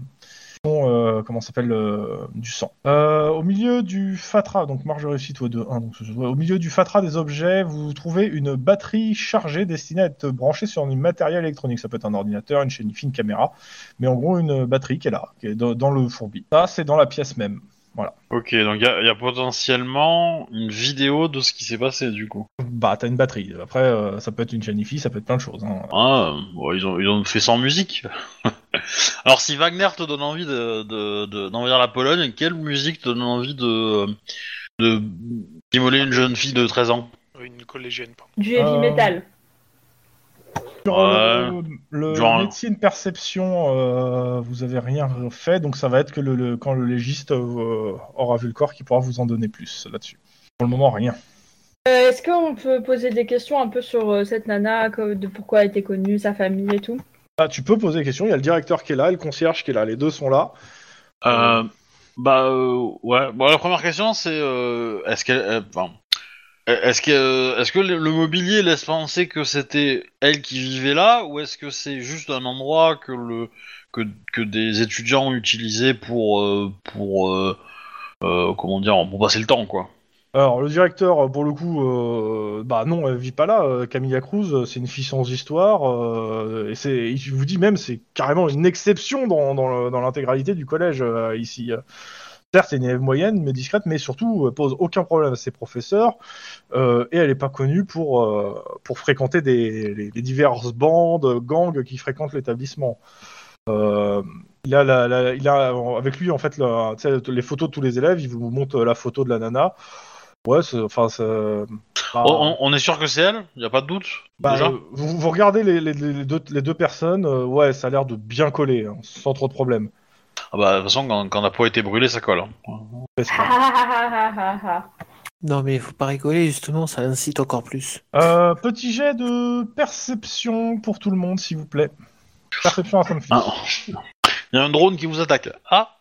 S1: font, euh, comment ça s'appelle, euh, du sang. Euh, au milieu du fatras, donc marge de réussite ouais, de 1, donc, ce- ouais, au milieu du fatras des objets, vous trouvez une batterie chargée destinée à être branchée sur du matériel électronique. Ça peut être un ordinateur, une chaîne, une fine caméra, mais en gros une batterie qui est là, qui est dans, dans le fourbi. Ça, c'est dans la pièce même.
S6: Ok, donc il y, a- y a potentiellement une vidéo de ce qui s'est passé du coup.
S1: Bah, t'as une batterie. Après, euh, ça peut être une chaîne IFI, ça peut être plein de choses. hein.
S6: Ah, bon, ils, ont, ils ont fait sans musique. Alors si Wagner te donne envie de, de, de- d'envahir la Pologne, quelle musique te donne envie de, de immoler une jeune fille de 13 ans
S3: Une collégienne, pardon.
S4: Du heavy
S1: Euh,
S4: metal.
S1: Sur euh, le, le
S6: Genre-
S1: médecine perception, euh, vous avez rien fait, donc ça va être que le, le- quand le légiste euh, aura vu le corps, qui pourra vous en donner plus là-dessus. Pour le moment, rien.
S4: Euh, Est-ce qu'on peut poser des questions un peu sur euh, cette nana, que- de pourquoi elle était connue, sa famille et tout
S1: Ah, tu peux poser des questions. Il y a le directeur qui est là, et le concierge qui est là. Les deux sont là.
S6: Euh, bah euh, ouais. Bon, la première question c'est euh, est-ce qu'elle, euh, enfin, est-ce que, euh, est-ce que le le mobilier laisse penser que c'était elle qui vivait là, ou est-ce que c'est juste un endroit que le que, que des étudiants utilisaient pour euh, pour euh, euh, comment dire pour passer le temps quoi.
S1: Alors, le directeur, pour le coup, euh, bah non, elle vit pas là. euh, Camilla Cruz, euh, c'est une fille sans histoire. euh, et c'est, je vous dis même, c'est carrément une exception dans, dans le- dans l'intégralité du collège euh, ici. Euh, Certes, c'est une élève moyenne, mais discrète, mais surtout, elle pose aucun problème à ses professeurs. euh, et elle n'est pas connue pour, euh, pour fréquenter des, les, les diverses bandes, gangs qui fréquentent l'établissement. Euh, il a, la- la- il a avec lui en fait la- tu sais, les photos de tous les élèves. Il vous montre la photo de la nana. Ouais, c'est- enfin, ça- bah,
S6: Oh, On, on- on est sûr que c'est elle, y a pas de doute.
S1: bah,
S6: déjà.
S1: euh, vous, vous regardez les, les- les deux, les deux personnes, euh, ouais, ça a l'air de bien coller, hein, sans trop de problèmes.
S6: Ah bah de toute façon quand, quand la peau a été brûlée ça colle. hein.
S1: Presque.
S4: Ah, ah, ah, ah, ah, ah, ah.
S2: Non, mais faut pas rigoler, justement, ça incite encore plus.
S1: Euh, petit jet de perception pour tout le monde, s'il vous plaît. Perception à femme fille.
S6: Ah. Y a un drone qui vous attaque. Ah.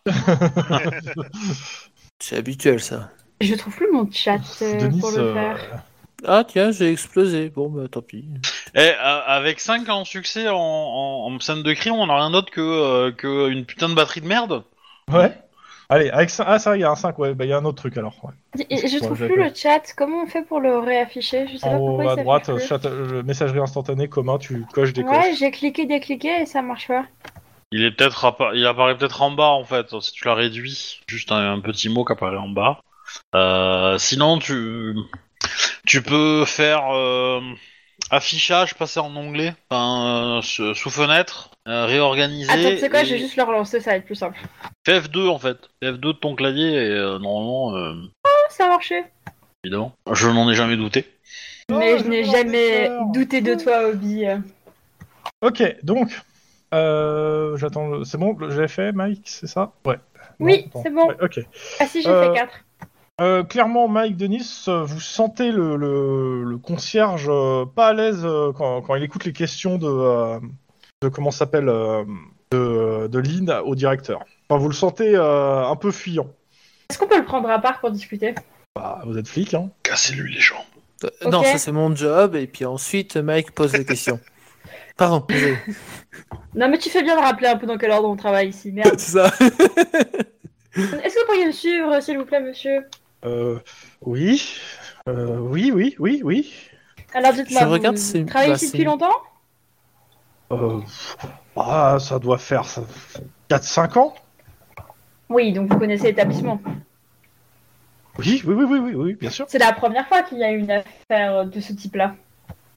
S2: C'est habituel, ça.
S4: Je trouve plus mon chat euh,
S1: Denis,
S4: pour le
S1: euh,
S4: faire.
S2: Ah, tiens, j'ai explosé. Bon, bah, tant pis.
S6: Eh, euh, avec 5 en succès en, en, en scène de crime, on a rien d'autre que, euh, que une putain de batterie de merde.
S1: Ouais. Allez, avec ça, ah ça, il y a un 5, ouais, bah il y a un autre truc alors. ouais.
S4: Et Je
S1: Ouais,
S4: trouve
S1: je
S4: plus
S1: l'ai
S4: le chat. Comment on fait pour le réafficher Je sais
S1: En
S4: pas
S1: haut
S4: pourquoi il
S1: à
S4: s'affiche
S1: droite,
S4: plus.
S1: chat- euh, messagerie instantanée commun, tu coches des
S4: Ouais,
S1: coches.
S4: j'ai cliqué, décliqué et ça marche pas.
S6: Il est peut-être appa- il apparaît peut-être en bas en fait si tu la réduis. Juste un, un petit mot qui apparaît en bas. Euh, sinon tu tu peux faire euh, affichage passer en onglet, enfin, euh, sous sous fenêtre, euh, réorganiser.
S4: Attends, tu sais quoi,
S6: et
S4: je vais juste le relancer, ça va être plus simple.
S6: fais F2 en fait, Fais F2 de ton clavier et euh, normalement euh,
S4: Oh, ça a marché.
S6: évidemment. Je n'en ai jamais douté.
S4: Mais
S1: Oh,
S4: je
S1: je
S4: n'ai
S1: vois la
S4: jamais
S1: couleur.
S4: douté de toi, Obi. Ah,
S1: Ok, donc, euh, j'attends, le- c'est bon, je l'ai fait, Mike, c'est ça Ouais.
S4: Oui,
S1: Non, attends.
S4: c'est bon.
S1: Ouais, ok.
S4: Ah si, j'ai
S1: Euh,
S4: fait 4.
S1: Euh, clairement, Mike Denis, euh, vous sentez le, le- le concierge euh, pas à l'aise euh, quand, quand il écoute les questions de, euh, de comment ça s'appelle euh, de, de Lynn au directeur. Enfin, vous le sentez euh, un peu fuyant.
S4: Est-ce qu'on peut le prendre à part pour discuter
S1: Bah, vous êtes flic, hein
S6: Cassez-lui les jambes.
S2: Euh,
S4: Ok.
S2: Non, ça, c'est mon job. Et puis ensuite, Mike pose des questions. Pardon, désolé.
S4: Non, mais tu fais bien de rappeler un peu dans quel ordre on travaille ici, merde.
S2: c'est ça.
S4: Est-ce que vous pourriez me suivre, s'il vous plaît, monsieur
S1: Euh, Oui, euh, oui, oui, oui, oui.
S4: Alors dites-moi,
S2: Je regarde,
S4: vous
S2: c'est-
S4: travaillez
S2: bah,
S4: ici
S2: c'est-
S4: depuis longtemps
S1: Euh, ah, ça doit faire ça, 4-5 ans
S4: Oui, donc vous connaissez l'établissement.
S1: oui, oui, oui, oui, oui, oui, bien sûr.
S4: C'est la première fois qu'il y a une affaire de ce type-là.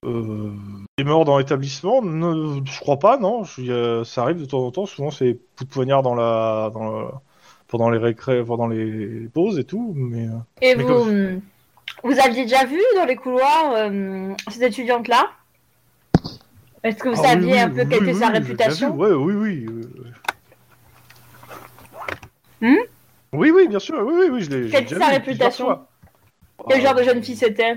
S1: Euh, des morts dans l'établissement ne- Je crois pas, non. Je suis, euh, ça arrive de temps en temps. Souvent, c'est coup de poignard dans la, dans la- pendant les récré, pendant les pauses et tout. Mais euh,
S4: Et
S1: Mais
S4: vous,
S1: comme-
S4: hum, vous aviez déjà vu dans les couloirs hum, cette étudiante-là Est-ce que vous
S1: ah,
S4: saviez
S1: oui, oui,
S4: un peu
S1: oui,
S4: quelle
S1: oui,
S4: était sa
S1: oui, j'ai bien
S4: réputation
S1: vu, Ouais, oui, oui. euh.
S4: Hmm
S1: oui, oui, bien sûr. Oui, oui, oui, je l'ai. je l'ai
S4: Quelle
S1: déjà
S4: sa
S1: vu
S4: réputation
S1: plusieurs fois.
S4: Quel
S1: Euh,
S4: genre de jeune fille c'était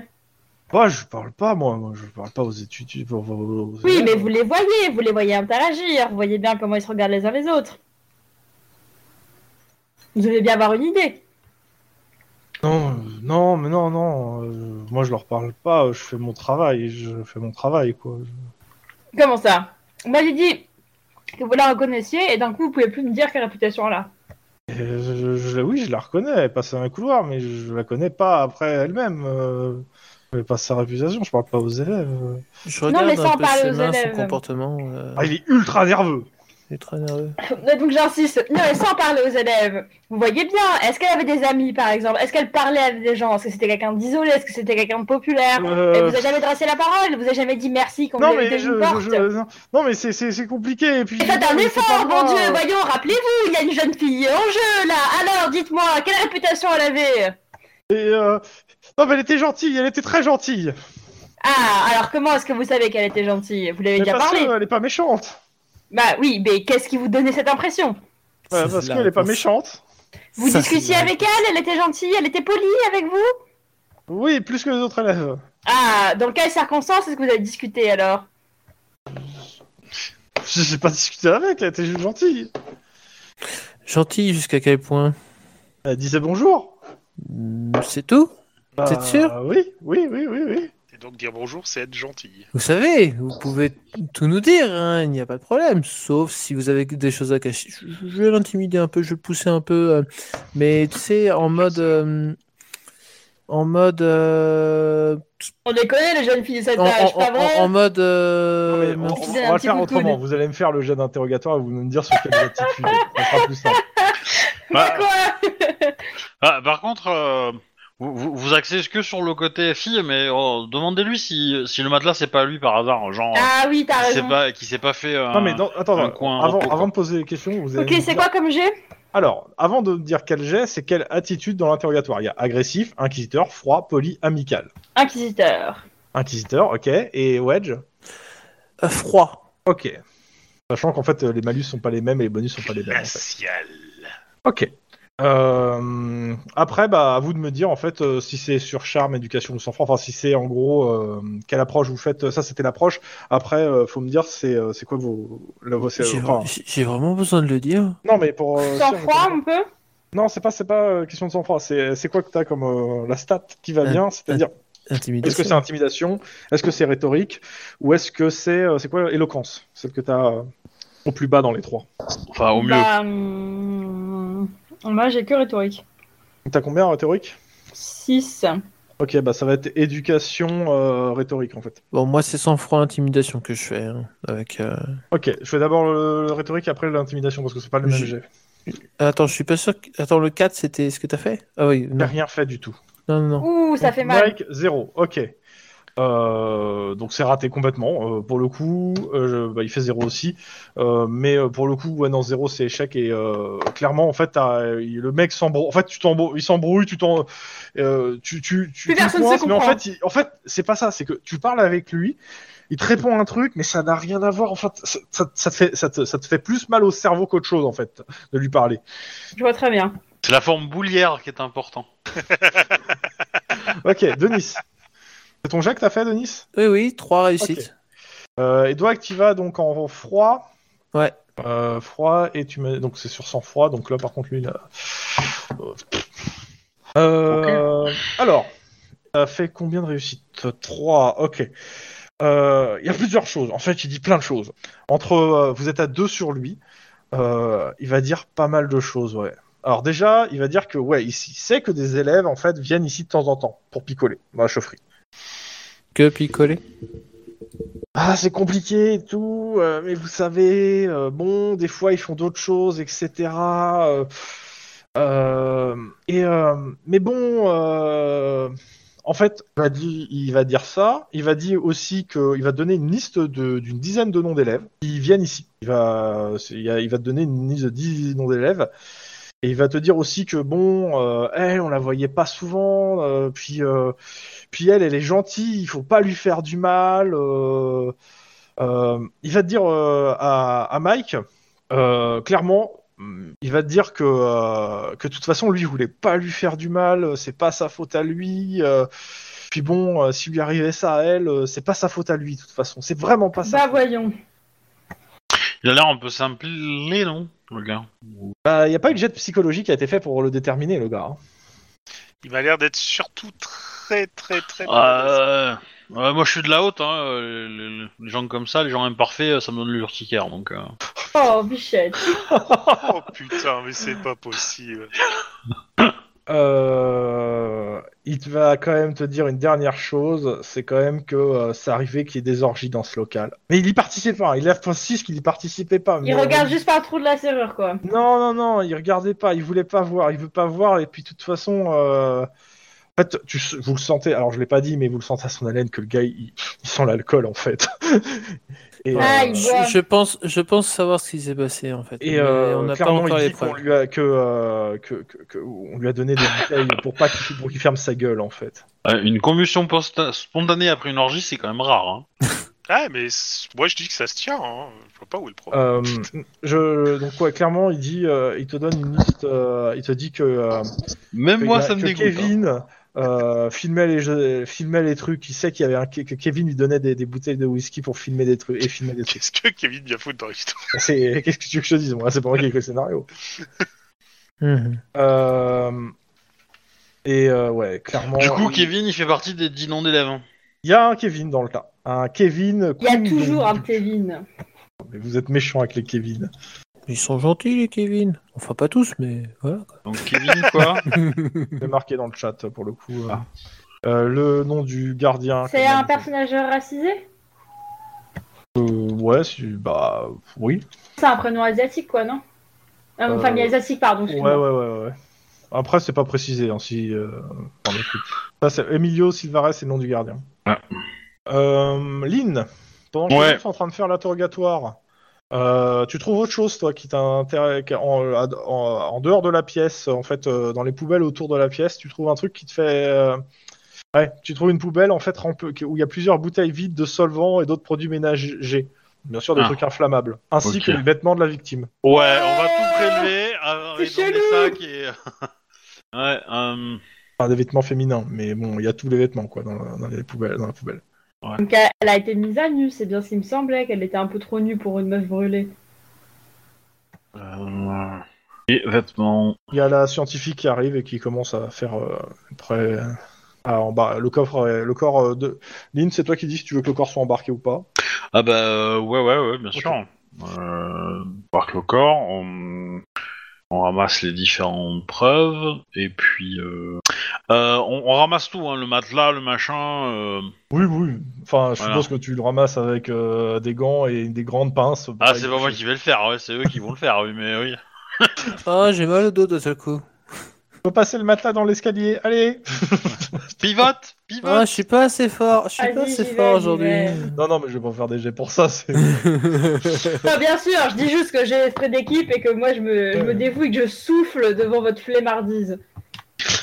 S1: bah, je parle pas, moi. moi je parle pas aux études. aux- aux- aux
S4: Oui,
S1: élèves.
S4: mais vous les voyez, vous les voyez interagir, vous voyez bien comment ils se regardent les uns les autres. Vous devez bien avoir une idée.
S1: Non, euh, non, mais non, non. euh, moi, je leur parle pas. Je fais mon travail. Je fais mon travail, quoi.
S4: Comment ça Moi j'ai dit, que vous la reconnaissiez et d'un coup vous pouvez plus me dire quelle réputation elle a.
S1: Euh, je, je- oui, je la reconnais, elle passe dans un couloir, mais je, je la connais pas après elle-même. euh, elle passe sa réputation, je parle pas aux élèves. euh.
S2: Je
S4: Non,
S2: regarde
S4: mais ça,
S2: un
S4: on
S2: peu
S4: parle
S2: ses
S4: aux
S2: mains, son
S4: élèves.
S2: comportement. euh,
S1: Ah, il est ultra nerveux
S2: il est très nerveux.
S4: Donc j'insiste, non, mais sans parler aux élèves. Vous voyez bien, est-ce qu'elle avait des amis par exemple Est-ce qu'elle parlait avec des gens Est-ce que c'était quelqu'un d'isolé Est-ce que c'était quelqu'un de populaire
S1: Euh,
S4: Elle vous a jamais dressé la parole, elle vous a jamais dit merci quand
S1: Non
S4: vous avez
S1: mais,
S4: été
S1: je,
S4: une porte.
S1: je- je- non, non, mais c'est- c'est c'est compliqué et puis.
S4: Et faites un
S1: c'est pas
S4: effort,
S1: moi.
S4: mon dieu, voyons, rappelez-vous, il y a une jeune fille en jeu là. Alors dites-moi, quelle réputation elle avait
S1: Et, euh, Non mais elle était gentille, elle était très gentille.
S4: Ah, alors comment est-ce que vous savez qu'elle était gentille Vous l'avez
S1: Mais
S4: déjà
S1: parce
S4: parlé
S1: qu'elle est pas méchante.
S4: Bah oui, mais qu'est-ce qui vous donnait cette impression
S1: Voilà,
S2: C'est
S1: parce
S2: la
S1: qu'elle est pas
S2: réponse.
S1: méchante.
S4: Vous
S2: Ça, c'est
S4: discutiez
S2: la
S4: avec elle, elle était gentille, elle était polie avec vous
S1: Oui, plus que les autres élèves.
S4: Ah, dans quelles circonstances est-ce que vous avez discuté alors
S1: Je n'ai pas discuté avec, elle était juste gentille.
S2: Gentil jusqu'à quel point
S1: Elle disait bonjour. Bah,
S2: Hmm, C'est tout T'es sûr
S1: Oui, oui, oui, oui, oui.
S3: Et donc dire bonjour, c'est être gentil.
S2: Vous savez, vous pouvez tout nous dire, hein, il n'y a pas de problème, sauf si vous avez des choses à cacher. Je je- je vais l'intimider un peu, je vais le pousser un peu, euh, mais tu sais, en mode... euh, en mode... euh,
S4: On les connaît, les jeunes filles de cette
S2: en,
S4: âge,
S2: en-
S4: pas vrai
S2: en- en mode...
S1: Non,
S2: euh,
S1: Ah, mais on,
S2: mince.
S1: on-
S4: Tu donnes
S1: on va
S4: un
S1: le
S4: petit
S1: faire
S4: coup de coude.
S1: autrement. Vous allez me faire le jet d'interrogatoire et vous me dire sur quelle attitude. Ça sera plus simple.
S6: Bah,
S4: Quoi
S6: ah, par contre, euh, vous, vous, vous axez que sur le côté fille, mais euh, demandez-lui si, si le matelas c'est pas lui par hasard, genre
S4: Ah oui, t'as
S6: qui s'est
S4: raison.
S6: pas, qui s'est pas fait. euh,
S1: non mais dans- attends,
S6: un
S1: attends,
S6: coin
S1: avant,
S6: repos,
S1: avant
S6: quoi.
S1: de poser les questions, vous allez
S4: Ok,
S1: me
S4: c'est
S1: dire-
S4: quoi comme jet
S1: Alors, avant de me dire quel jet, c'est quelle attitude dans l'interrogatoire. Il y a agressif, inquisiteur, froid, poli, amical.
S4: Inquisiteur.
S1: Inquisiteur, ok. Et wedge,
S2: euh, froid.
S1: ok. Sachant qu'en fait, euh, les malus sont pas les mêmes et les bonus sont pas les mêmes. en fait. Ok. Euh, après, bah, à vous de me dire en fait euh, si c'est sur charme, éducation ou sans froid. Enfin, si c'est en gros euh, quelle approche vous faites. Ça, c'était l'approche. Après, euh, faut me dire c'est euh, c'est quoi vos. le- vos- c'est-
S2: J'ai
S1: enfin,
S2: j'ai- j'ai vraiment besoin de le dire.
S1: non, mais pour. euh,
S4: Sans
S1: si, on-
S4: froid, on peut
S1: Non, c'est pas c'est pas euh, question de sang froid. C'est c'est quoi que t'as comme euh, la stat qui va
S2: Euh,
S1: bien, c'est-à-dire est-ce que c'est
S2: Intimidation.
S1: intimidation, est-ce que c'est rhétorique ou est-ce que c'est euh, c'est quoi éloquence, celle que t'as euh, au plus bas dans les trois.
S6: Enfin, au mieux.
S4: Bah, hum, moi, j'ai que rhétorique.
S1: T'as combien en rhétorique
S4: 6.
S1: Ok, bah ça va être éducation euh, rhétorique en fait.
S2: Bon, moi, c'est sans froid, intimidation que je fais. hein, avec, euh,
S1: Ok, je fais d'abord le, le rhétorique après l'intimidation parce que c'est pas le même
S2: J'ai-
S1: jet.
S2: Attends, je suis pas sûr. que- Attends, le 4, c'était ce que t'as fait Ah oui,
S1: J'ai
S2: non,
S1: rien fait du tout.
S2: non, non. non.
S4: Ouh, ça fait mal.
S1: Mike, zéro. Ok. Euh, donc c'est raté complètement. Euh, pour le coup, euh, je- bah, il fait zéro aussi. Euh, mais euh, pour le coup, ouais, non, zéro, c'est échec. Et euh, clairement, en fait, t'as- euh, il- le mec s'embrouille. En fait, tu t'embrouilles, il s'embrouille, tu t'en, euh, tu, tu, tu, tu
S4: Plus personne se
S1: coinces, Mais en
S4: comprend.
S1: fait, il- en fait, c'est pas ça. C'est que tu parles avec lui, il te répond un truc, mais ça n'a rien à voir. En fait, ça, ça- ça te fait, ça te- ça te fait plus mal au cerveau qu'autre chose, en fait, de lui parler.
S4: Je vois très bien.
S6: C'est la forme boulière qui est importante.
S1: Ok, Denis. C'est ton jet que t'as fait, Denis?
S2: Oui, oui, 3 réussites.
S1: Euh, Edouard qui va donc en froid.
S2: Ouais.
S1: Euh, froid et tu mets donc c'est sur sang froid donc là par contre lui là. Euh, Alors, ça fait combien de réussites 3, ok. Euh, Il y a plusieurs choses, en fait il dit plein de choses. Entre euh, vous êtes à deux sur lui, euh, il va dire pas mal de choses, ouais. Alors déjà, il va dire que ouais, ici, il sait que des élèves en fait viennent ici de temps en temps pour picoler dans la chaufferie.
S2: Que picoler
S1: Ah, c'est compliqué et tout, euh, mais vous savez, euh, bon, des fois ils font d'autres choses, etc. euh, euh, et euh, mais bon, euh, en fait, il va, dire, il va dire ça. Il va dire aussi qu'il va donner une liste de- d'une dizaine de noms d'élèves qui viennent ici. Il va, c'est- il va- il va te donner une liste de 10 noms d'élèves. Et il va te dire aussi que bon, euh, elle, on la voyait pas souvent, euh, puis euh, puis elle, elle est gentille, il faut pas lui faire du mal. euh, euh, il va te dire euh, à, à Mike, euh, clairement, hum, il va te dire que euh, que de toute façon, lui, il voulait pas lui faire du mal, euh, c'est pas sa faute à lui. euh, puis bon, euh, si lui arrivait ça à elle, euh, c'est pas sa faute à lui, de toute façon. C'est vraiment pas Ah, ça.
S4: Bah, voyons.
S6: Il a l'air un peu simplé, non Le gars.
S1: Bah, Il n'y a pas eu de jet psychologique qui a été fait pour le déterminer, le gars. hein.
S4: Ah,
S3: Il m'a l'air d'être surtout très, très, très.
S6: Euh, Ouais, moi, je suis de la haute. Hein. euh, Les, les- les gens comme ça, les gens imparfaits, euh, ça me donne l'urticaire. Donc, euh.
S4: Oh, bichette.
S3: Oh putain, mais c'est pas possible.
S1: Euh, il te va quand même te dire une dernière chose, c'est quand même que euh, c'est arrivé qu'il y ait des orgies dans ce local. Mais il y participait pas, hein. il a précise qu'il y participait pas. mais
S4: Il
S1: on-
S4: regarde juste par le trou de la serrure, quoi.
S1: Non, non, non, il regardait pas, il voulait pas voir, il veut pas voir, et puis de toute façon, euh, en fait, tu, vous le sentez, alors je l'ai pas dit, mais vous le sentez à son haleine que le gars, il, il sent l'alcool en fait. et, euh,
S4: Ah, il
S2: Je,
S4: boit.
S2: je pense, je pense savoir ce qui s'est passé en fait.
S1: Et
S2: Mais
S1: euh,
S2: on n'a pas
S1: clairement,
S2: encore
S1: il
S2: les
S1: dit qu'on
S2: preuves.
S1: lui a que, euh, que, que- que- on lui a donné des bouteilles pour pas qu'il pour qu'il ferme sa gueule en fait.
S6: Euh, une combustion posta- spontanée après une orgie, c'est quand même rare. Hein.
S3: Ah, mais c- moi je dis que ça se tient, hein. je vois pas où est le problème.
S1: Euh, je, donc ouais, clairement, il dit, euh, il te donne une liste, euh, il te dit que, euh,
S6: Même
S1: que-
S6: moi, ça me
S1: que
S6: dégoûte. hein.
S1: Kevin euh, filmait les jeux- filmait les trucs. Il sait qu'il y avait un, que que Kevin lui donnait des, des bouteilles de whisky pour filmer des trucs et filmer des trucs.
S3: Qu'est-ce que Kevin bien fout dans l'histoire
S1: C'est qu'est-ce que tu veux que je te dise moi C'est pas moi qui ai écrit le scénario.
S4: Hum,
S2: Mhm.
S1: Euh, Et euh, ouais, clairement.
S6: Du coup,
S1: il-
S6: Kevin, il fait partie des d'inonder la main.
S1: Il y a un Kevin dans le tas. Un Kevin.
S4: Il y a
S1: Kung.
S4: toujours un Kevin.
S1: Mais vous êtes méchant avec les Kevin.
S2: Ils sont gentils les Kevin. Enfin pas tous, mais voilà.
S6: Donc Kevin, quoi
S1: C'est marqué dans le chat pour le coup. euh.
S6: Ah.
S1: Euh, le nom du gardien.
S4: C'est
S1: Ah, quand
S4: un
S1: même.
S4: personnage racisé
S1: Euh, ouais, si- bah oui.
S4: C'est un prénom asiatique, quoi, non Ah,
S1: Euh,
S4: Enfin, il y a asiatique, pardon.
S1: Ouais, ouais,
S4: excuse-moi.
S1: ouais, ouais. Après, c'est pas précisé hein, si. euh, dans le truc. Ça, c'est Emilio Silvares, c'est le nom du gardien.
S6: Ouais.
S1: Euh, Lynn, pendant que
S6: Ouais.
S1: les autres sont en train de faire l'interrogatoire, euh, tu trouves autre chose, toi, qui t'intéresse qui- en, en- en dehors de la pièce, en fait, euh, dans les poubelles autour de la pièce, tu trouves un truc qui te fait. euh, Ouais, tu trouves une poubelle en fait remplie- où il y a plusieurs bouteilles vides de solvants et d'autres produits ménagers. Bien sûr, des
S6: Ah.
S1: trucs inflammables, ainsi
S6: Ok.
S1: que les vêtements de la victime.
S6: Ouais, on va tout prélever euh,
S4: C'est
S6: et dans des
S4: chelou.
S6: sacs et... euh, ouais, euh...
S1: Enfin, des vêtements féminins, mais bon, il y a tous les vêtements quoi dans, la- dans les poubelles, dans la poubelle.
S4: Donc elle elle a été mise à nu, c'est bien ce qui me semblait, qu'elle était un peu trop nue pour une meuf brûlée.
S6: euh, Et vêtements...
S1: Il y a la scientifique qui arrive et qui commence à faire euh, près- à embar- le coffre, euh, le corps euh, de Lynn, c'est toi qui dis si tu veux que le corps soit embarqué ou pas.
S6: Ah bah, euh, ouais, ouais, ouais, bien sûr. Euh, on marque le corps, on... on ramasse les différentes preuves, et puis... Euh... euh, on, on ramasse tout, hein, le matelas, le machin... Euh...
S1: Oui, oui. Enfin, je
S6: Voilà.
S1: suppose que tu le ramasses avec euh, des gants et des grandes pinces.
S6: Ah, c'est pas moi qui vais le faire, ouais, c'est eux qui vont le faire, oui, mais oui.
S2: Ah j'ai mal au dos d'un seul coup.
S1: Tu peux passer le matelas dans l'escalier. Allez.
S6: Pivote Pivote
S2: Ah je suis pas assez fort. Je suis
S4: Vas-y,
S2: pas assez
S4: j'y
S2: fort
S4: vais, j'y vais.
S2: aujourd'hui.
S1: non, non, mais je vais pas faire des jets pour ça. c'est-
S4: Enfin, bien sûr, je dis juste que j'ai l'esprit d'équipe et que moi je me, je me dévoue et que je souffle devant votre flemmardise.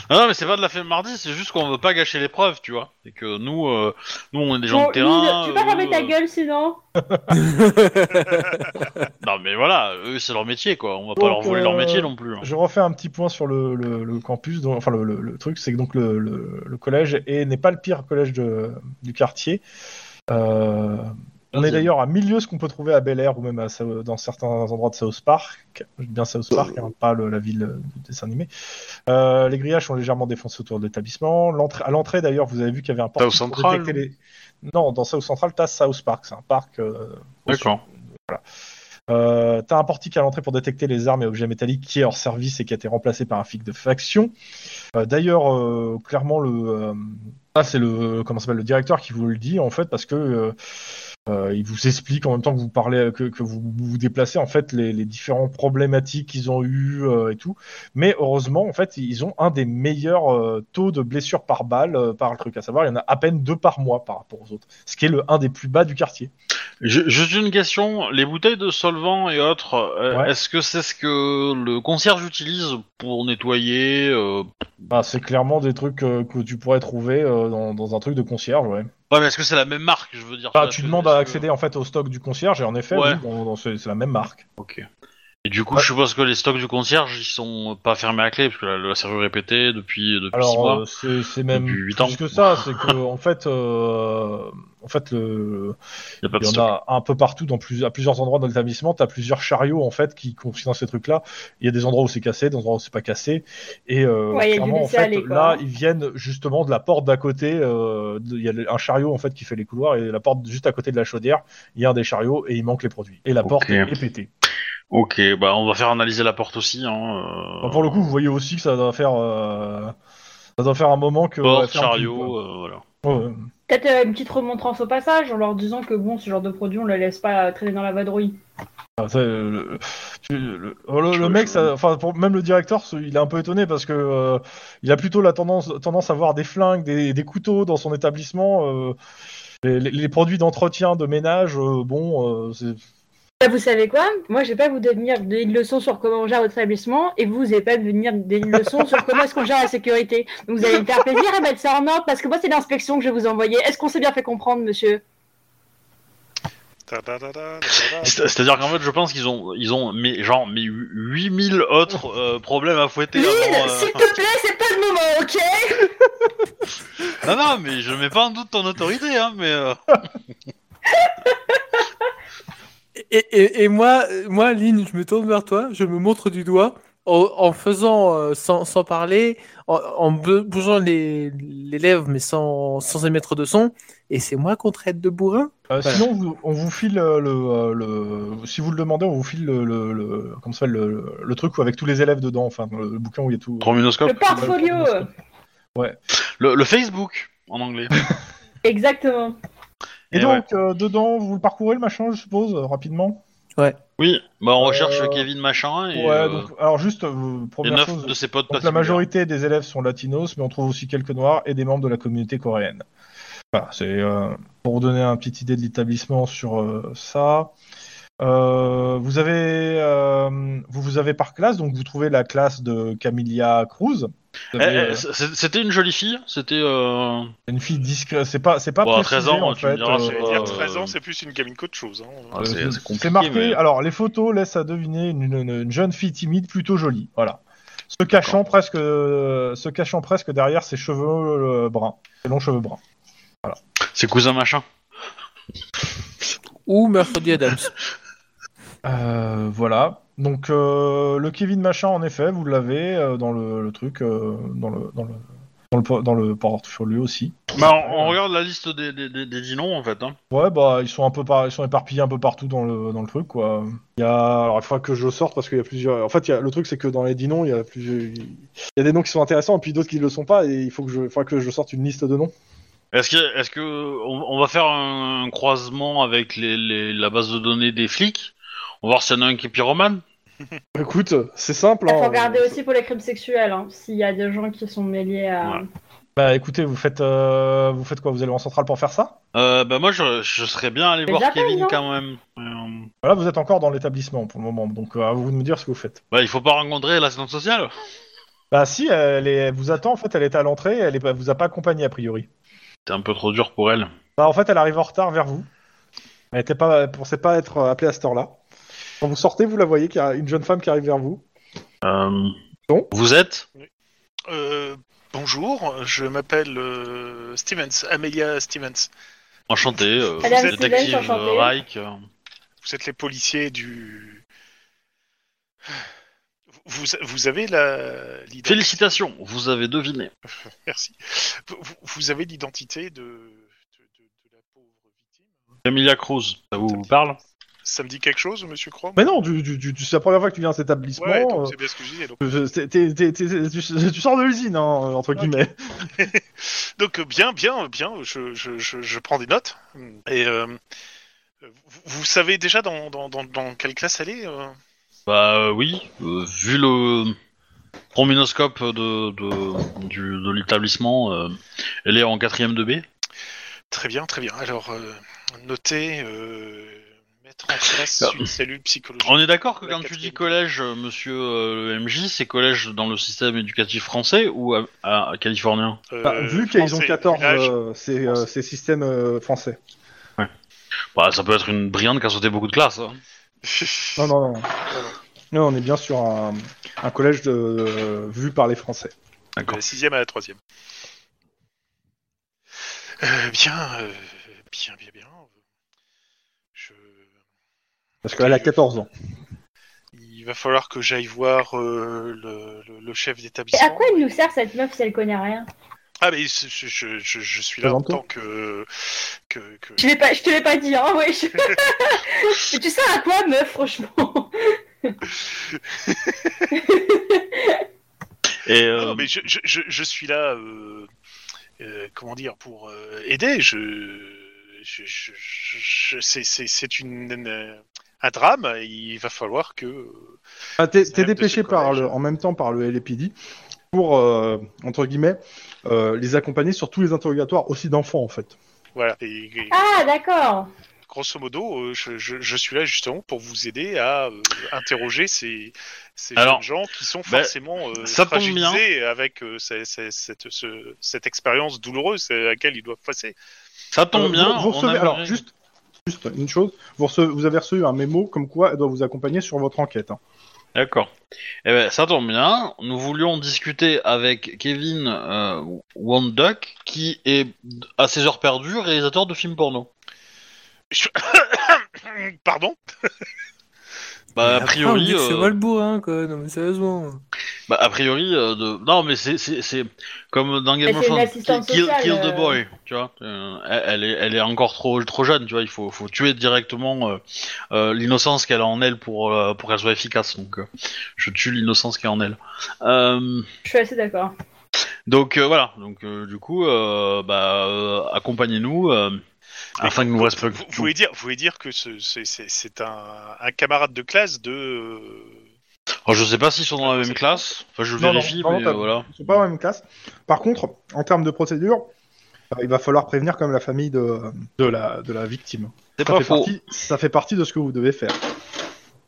S6: Ah non, mais c'est pas de la fête mardi, c'est juste qu'on veut pas gâcher l'épreuve, tu vois. C'est que nous, euh, nous, on est des gens
S4: Bon,
S6: de terrain.
S4: Lynn, tu peux
S6: euh,
S4: fermer ta
S6: euh,
S4: gueule sinon
S6: euh, Non, mais voilà, eux, c'est leur métier, quoi. On va pas
S1: Donc,
S6: leur voler leur
S1: euh,
S6: métier non plus. hein.
S1: Je refais un petit point sur le, le- le campus, donc- enfin le, le- le truc, c'est que donc le, le- le collège et n'est pas le pire collège de- du quartier. Euh, on est
S6: Deuxième.
S1: d'ailleurs à milieu ce qu'on peut trouver à Bel Air ou même à Sa- dans certains endroits de South Park, Je dis bien South Park, hein, pas le- la ville euh, du dessin animé. Euh, les grillages sont légèrement défoncés autour de l'établissement. L'entrée- À l'entrée d'ailleurs, vous avez vu qu'il y avait un porte
S6: South Central,
S1: Non, dans South Central, t'as South Park, c'est un parc euh, au sud.
S6: D'accord.
S1: Euh, T'as un portique à l'entrée pour détecter les armes et objets métalliques qui est hors service et qui a été remplacé par un flic de faction. Euh, D'ailleurs, euh, clairement, le euh, ça, c'est le comment ça s'appelle le directeur qui vous le dit en fait parce que euh, euh, il vous explique en même temps que vous parlez que, que vous vous vous déplacez en fait les, les différents problématiques qu'ils ont eu et tout. Mais heureusement, en fait, ils ont un des meilleurs euh, taux de blessures par balle euh, par le truc. À savoir, il y en a à peine deux par mois par rapport aux autres, ce qui est le un des plus bas du quartier.
S6: Je- Juste une question, les bouteilles de solvant et autres, euh,
S1: Ouais.
S6: est-ce que c'est ce que le concierge utilise pour nettoyer euh,
S1: Bah, c'est clairement des trucs euh, que tu pourrais trouver euh, dans, dans un truc de concierge, ouais.
S6: Ouais, mais est-ce que c'est la même marque, je veux dire
S1: Bah,
S6: est-ce
S1: tu
S6: que-
S1: demandes
S6: est-ce
S1: à
S6: que-
S1: accéder en fait au stock du concierge et en effet,
S6: Ouais.
S1: oui, bon, dans ce- c'est la même marque.
S6: Ok. Et du coup, je suppose que les stocks du concierge, ils sont pas fermés à clé, parce que la, la serrure est pétée depuis, depuis six mois.
S1: Alors euh, c'est c'est même
S6: Depuis huit
S1: plus
S6: ans.
S1: que ça, c'est que en fait, euh, en fait le,
S6: y a pas de
S1: il y en
S6: stock.
S1: a un peu partout dans plus, à plusieurs endroits dans l'établissement, t'as plusieurs chariots en fait qui confinent ces trucs-là. Il y a des endroits où c'est cassé, des endroits où c'est pas cassé, et euh,
S4: Ouais, il y a du
S1: clairement en
S4: laisser
S1: fait
S4: aller, quoi.
S1: là ils viennent justement de la porte d'à côté. euh, de- Il y a le- un chariot en fait qui fait les couloirs et la porte juste à côté de la chaudière, il y a un des chariots et il manque les produits et la
S6: Ok.
S1: porte est pétée.
S6: Ok, bah on va faire analyser la porte aussi. Hein, euh,
S1: Enfin, pour le coup, vous voyez aussi que ça doit faire, euh, ça doit faire un moment que ouais,
S6: porte,
S1: faire un truc,
S6: chariot, euh, voilà.
S1: quoi. Ouais, ouais.
S4: Peut-être euh, une petite remontrance au passage en leur disant que bon, ce genre de produit, on le laisse pas euh, traîner dans la vadrouille.
S1: Ah, ça, euh, le, tu- le- oh, le-
S6: Je-
S1: le mec,
S6: je-
S1: ça- enfin pour- même le directeur, ce- il est un peu étonné parce que euh, il a plutôt la tendance, tendance à voir des flingues, des, des couteaux dans son établissement. euh, les, les- les produits d'entretien, de ménage, euh, bon, euh, c'est-
S4: Bah, vous savez quoi Moi, je vais pas vous devenir donner une leçon sur comment on gère votre établissement et vous, vous n'allez pas devenir donner une leçon sur comment est-ce qu'on gère la sécurité. Donc, vous allez me faire plaisir à mettre ça en ordre parce que moi, c'est l'inspection que je vais vous envoyer. Est-ce qu'on s'est bien fait comprendre, monsieur
S3: Ta-da-da-da,
S6: C'est-
S3: ta-da-da.
S6: C'est-à-dire qu'en fait, je pense qu'ils ont, ils ont mais, genre mais 8000 autres euh, problèmes à fouetter.
S4: Lynn,
S6: avant, euh,
S4: s'il te plaît, c'est pas le moment, ok
S6: Non, non, mais je mets pas en doute ton autorité, hein, mais... euh,
S2: Et, et- et moi, euh, moi, Lynn, je me tourne vers toi, je me montre du doigt, en, en faisant, euh, sans, sans parler, en, en bou- bougeant les, les lèvres, mais sans, sans émettre de son, et c'est moi qu'on traite de bourrin.
S1: euh,
S2: Voilà.
S1: Sinon, vous- on vous file euh, le, euh, le- si vous le demandez, on vous file le, le, le- comment ça s'appelle, le, le truc où avec tous les élèves dedans, enfin le, le bouquin où il y a tout.
S4: Le
S6: Chrominoscope.
S4: portfolio
S6: Le, le Facebook, en anglais.
S4: Exactement.
S1: Et,
S6: Et
S1: donc euh, dedans, vous le parcourez le machin, je suppose, euh, rapidement.
S6: Oui, bah on recherche
S1: Euh,
S6: Kevin Machin et,
S1: Ouais,
S6: euh,
S1: donc, alors juste, euh,
S6: et
S1: première
S6: neuf
S1: chose,
S6: de ses potes
S1: donc la
S6: particuliers.
S1: majorité des élèves sont latinos, mais on trouve aussi quelques noirs et des membres de la communauté coréenne. Voilà, c'est euh, pour vous donner une petite idée de l'établissement sur euh, ça. Euh, vous avez, euh, vous vous avez par classe, donc vous trouvez la classe de Camilla Cruz. Vous
S6: Eh,
S1: avez,
S6: eh,
S1: euh,
S6: c'est- C'était une jolie fille, c'était... Euh...
S1: une fille discrète, c'est pas, c'est pas
S6: Bon, à
S1: précisé,
S6: 13 ans,
S1: en
S6: tu me
S1: fait.
S6: diras,
S3: J'allais
S6: euh,
S3: dire 13 ans, c'est plus une gamine qu'autre chose. Hein.
S6: ah,
S1: Euh,
S6: c'est- c'est compliqué,
S1: C'est marqué.
S6: mais-
S1: Alors, les photos laissent à deviner une, une- une jeune fille timide, plutôt jolie. Voilà. Se cachant presque, euh, se cachant presque derrière ses cheveux euh, bruns, ses longs cheveux bruns.
S6: C'est cousin Machin.
S2: Ou Mercredi Adams.
S1: Euh, voilà. Donc, euh, le Kevin machin, en effet, vous l'avez euh, dans le, le truc, euh, dans le, dans le, dans le, por- dans le portfolio aussi.
S6: Bah, on, on regarde la liste des, des, des, des dix noms, en fait. Hein.
S1: Ouais, bah, ils sont un peu, par- ils sont éparpillés un peu partout dans le, dans le truc, quoi. Il y a, alors, il faudra que je sorte parce qu'il y a plusieurs. En fait, il y a- le truc, c'est que dans les dix noms, il y a plusieurs, il y a des noms qui sont intéressants et puis d'autres qui ne le sont pas. Et il faut que je, il faudra que je sorte une liste de noms.
S6: Est-ce que, est-ce que on, on va faire un, un croisement avec les, les, la base de données des flics On va voir s'il y en a un qui est pyromane
S1: Écoute, c'est simple.
S4: Il
S1: hein.
S4: Bah, faut regarder aussi pour les crimes sexuels, hein, s'il y a des gens qui sont mêlés à...
S6: Ouais.
S1: Bah, écoutez, vous faites, euh, vous faites quoi Vous allez en centrale pour faire ça
S6: euh, Bah, moi, je, je serais bien allé
S4: Mais
S6: voir
S4: j'appelle,
S6: Kevin
S4: non
S6: quand même. Euh,
S1: Voilà, vous êtes encore dans l'établissement pour le moment, donc euh, à vous de me dire ce que vous faites.
S6: bah, il faut pas rencontrer l'assistante sociale
S1: Bah, si, elle, est, elle vous attend. En fait, elle est à l'entrée. Elle, est, elle vous a pas accompagné a priori.
S6: C'est un peu trop dur pour elle.
S1: Bah, en fait, elle arrive en retard vers vous. Elle était pas, elle pensait pas être euh, appelée à cette heure-là. Quand vous sortez, vous la voyez qu'il y a une jeune femme qui arrive vers vous.
S6: Euh,
S1: Bon.
S6: Vous êtes
S3: Euh, bonjour, je m'appelle euh, Stevens, Amelia Stevens.
S6: Enchanté, euh,
S4: Madame
S6: détective
S4: Stevens, enchantée.
S6: euh, Reich. euh.
S3: Vous êtes les policiers du. Vous, vous avez la. l'identité-
S6: Félicitations, vous avez deviné.
S3: Merci. Vous, vous avez l'identité de, de, de- de la pauvre victime.
S6: Camilla Cruz, ça vous, vous parle
S3: Ça me dit quelque chose, monsieur Crom
S1: Mais non, tu, tu- tu- tu- c'est la première fois que tu viens à cet établissement.
S3: Ouais,
S1: euh,
S3: donc c'est bien ce que je disais. Donc,
S1: euh, c'est- t'es- t'es- t'es- t'es- tu, tu sors de l'usine, hein,
S3: Ah,
S1: entre guillemets.
S3: Donc, euh, bien, bien, bien, je, je, je, je prends des notes. Et euh, vous, vous savez déjà dans, dans, dans, dans quelle classe elle est euh
S6: Bah euh, oui, euh, vu le prominoscope de, de, du- de l'établissement, euh, elle est en quatrième de B.
S3: Très bien, très bien. Alors, euh, notez, euh, mettre en place
S6: Ah.
S3: une cellule psychologique.
S6: On est d'accord que
S3: La
S6: quand tu dis
S3: quatrième.
S6: collège, euh, monsieur euh, le MJ, c'est collège dans le système éducatif français ou à, à- californien
S3: Euh,
S1: Bah, vu qu'ils ont
S3: français,
S1: 14,
S3: village.
S1: euh, c'est
S3: Français.
S1: euh, c'est système euh, français.
S6: Bah ça peut être une brillante qui a sauté beaucoup de classes. hein.
S1: Non, non, non. Non, on est bien sur un, un collège de, vu par les Français.
S3: De la sixième à la troisième. Euh, bien, euh, bien, bien, bien. Je...
S1: Parce qu'elle a 14 ans.
S3: Il va falloir que j'aille voir euh, le, le- le chef
S4: Et
S3: d'établissement.
S4: à quoi il nous sert cette meuf si elle connaît rien
S3: Ah mais je, je- je- je- je suis là en
S1: Présente-toi.
S3: tant que... que, que-
S4: je, l'ai pas, je te l'ai pas dit, hein, ouais. je- Mais tu sers à quoi, meuf, franchement
S6: Et
S3: Ah non,
S6: euh,
S3: mais je, je- je- je suis là, euh, euh, comment dire, pour euh, aider. Je, je, je- je- je- c'est- c'est c'est une, une- un drame. et Il va falloir que. euh,
S1: Ah, T'es
S3: C'est
S1: t'es
S3: même de
S1: dépêché
S3: ce
S1: par
S3: collège.
S1: le, en même temps par le LAPD pour, euh, entre guillemets, euh, les accompagner sur tous les interrogatoires, aussi d'enfants en fait.
S3: Voilà. Et, et
S4: Ah, d'accord.
S3: grosso modo, euh, je, je- je suis là justement pour vous aider à euh, interroger ces, ces
S6: Alors,
S3: jeunes gens qui sont
S6: ben,
S3: forcément euh,
S6: ça tombe bien.
S3: fragilisés avec euh, ces- ces- cette, ce- cette expérience douloureuse à laquelle ils doivent passer.
S6: ça tombe
S1: Euh,
S6: bien.
S1: Vous, vous
S6: on
S1: recevez,
S6: a-
S1: alors, juste, juste une chose, vous, recevez- vous avez reçu un mémo comme quoi elle doit vous accompagner sur votre enquête. hein.
S6: D'accord. Eh ben, ça tombe bien. Nous voulions discuter avec Kevin euh, Wanduck, qui est à ses heures perdues réalisateur de films porno.
S3: Pardon Ah,
S6: Bah, a
S2: Après, on
S6: priori,
S2: dit que c'est
S6: euh,
S2: moi le bourrin, quoi. Non, mais sérieusement.
S6: bah, a priori, euh, de... non, mais c'est c'est- c'est comme dans
S4: Mais
S6: Game of
S4: c'est une
S6: Thrones,
S4: assistante
S6: kill,
S4: sociale,
S6: kill
S4: euh.
S6: the boy, tu vois. Euh, elle, elle est, elle est encore trop, trop jeune, tu vois. Il faut, faut tuer directement euh, euh, l'innocence qu'elle a en elle pour, euh, pour qu'elle soit efficace. Donc, euh, je tue l'innocence qu'elle a en elle. Euh...
S4: Je suis assez d'accord.
S6: Donc euh, voilà, donc euh, du coup, euh, bah, euh, accompagnez-nous euh, afin que nous respections.
S3: Vous, vous voulez dire, vous voulez dire que ce- c'est- c'est c'est un, un camarade de classe de. euh,
S6: Alors, je sais pas s'ils sont dans la même classe. Enfin, je
S1: Non,
S6: vérifie,
S1: non, non,
S6: mais
S1: t'as-
S6: euh, voilà.
S1: Ils sont pas dans la même classe. Par contre, en termes de procédure, euh, il va falloir prévenir quand même la famille de, de, la, de la victime.
S6: C'est
S1: Ça
S6: pas
S1: fait,
S6: faux.
S1: partie, ça fait partie de ce que vous devez faire.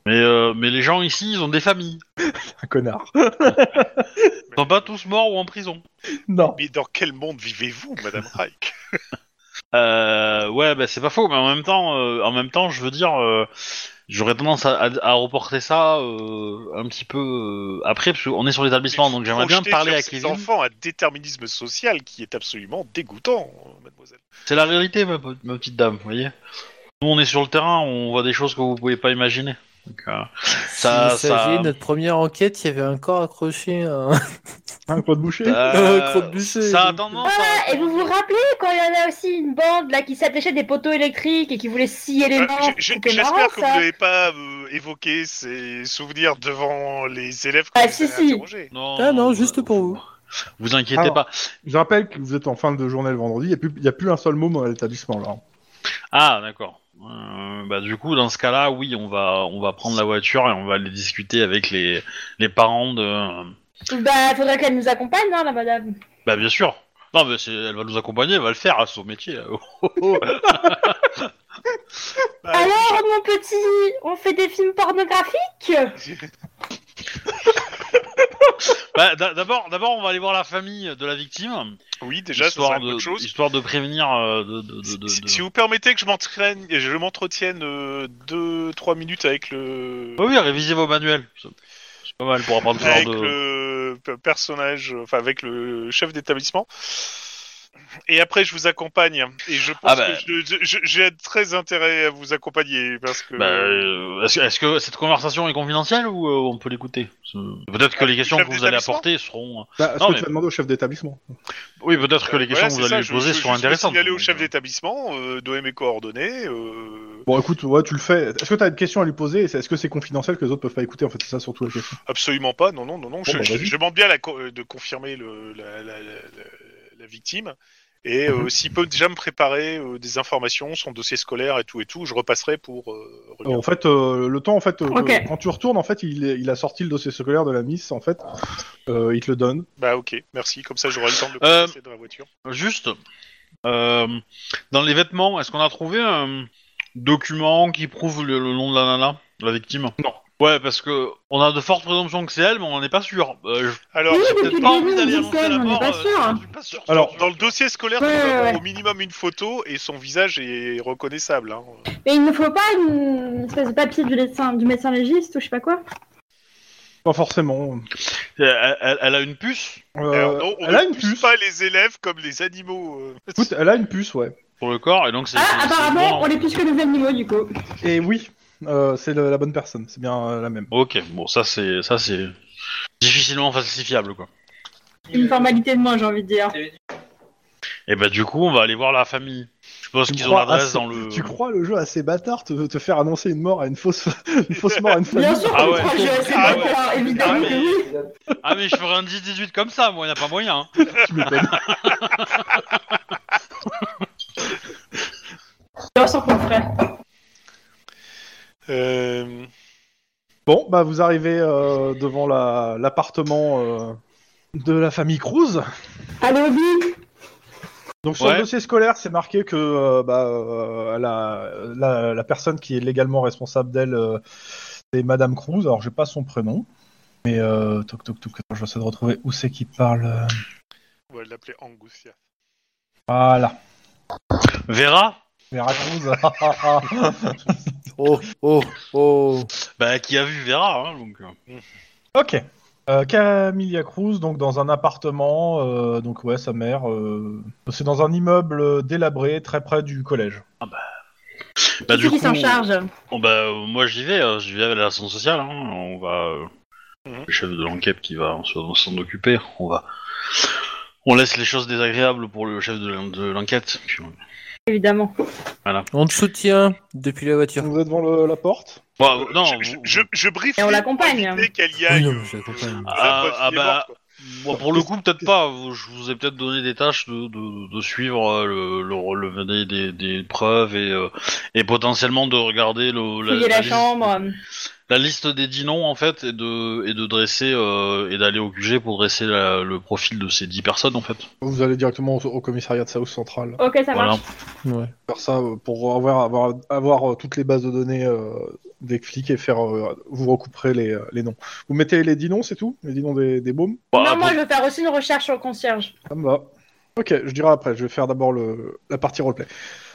S6: Mais euh, mais les gens ici, ils ont des familles.
S1: Un connard.
S6: Ils sont pas tous morts ou en prison.
S1: non.
S3: Mais dans quel monde vivez-vous, Madame Reich
S6: Euh, ouais, bah, c'est pas faux, mais en même temps, euh, en même temps, je veux dire, euh, j'aurais tendance à, à- à reporter ça euh, un petit peu euh, après, parce qu'on est sur l'établissement, donc j'aimerais bien
S3: Projeter
S6: parler
S3: sur
S6: à
S3: ces
S6: Kevin.
S3: enfants un déterminisme social qui est absolument dégoûtant, euh, mademoiselle.
S6: C'est la réalité, ma, pe- ma petite dame, vous voyez. Nous, on est sur le terrain, on voit des choses que vous pouvez pas imaginer. Donc, euh, ça,
S2: Il s'agit
S6: ça...
S2: de notre première enquête, il y avait un corps accroché. hein. à un-
S1: Un de Hein, boucher.
S6: Euh,
S2: Crotte bûchée,
S6: ça a
S2: Ah, donc,
S6: tendance
S4: Ah,
S6: à...
S4: et vous vous rappelez quand il y en a aussi une bande là qui s'attachait des poteaux électriques et qui voulait scier les
S6: Ah,
S3: Euh,
S4: mains
S3: je- je-
S4: C'était marrant
S3: J'espère que vous
S4: ça.
S3: n'avez pas euh, évoqué ces souvenirs devant les élèves que
S4: Ah,
S3: vous
S4: si,
S3: avez
S4: si.
S3: interrogés.
S6: Non,
S2: Ah non, juste pour vous.
S6: Vous inquiétez
S1: Ah.
S6: pas.
S1: Je rappelle que vous êtes en fin de journée le vendredi, il n'y a, plus un seul mot à l'établissement là.
S6: Ah, d'accord. Euh, bah, du coup, dans ce cas-là, oui, on va, on va prendre la voiture et on va aller discuter avec les, les parents de...
S4: Bah, faudrait qu'elle nous accompagne, hein, la madame.
S6: Bah, bien sûr. Non, mais c'est- elle va nous accompagner, elle va le faire à son métier.
S3: Bah,
S6: Ah,
S4: Alors, mon petit, on fait des films pornographiques
S6: Bah, d'a- d'abord, d'abord, on va aller voir la famille de la victime,
S3: Oui, déjà, ça
S6: histoire,
S3: serait une
S6: de,
S3: bonne chose.
S6: histoire de prévenir. euh, de, de- de- de-
S3: Si,
S6: de-
S3: si vous permettez que je m'entraîne, je m'entretienne 2-3 minutes avec le.
S6: Ah oui, révisez vos manuels. C'est c'est pas mal pour apprendre ce
S3: avec
S6: genre de.
S3: le pe- personnage, enfin avec le chef d'établissement. Et après, je vous accompagne. Et je pense
S6: Ah bah.
S3: que je- je- je- j'ai très intérêt à vous accompagner parce que.
S6: Bah, euh, est-ce, que- est-ce que cette conversation est confidentielle ou euh, on peut l'écouter C'est- Peut-être que les questions
S3: Ah, chef
S6: que vous allez
S3: d'établissement
S6: apporter seront.
S1: Bah, ce
S6: Non,
S1: que
S6: mais-
S1: tu as demandé au chef d'établissement.
S6: Oui, peut-être que les questions
S3: euh, Voilà,
S6: que
S3: c'est ça,
S6: vous allez lui poser
S3: je, je,
S6: seront
S3: je
S6: intéressantes.
S3: Je aller au chef
S6: Donc,
S3: d'établissement, euh, donner mes coordonnées. euh,
S1: Bon écoute, ouais, tu le fais. Est-ce que tu as une question à lui poser et c'est- Est-ce que c'est confidentiel que les autres peuvent pas écouter En fait, c'est ça surtout la question.
S3: absolument pas, non, non, non, non. je,
S1: bah,
S3: je-
S1: vas-y.
S3: je demande bien la co- euh, de confirmer le, la, la- la- la- la victime. Et
S1: Mhm.
S3: euh, s'il peut déjà me préparer euh, des informations, son dossier scolaire et tout et tout, je repasserai pour. euh, relire.
S1: en fait, euh, le temps, en fait, euh,
S4: Ok.
S1: que- quand tu retournes, en fait, il, est- il a sorti le dossier scolaire de la miss, en fait, Euh, il te le donne.
S3: Bah ok, merci. Comme ça, j'aurai le temps de le
S6: Euh,
S3: passer dans la voiture.
S6: euh, Juste, euh, dans les vêtements, est-ce qu'on a trouvé un document qui prouve le, le nom de la nana, la victime Non. Ouais, parce que on a de fortes présomptions que c'est elle, mais on n'en est pas sûr. Euh, je-
S3: Alors,
S4: Oui,
S6: j'ai
S4: depuis
S6: peut-être
S4: le
S6: pas
S4: début,
S6: envie d'aller
S4: on
S6: annoncer
S4: essaie,
S6: la
S4: mais on n'est
S6: mort,
S4: pas
S6: euh,
S4: sûr, hein.
S6: je suis pas sûr.
S3: Alors, dans le dossier scolaire,
S4: Ouais,
S3: tu dois
S4: ouais,
S3: avoir
S4: ouais.
S3: au minimum une photo et son visage est reconnaissable. hein.
S4: Mais il ne faut pas une, une espèce de papier du médecin, du médecin légiste ou je sais pas quoi
S1: Pas forcément.
S6: Elle, elle- elle a une puce
S1: Euh,
S3: Alors
S6: Eh,
S3: non, on
S1: elle a
S3: ne
S1: une
S3: pousse
S1: puce.
S3: pas les élèves comme les animaux. euh.
S1: Écoute, elle a une puce, ouais.
S6: sur le corps et donc c'est.
S4: Ah,
S6: c'est- c'est
S4: apparemment,
S6: bon,
S4: on
S6: hein.
S4: est plus que les animaux du coup.
S1: Et oui, euh, c'est le- la bonne personne. C'est bien euh, la même.
S6: Ok, bon ça c'est ça c'est difficilement falsifiable quoi.
S4: Une formalité de moins, j'ai envie de dire.
S6: Et bah du coup on va aller voir la famille. Je pense
S1: Tu
S6: qu'ils ont
S1: crois
S6: l'adresse
S1: assez-
S6: dans le.
S1: Tu crois le jeu assez bâtard te, te faire annoncer une mort à une fausse, une fausse mort à une famille
S4: Bien sûr
S6: Ah
S4: qu'on
S6: ouais.
S4: croit que je sais
S6: Ah
S4: pas
S6: ouais.
S4: faire, évidemment
S6: Ah
S4: que
S6: mais-
S4: oui.
S6: Ah mais je ferai un 10-18 comme ça, moi y a pas moyen. hein.
S1: tu m'étonnes.
S4: Bien sûr qu'on le ferait.
S3: Euh,
S1: Bon, bah vous arrivez euh, devant la- l'appartement euh, de la famille Cruz.
S4: Allez, Obi
S1: Donc sur
S6: Ouais.
S1: le dossier scolaire, c'est marqué que euh, bah, euh, la, la- la personne qui est légalement responsable d'elle, euh, c'est Madame Cruz. Alors j'ai pas son prénom, mais euh, toc toc toc. attends, Je vais essayer de retrouver où c'est qui parle. euh.
S3: on va l'appeler Angustia.
S1: Voilà,
S6: Vera
S1: Vera Cruz.
S2: Oh, oh, oh.
S6: Bah qui a vu Vera hein, donc. euh.
S1: ok. Euh, Camilla Cruz, donc dans un appartement, euh, donc ouais, sa mère. euh, c'est dans un immeuble euh, délabré, très près du collège.
S6: Bah
S4: Qui c'est qui s'en charge
S6: on- bah euh, moi j'y vais, euh, j'y vais avec la sonde sociale. Hein. On va euh,
S3: Mhm.
S6: le chef de l'enquête qui va s'en s'en occuper. On va on laisse les choses désagréables pour le chef de l'en- de l'enquête. Puis on-
S4: Évidemment.
S6: oh
S2: On te soutient depuis la voiture.
S1: Vous êtes devant le- la porte.
S6: Bah, non,
S3: Euh, je, je,
S6: vous-
S3: je, je briefe
S4: Et on
S3: les-
S4: l'accompagne.
S3: pour éviter qu'elle y aille.
S2: Oui, Oh non, mais
S3: euh,
S2: je l'accompagne.
S3: euh,
S6: Ah,
S3: la preuve
S6: ah
S3: qu'il est
S6: bah,
S3: mort, quoi.
S6: Bon, pour le coup, peut-être pas. Vous- Je vous ai peut-être donné des tâches de, de, de suivre euh, le, le relevé des, des, des preuves et, euh, et potentiellement de regarder le,
S4: Fouiller la
S6: liste-
S4: chambre.
S6: la liste des dix noms en fait et de, et de dresser euh, et d'aller au QG pour dresser la- le profil de ces dix personnes en fait.
S1: Vous allez directement au, au commissariat de South Central.
S4: Ok, ça
S6: Voilà.
S4: marche.
S2: Ouais.
S1: faire ça euh, pour avoir, avoir, avoir euh, toutes les bases de données euh, des flics et faire euh, vous recouperez les, euh, les noms. Vous mettez les 10 noms, c'est tout Les 10 noms des, des baumes
S6: Bah,
S4: non, moi,
S6: pour-
S4: je veux faire aussi une recherche sur le concierge.
S1: Ça me va. Ok, je dirai après, je vais faire d'abord le, la partie roleplay.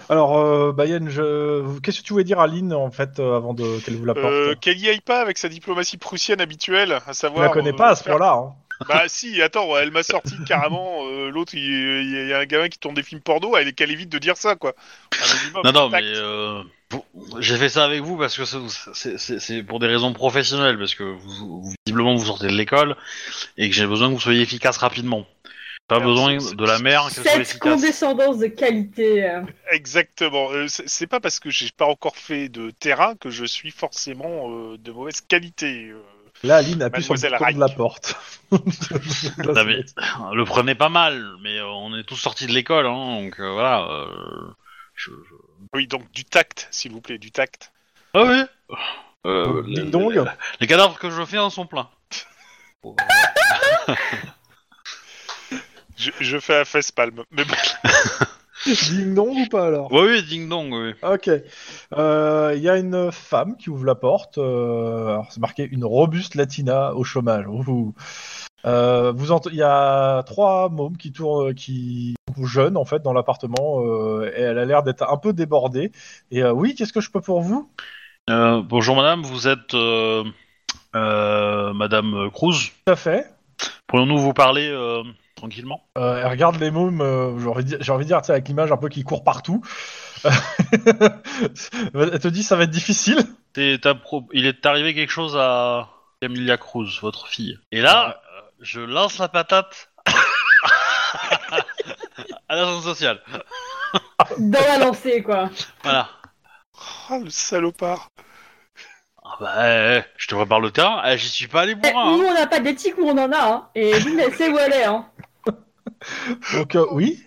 S1: Alors, euh, Bayen, je... qu'est-ce que tu voulais dire à Lynn en fait euh, avant de... qu'elle vous la porte
S3: Euh, qu'elle y aille pas avec sa diplomatie prussienne habituelle, à
S1: Je
S3: savoir.
S1: la connais
S3: euh,
S1: pas à ce
S3: faire-
S1: point-là. hein.
S3: Bah si, attends, elle m'a sorti carrément. euh, L'autre, il il y, a un gamin qui tourne des films porno, elle est qu'elle évite de dire ça, quoi. Un minimum
S6: Non, non,
S3: de tact.
S6: mais euh, pour- j'ai fait ça avec vous parce que c'est- c'est c'est- c'est pour des raisons professionnelles, parce que vous, vous- visiblement vous sortez de l'école et que j'ai besoin que vous soyez efficace rapidement. Pas
S3: Alors,
S6: besoin
S3: c'est-
S6: de la mère qu'elle soit
S4: Cette
S6: efficace.
S4: condescendance de qualité. euh.
S3: Exactement. Euh, c'est c'est pas parce que j'ai pas encore fait de terrain que je suis forcément euh, de mauvaise qualité. euh.
S1: Là, Lynn appuie sur le
S3: Mademoiselle
S1: bouton de la porte.
S6: Non, mais- le prenez pas mal, mais euh, on est tous sortis de l'école, hein, donc euh, voilà. euh, je- je-
S3: Oui, donc du tact, s'il vous plaît, du tact.
S6: Ah oui Euh,
S1: Dis
S6: les,
S1: donc.
S6: les cadavres que je fais en sont pleins.
S3: Je, je fais un face palme. Mais bon,
S1: Ding dong ou pas alors
S6: Oui, oui, ding dong, oui.
S1: Ok. Euh, Il y a une femme qui ouvre la porte. euh, alors c'est marqué une robuste latina au chômage. Ouh. Euh, vous ent- Il y a trois mômes qui tournent, euh, qui jeûnent en fait dans l'appartement euh, et elle a l'air d'être un peu débordée. Et euh, oui, qu'est-ce que je peux pour vous
S6: Euh, bonjour madame, vous êtes euh, euh, madame Cruz.
S1: Tout à fait.
S6: Pourrions-nous vous parler euh, tranquillement
S1: Euh, elle regarde les mômes. euh, j'ai envie de dire- j'ai envie de dire tu sais, avec l'image un peu qui court partout. elle te dit ça va être difficile.
S6: T'es- t'as pro- Il est arrivé quelque chose à Camilla Cruz, votre fille. Et là, euh, je lance la patate à la zone sociale.
S4: Dans la lancée, quoi.
S6: Voilà.
S3: oh, le salopard.
S6: Ah bah, eh, je te prépare le terrain. Eh, J'y suis pas allé pour
S4: Eh,
S6: rien.
S4: Nous,
S6: hein.
S4: on n'a pas d'éthique, nous, on en a. Hein. Et vous me laissez où elle est. Hein.
S1: Donc euh, oui.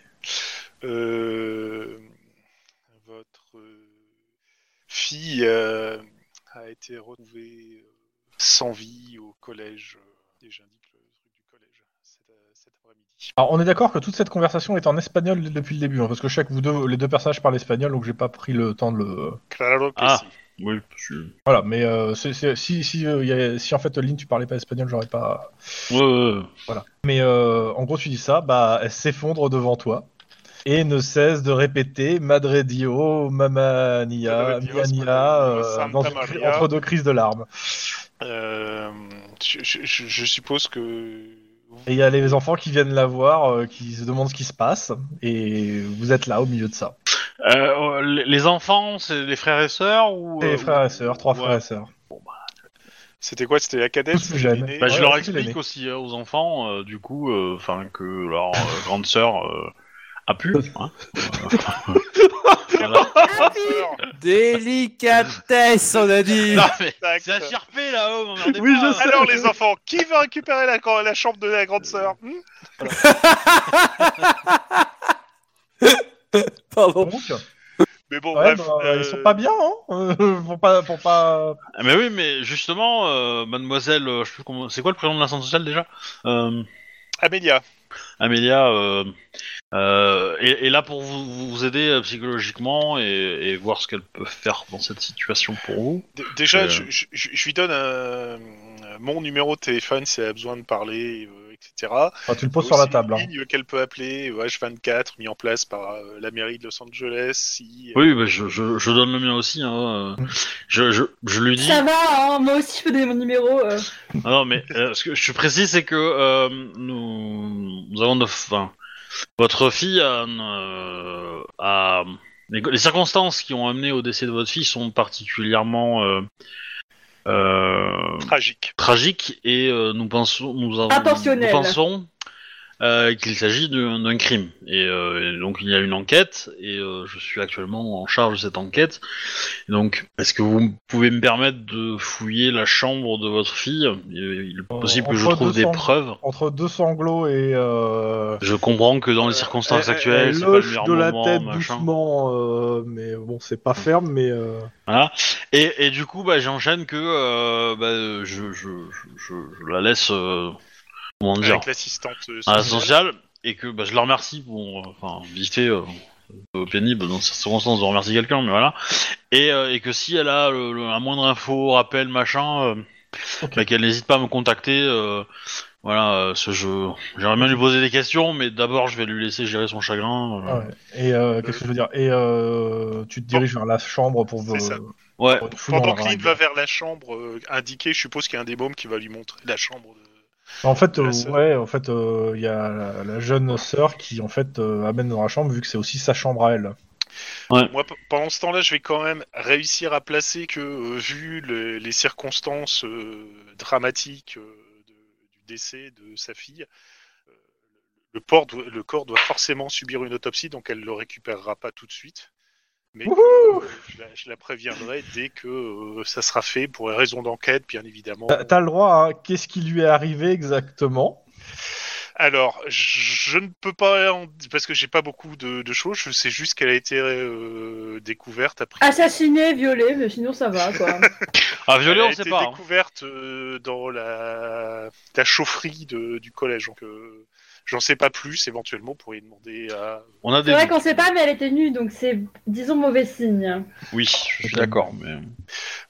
S3: Euh, votre euh, fille euh, a été retrouvée euh, sans vie au collège. euh, Et j'indique le truc du collège cet, euh, cet après-midi.
S1: Alors, on est d'accord que toute cette conversation est en espagnol depuis le début, hein, parce que je sais que vous deux, les deux personnages parlent espagnol, donc j'ai pas pris le temps de le.
S3: Claro que
S6: Ah.
S3: si.
S6: Oui, je-
S1: Voilà, mais euh, c'est- c'est- si, si, euh, y a- si en fait Lynn tu parlais pas espagnol, j'aurais pas.
S6: Ouais, ouais, ouais.
S1: Mais euh, en gros, tu dis ça, bah elle s'effondre devant toi et ne cesse de répéter Madre Dio, Mamma Nia,
S3: Madre Dios,
S1: Mia Nia,
S3: Madre Dios,
S1: euh,
S3: Santa
S1: dans une-
S3: Maria.
S1: entre deux crises de larmes.
S3: Euh, je, je- je- je suppose que.
S1: Et il y a les enfants qui viennent la voir, euh, qui se demandent ce qui se passe, et vous êtes là au milieu de ça.
S6: Euh, euh, les- les enfants, c'est les frères et sœurs ou euh,
S1: Et frères
S6: ou-
S1: et sœurs, trois
S6: ouais.
S1: frères et sœurs.
S3: C'était quoi C'était la cadette
S1: Tous jeunes.
S3: l'aînée
S6: Bah, je
S1: Ouais,
S6: leur
S1: ouais,
S6: explique
S1: l'aîné.
S6: aussi euh, aux enfants, euh, du coup, enfin que leur euh, grande sœur euh, a pu. hein. Voilà.
S2: Délicatesse, on a dit
S6: Non, Ah, mais
S3: Tac.
S6: c'est HRP là-haut, m'emmerdez
S1: Oui,
S6: pas.
S1: je sais.
S3: Alors les enfants, qui veut récupérer la, grand- la chambre de la grande sœur Hmm
S2: Pardon.
S1: Donc,
S3: Mais bon,
S1: ouais,
S3: bref.
S1: bah,
S3: euh,
S1: ils sont pas bien, hein euh, Pour pas, pour pas.
S6: Ah, Mais oui, mais justement, euh, mademoiselle, euh, je sais plus comment, c'est quoi le prénom de l'instance sociale déjà Euh,
S3: Amélia,
S6: Amélia euh, euh, est, est là pour vous, vous aider euh, psychologiquement et, et voir ce qu'elle peut faire dans cette situation pour vous.
S3: d- déjà,
S6: Euh.
S3: je, je- je- je lui donne euh, mon numéro de téléphone si elle a besoin de parler, euh, etc.
S1: Enfin, tu le poses sur la
S3: Aussi,
S1: table.
S3: Une
S1: Hein.
S3: ligne qu'elle peut appeler, euh, H24, mis en place par euh, la mairie de Los Angeles. Si, euh,
S6: Oui, bah, je, je, je donne le mien aussi. Hein, euh, je, je, je lui dis.
S4: Ça va, hein, moi aussi je peux donner mon numéro. euh.
S6: Ah Non, mais euh, ce que je précise, c'est que euh, nous, nous avons de enfin, Votre fille a. une, euh, a- les, les circonstances qui ont amené au décès de votre fille sont particulièrement euh, euh,
S3: Tragique.
S6: tragiques et euh, nous pensons, nous avons,
S4: Intentionnelles.
S6: nous pensons euh, qu'il s'agit d'un d'un crime. Et, euh, et donc il y a une enquête et euh, je suis actuellement en charge de cette enquête. Donc, est-ce que vous pouvez me permettre de fouiller la chambre de votre fille Il
S1: Euh,
S6: est possible que je
S1: entre
S6: trouve des
S1: 200.
S6: preuves.
S1: Entre deux sanglots et. Euh...
S6: Je comprends que dans les
S1: euh,
S6: circonstances
S1: elle-
S6: actuelles,
S1: elle
S6: c'est pas le
S1: hoche
S6: meilleur
S1: de la
S6: moment,
S1: tête
S6: machin.
S1: doucement, euh, mais bon, c'est pas ferme, mais. euh,
S6: Voilà. Et, et du coup, bah, j'enchaîne que euh, bah, euh, je, je, je- je- je la laisse, euh, comment dire,
S3: Avec l'assistante. euh,
S6: à la
S3: sociale.
S6: sociale, et que bah, je la remercie pour, euh, enfin, vite fait, euh, euh, pénible dans ces circonstances de remercier quelqu'un, mais voilà. Et, euh, et que si elle a le- le- la moindre info, rappel, machin, euh, bah, qu'elle n'hésite pas à me contacter. euh, voilà, euh, ce jeu. J'aimerais bien lui poser des questions, mais d'abord je vais lui laisser gérer son chagrin. euh.
S1: ouais. Et euh, qu'est-ce que je veux dire Et euh, tu te diriges vers la chambre pour.
S3: C'est ça.
S6: Ouais.
S1: pour te foutre dans
S3: Pendant
S1: la
S3: que Lynn
S1: règle.
S3: va vers la chambre euh, indiquée, je suppose qu'il y a un des mômes qui va lui montrer la chambre. De...
S1: En fait,
S3: La
S1: euh,
S3: sœur.
S1: ouais, en fait, euh, il y a la, la jeune sœur qui en fait euh, amène dans la chambre vu que c'est aussi sa chambre à elle.
S3: Moi, pe- pendant ce temps-là, je vais quand même réussir à placer que, euh, vu le- les circonstances euh, dramatiques euh, de- du décès de sa fille, euh, le, port doit- le corps doit forcément subir une autopsie, donc elle le récupérera pas tout de suite. Mais que, euh, je, la, je la préviendrai dès que euh, ça sera fait pour les raisons d'enquête, bien évidemment.
S1: T'as t'as le droit. Hein. Qu'est-ce qui lui est arrivé exactement
S3: Alors, je je ne peux pas en- parce que j'ai pas beaucoup de, de choses. Je sais juste qu'elle a été euh, découverte après.
S4: Assassiné, violé, mais sinon ça va quoi.
S6: Ah, violet,
S3: Elle a
S6: on sait
S3: été
S6: pas. hein.
S3: découverte euh, dans la, la chaufferie de- du collège. Donc, euh, j'en sais pas plus. Éventuellement, pour y demander à.
S6: On a
S4: C'est
S6: des.
S4: vrai qu'on sait pas, mais elle était nue, donc c'est, disons, mauvais signe.
S6: Oui, je suis d'accord, mais. euh,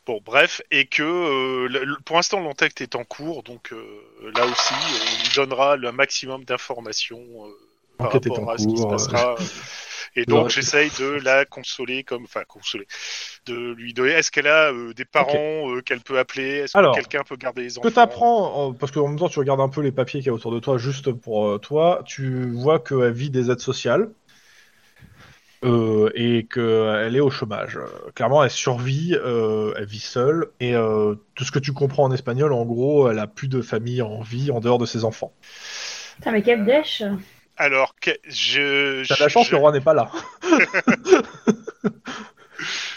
S3: Bon, bref, et que euh, le- le- pour l'instant, l'enquête est en cours. Donc, euh, là aussi, on lui donnera le maximum d'informations. euh, par
S1: L'enquête est
S3: rapport
S1: en
S3: à ce qui se
S1: cours, euh.
S3: passera. Et donc
S1: Ouais.
S3: j'essaye de la consoler, comme enfin consoler, de lui donner. Est-ce qu'elle a euh, des parents euh, qu'elle peut appeler Est-ce que
S1: Alors,
S3: quelqu'un peut garder les
S1: Ce
S3: enfants
S1: que t'apprends, euh, parce qu'en même temps tu regardes un peu les papiers qu'il y a autour de toi juste pour euh, toi, tu vois qu'elle vit des aides sociales euh, et qu'elle est au chômage. Euh, Clairement, elle survit, euh, elle vit seule et euh, tout ce que tu comprends en espagnol, en gros, elle a plus de famille en vie en dehors de ses enfants.
S4: Putain, mais quelle dèche
S3: Alors, que- je.
S1: T'as de
S3: je-
S1: la chance,
S3: je-
S1: le roi n'est pas là.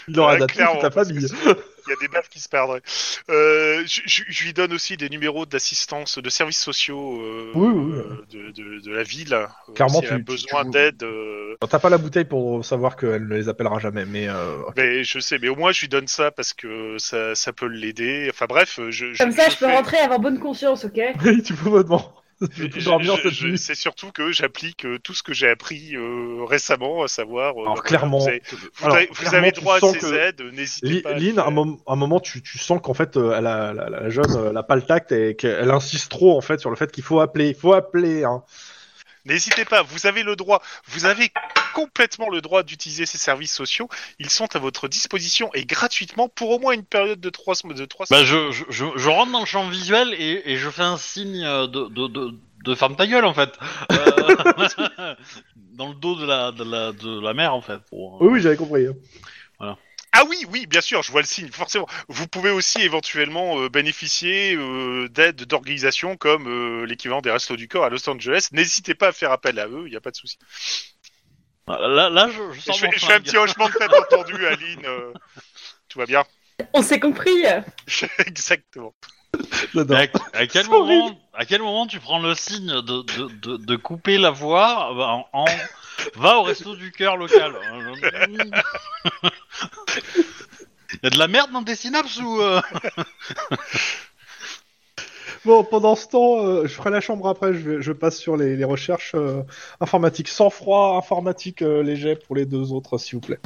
S1: Il aura
S3: Ouais,
S1: adapté
S3: clairement,
S1: toute ta
S3: parce
S1: famille.
S3: que sinon, Il y a des baffes qui se perdraient. Euh, je, je- je lui donne aussi des numéros d'assistance, de services sociaux euh,
S1: Oui, oui, oui.
S3: euh, De, de- de la ville. euh,
S1: Clairement,
S3: si
S1: tu-
S3: elle a
S1: tu-
S3: besoin
S1: tu-
S3: d'aide. euh,
S1: Alors, T'as pas la bouteille pour savoir qu'elle ne les appellera jamais, mais euh,
S3: mais ben, je sais, mais au moins je lui donne ça parce que ça, ça peut l'aider. Enfin bref, je. je-
S4: Comme ça, je peux
S3: fais-
S4: rentrer avoir bonne conscience, ok
S1: oui, tu peux me demander. Je vais plus dormir
S3: Je-
S1: cette
S3: je-
S1: nuit.
S3: C'est surtout que j'applique euh, tout ce que j'ai appris euh, récemment, à savoir. euh,
S1: Alors,
S3: bah,
S1: clairement,
S3: vous avez, vous
S1: alors,
S3: avez- vous
S1: clairement,
S3: avez
S1: tu
S3: droit à
S1: sens
S3: ces
S1: que
S3: aides, n'hésitez
S1: Li-
S3: pas. à
S1: Lynn,
S3: le
S1: à un,
S3: faire.
S1: mom- un moment, tu, tu sens qu'en fait, euh, elle a- la, la- la jeune, euh, elle a pas le tact et qu'elle insiste trop en fait sur le fait qu'il faut appeler, il faut appeler. Hein.
S3: N'hésitez pas, vous avez le droit. Vous avez complètement le droit d'utiliser ces services sociaux. Ils sont à votre disposition et gratuitement pour au moins une période de trois sem- de trois
S6: Bah,
S3: semaines.
S6: je, je, je, je rentre dans le champ visuel et, et je fais un signe euh, de, de, de, de ferme ta gueule en fait. Euh, dans le dos de la, de la, de la mer en fait. pour, euh,
S1: Oui, oui, j'avais compris. hein.
S3: Ah oui, oui, bien sûr, je vois le signe, forcément. Vous pouvez aussi éventuellement euh, bénéficier euh, d'aides d'organisations comme euh, l'équivalent des Restos du Corps à Los Angeles. N'hésitez pas à faire appel à eux, il n'y a pas de souci.
S6: Là, là, je, je
S3: Je,
S6: sors
S3: fais-
S6: mon
S3: je fais un
S6: flingue.
S3: petit hochement de tête entendu, Aline. euh, tout va bien.
S4: On s'est compris.
S3: Exactement.
S1: J'adore.
S6: Mais à, à quel
S1: C'est
S6: moment, à quel moment tu prends le signe de, de, de, de couper la voix euh, en, en- va au resto du cœur local Euh, Il y a de la merde dans tes synapses ou euh,
S1: Bon, pendant ce temps, euh, je ferai la chambre après. Je, vais- je passe sur les, les recherches euh, informatiques sans froid, informatique euh, léger pour les deux autres, s'il vous plaît.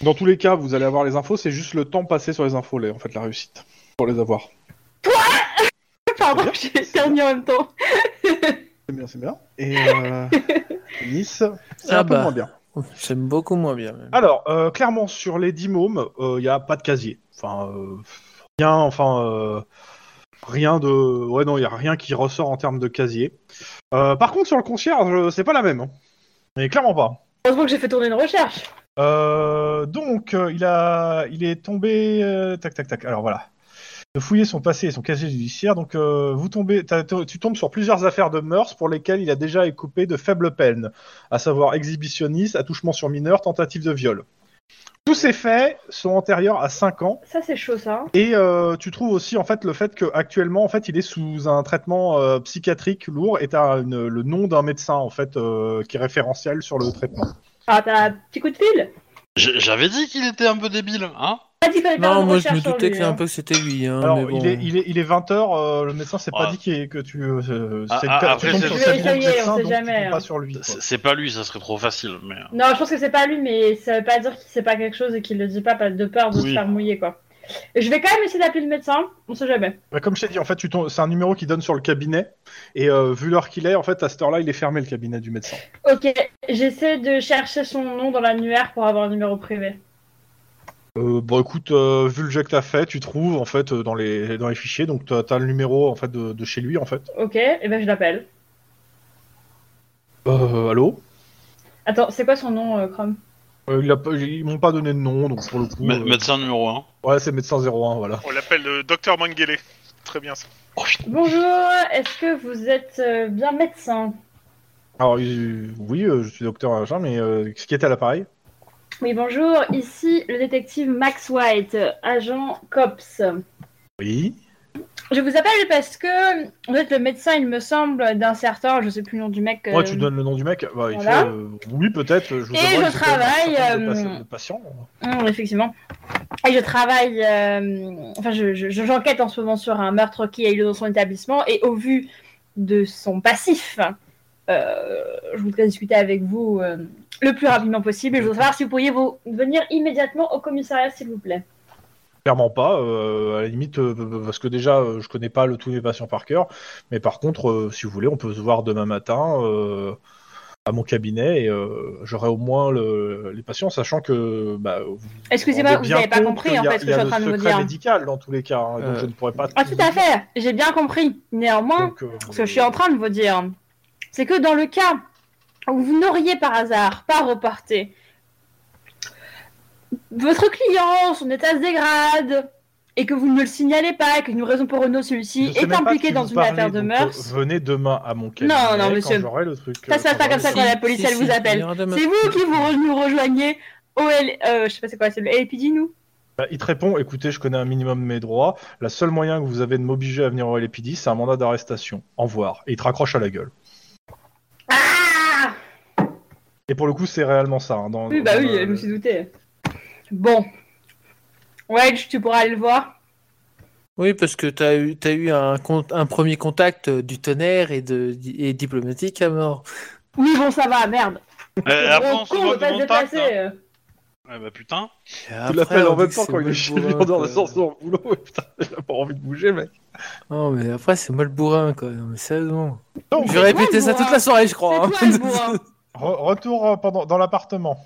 S1: Dans tous les cas, vous allez avoir les infos. C'est juste le temps passé sur les infos, les- en fait, la réussite pour les avoir.
S4: Pardon, j'ai terminé en même temps.
S1: C'est bien, c'est bien. Et euh, Nice, c'est
S2: Ah
S1: un peu
S2: bah.
S1: moins bien.
S2: J'aime beaucoup moins bien. même.
S1: Alors, euh, clairement, sur les 10 mômes, il n'y a pas de casier. Enfin, euh, rien, enfin, euh, rien de. Ouais, non, il n'y a rien qui ressort en termes de casier. Euh, par contre, sur le concierge, euh, c'est pas la même. hein. Mais clairement pas.
S4: Heureusement que j'ai fait tourner une recherche.
S1: Euh, donc, euh, il, a, il est tombé. euh, tac, tac, tac. Alors voilà. De fouiller son passé et son casier judiciaire. Donc, euh, vous tombez, t'as- t'as- tu tombes sur plusieurs affaires de mœurs pour lesquelles il a déjà écopé de faibles peines, à savoir exhibitionniste, attouchement sur mineur, tentative de viol. Tous ces faits sont antérieurs à 5 ans
S4: Ça, c'est chaud, ça. hein.
S1: et euh, tu trouves aussi en fait le fait qu'actuellement en fait il est sous un traitement euh, psychiatrique lourd et t'as une- le nom d'un médecin en fait euh, qui est référentiel sur le traitement.
S4: Ah, t'as un petit coup de fil
S6: J'- J'avais dit qu'il était un peu débile, hein
S4: Pas dit qu'on était en
S2: Non, moi je
S4: recherche
S2: me
S4: sur
S2: doutais
S4: lui,
S2: que, un
S4: hein.
S2: peu que c'était lui. Hein,
S1: Alors,
S2: mais bon.
S1: il, est, il, est, il est 20h, le médecin s'est
S6: Ah.
S1: pas dit qu'il est- que tu. euh,
S6: Ah,
S1: c'est-
S6: ah,
S1: tu
S6: après,
S1: tombes
S6: c'est-
S1: sur
S6: Je
S1: cette
S6: vais
S1: grande
S4: essayer,
S1: médecin,
S4: on sait
S1: donc tu
S4: jamais,
S1: tombes
S4: hein.
S1: pas sur lui. quoi.
S6: C'est c'est pas lui, ça serait trop facile. Mais...
S4: Non, je pense que c'est pas lui, mais ça veut pas dire qu'il sait pas quelque chose et qu'il le dit pas pas de peur de
S6: Oui.
S4: se faire mouiller, quoi. Je vais quand même essayer d'appeler le médecin, on sait jamais.
S1: Bah, comme je t'ai dit, en fait, tu tombes- c'est un numéro qui donne sur le cabinet. Et euh, vu l'heure qu'il est, en fait, à cette heure-là, il est fermé le cabinet du médecin.
S4: Ok, j'essaie de chercher son nom dans l'annuaire pour avoir un numéro privé.
S1: Euh, bon, écoute, euh, vu le jet que t'as fait, tu trouves en fait euh, dans les dans les fichiers, donc t'as as le numéro en fait de, de chez lui en fait.
S4: Ok, et ben je l'appelle.
S1: Euh, allô
S4: Attends, c'est quoi son nom, euh, Chrome
S1: Euh, il a pas- Ils m'ont pas donné de nom, donc pour le coup.
S6: Mé-
S1: euh,
S6: Médecin numéro 1.
S1: Ouais, c'est médecin 01, voilà.
S3: On l'appelle le docteur Mangele. Très bien ça.
S4: Bonjour, est-ce que vous êtes euh, bien médecin
S1: Alors, il- oui, euh, je suis docteur machin, mais euh, ce qui est à l'appareil
S4: Oui, bonjour, ici le détective Max White, euh, agent COPS.
S1: Oui.
S4: Je vous appelle parce que vous êtes le médecin, il me semble, d'un certain, je sais plus le nom du mec. euh,
S1: Ouais, tu donnes le nom du mec. Bah, il
S4: voilà.
S1: fait, euh, oui, peut-être. Je vous
S4: Et
S1: avouerai
S4: je
S1: que j'ai quand même
S4: travaille,
S1: un certain nombre
S4: euh,
S1: de passe- de patients. hein.
S4: hum, effectivement. Et je travaille, euh, enfin, je- je- je- j'enquête en ce moment sur un meurtre qui a eu lieu dans son établissement et au vu de son passif, euh, je voudrais discuter avec vous euh, le plus rapidement possible. Et je voudrais savoir si vous pourriez vous venir immédiatement au commissariat, s'il vous plaît.
S1: Clairement pas. euh, à la limite, euh, parce que déjà, euh, je connais pas le tous mes patients par cœur. Mais par contre, euh, si vous voulez, on peut se voir demain matin euh, à mon cabinet et euh, j'aurai au moins le- les patients, sachant que. Bah, vous
S4: Excusez-moi,
S1: rendez
S4: vous
S1: bien
S4: n'avez pas
S1: compte
S4: compris
S1: qu'il
S4: en
S1: y a-
S4: fait ce que
S1: il y
S4: je
S1: a
S4: suis en
S1: le
S4: train de vous
S1: secret
S4: dire.
S1: médical dans tous les cas. hein, donc
S2: Euh,
S1: je ne pourrais pas.
S4: Ah, tout à fait, j'ai bien compris. Néanmoins,
S1: Donc, euh,
S4: Ce que je suis en train de vous dire, c'est que dans le cas où vous n'auriez par hasard pas reporté, votre client, son état se dégrade, et que vous ne le signalez pas, et qu'une raison pour Renault,
S1: Je
S4: celui-ci,
S1: sais
S4: est
S1: même pas de
S4: impliqué
S1: qui
S4: dans
S1: vous
S4: une
S1: parlez,
S4: affaire de
S1: donc,
S4: mœurs.
S1: euh, venez demain à mon cabinet.
S4: non,
S1: quand
S4: monsieur.
S1: j'aurai le truc.
S4: Ça
S1: euh,
S4: se passe pas
S1: quand
S4: comme ça
S1: j'aurai
S4: quand la police,
S2: Si,
S4: elle
S2: si,
S4: vous appelle.
S2: il y a demain.
S4: C'est vous qui vous re- nous rejoignez au L... euh, je sais pas c'est quoi, c'est le LPD, nous
S1: Bah, il te répond, écoutez, je connais un minimum de mes droits. La seule moyen que vous avez de m'obliger à venir au LPD, c'est un mandat d'arrestation. Au revoir. Et il te raccroche à la gueule.
S4: Ah
S1: Et pour le coup, c'est réellement ça. hein, dans-
S4: Oui, bah
S1: dans
S4: oui,
S1: le-
S4: je me suis douté. Bon. Wedge, tu pourras aller le voir.
S2: Oui, parce que tu as eu, t'as eu un, con- un premier contact euh, du tonnerre et, de, et diplomatique à mort.
S4: Oui, bon, ça va, merde.
S1: Eh,
S6: Euh, après, on se
S4: Oh, con, on
S6: voit
S4: peut pas
S6: de
S4: se
S6: contact.
S4: déplacer.
S6: hein.
S4: euh.
S6: Ouais, bah putain.
S1: Tu l'appelles en même temps quand il est chez lui
S2: euh,
S1: dans son boulot. Putain, il a pas envie de bouger, mec.
S2: Non, mais après, c'est moi le bourrin, quoi. Non, mais sérieusement.
S1: Non, mais-
S2: Je vais
S4: c'est toi
S2: répéter
S4: le
S2: ça
S4: bourrin.
S2: toute la soirée, je crois. hein.
S4: C'est toi le bourrin.
S1: Re- retour euh, pendant, dans l'appartement.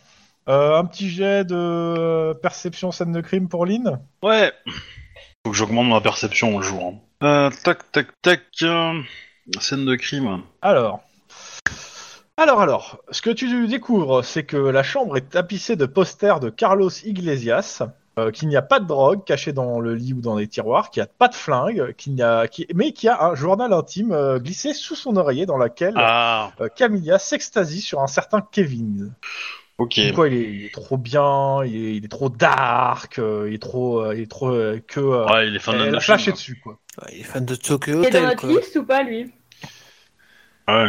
S1: Euh, un petit jet de euh, perception scène de crime pour Lynn.
S6: Ouais. Faut que j'augmente ma perception le jour. hein. Euh, tac, tac, tac. euh, scène de crime.
S1: Alors. Alors, alors, ce que tu découvres, c'est que la chambre est tapissée de posters de Carlos Iglesias, euh, qu'il n'y a pas de drogue cachée dans le lit ou dans les tiroirs, qu'il n'y a pas de flingue, qu'il n'y a, qui- mais qu'il y a un journal intime euh, glissé sous son oreiller dans laquelle
S6: Ah,
S1: euh, Camilla s'extasie sur un certain Kevin.
S6: ok.
S1: Comme quoi, il est, il est trop bien, il est, il est trop dark, euh, il est trop, euh, il est trop euh, que euh,
S6: Ouais, il est fan
S1: elle
S6: de
S1: a
S6: la
S1: flashé
S6: chaîne.
S1: dessus quoi.
S2: Ouais, il est fan de Tokyo
S4: Il est dans
S2: Hotel,
S4: notre
S2: quoi.
S4: liste ou pas, lui
S6: Ouais.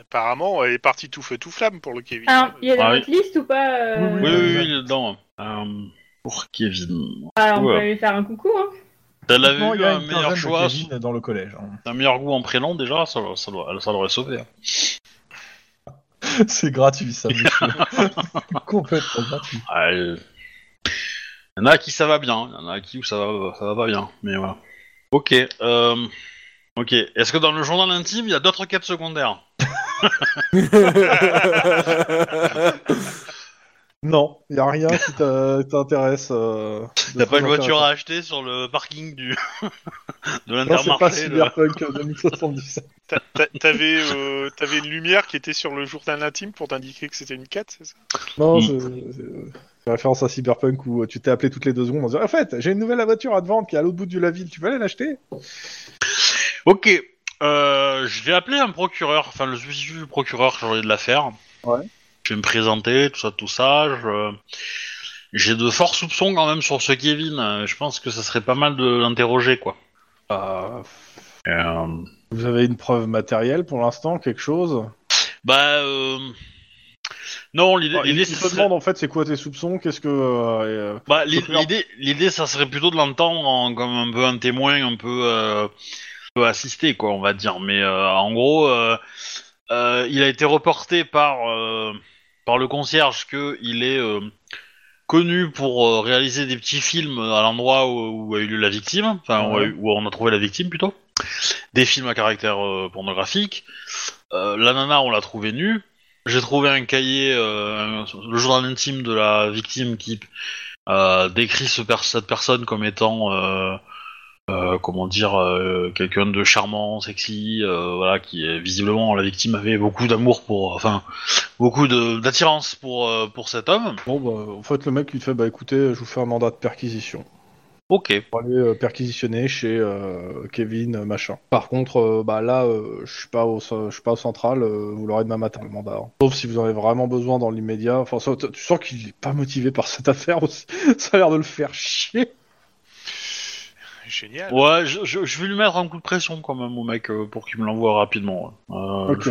S3: Apparemment, elle est partie tout feu tout flamme pour le Kevin.
S4: Ah, Il est dans
S6: Ah oui.
S4: notre liste ou pas euh,
S1: Oui,
S6: Oui, oui,
S1: Ouais.
S6: oui, il est dedans. Euh, pour Kevin.
S4: ah, On peut
S6: ouais.
S4: lui faire un coucou. Hein.
S6: Elle
S1: Honnêtement,
S6: avait
S1: il
S6: eu
S1: y a
S6: un
S1: une
S6: euh, meilleur
S1: quinzaine de
S6: choix,
S1: Kevin dans le collège. hein.
S6: un meilleur goût en prénom déjà, ça, ça, doit- ça l'aurait sauvé.
S1: C'est gratuit ça, monsieur. Complètement gratuit.
S6: Ah, euh, Il y en a à qui ça va bien, il y en a à qui où ça va, ça va pas bien, mais voilà. Ok, euh, ok. Est-ce que dans le journal intime, il y a d'autres quêtes secondaires
S1: Non, il n'y a rien qui t'a- t'intéresse. euh, de
S6: T'as pas une
S1: très
S6: voiture à acheter sur le parking du de
S1: intéressant. Non, c'est pas
S6: l'intermarché de-
S1: Cyberpunk 2077.
S3: T'a- t'a- T'avais euh, t'avais une lumière qui était sur le journal intime pour t'indiquer que c'était une quête, c'est ça
S1: Non,
S6: Hmm.
S1: c'est c'est référence à Cyberpunk où tu t'es appelé toutes les deux secondes en disant En fait, j'ai une nouvelle voiture à te vendre qui est à l'autre bout de la ville, tu veux aller l'acheter
S6: Ok, euh, je vais appeler un procureur, enfin le substitut du procureur chargé de l'affaire.
S1: Ouais.
S6: Je vais me présenter, tout ça, tout ça. je- J'ai de forts soupçons quand même sur ce Kevin. euh, Je pense que ça serait pas mal de l'interroger, quoi. Euh,
S1: Ah, Vous avez une preuve matérielle pour l'instant, quelque chose
S6: Bah euh... non, l'idée,
S1: Enfin, il,
S6: l'idée,
S1: il
S6: ça
S1: te
S6: serait-
S1: demande en fait c'est quoi tes soupçons, qu'est-ce que... euh, et, euh,
S6: bah, l'i- l'idée, l'idée, ça serait plutôt de l'entendre en- comme un peu un témoin, un peu, euh, un peu assisté, quoi, on va dire. Mais euh, en gros, euh, euh, il a été reporté par euh, par le concierge que il est euh, connu pour euh, réaliser des petits films à l'endroit où, où a eu lieu la victime, enfin où a eu- où, on a trouvé la victime plutôt, des films à caractère euh, pornographique. Euh, la nana, on l'a trouvée nue. J'ai trouvé un cahier, euh, un- le journal intime de la victime qui euh, décrit ce pers- cette personne comme étant, euh, euh, comment dire, euh, quelqu'un de charmant, sexy, euh, voilà, qui est, visiblement la victime avait beaucoup d'amour pour, enfin, beaucoup de- d'attirance pour euh, pour cet homme.
S1: Bon, bah, en fait, le mec, il te fait, bah écoutez, je vous fais un mandat de perquisition.
S6: Ok.
S1: Pour aller euh, perquisitionner chez euh, Kevin, euh, machin. Par contre, euh, bah là, euh, je suis pas au je suis pas au central, euh, vous l'aurez demain matin, le mandat. hein. Sauf si vous en avez vraiment besoin dans l'immédiat. Enfin, ça, tu sens qu'il est pas motivé par cette affaire aussi. ça a l'air de le faire chier.
S3: Génial.
S6: Ouais, je, je, je vais lui mettre un coup de pression quand même au mec euh, pour qu'il me l'envoie rapidement. ouais. Euh,
S1: Ok.
S6: je-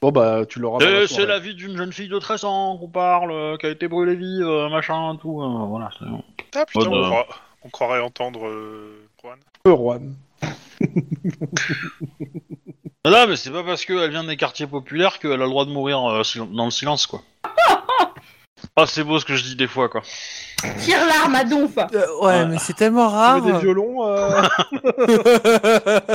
S1: Bon, bah, tu l'auras dans la
S6: Euh,
S1: soirée.
S6: c'est la vie d'une jeune fille de 13 ans qu'on parle, euh, qui a été brûlée vive, euh, machin, tout. euh, voilà. c'est-
S3: Ah, putain,
S6: Oh,
S3: on,
S6: bah.
S3: croirait, on croirait entendre euh, Juan.
S1: Euh, Juan.
S6: Ah Non, mais c'est pas parce qu'elle vient des quartiers populaires qu'elle a le droit de mourir euh, sil- dans le silence, quoi. Ah, c'est beau ce que je dis des fois, quoi.
S4: Tire l'arme à donf
S2: Euh, ouais, mais c'est tellement
S1: Tu
S2: rare.
S1: veux des violons euh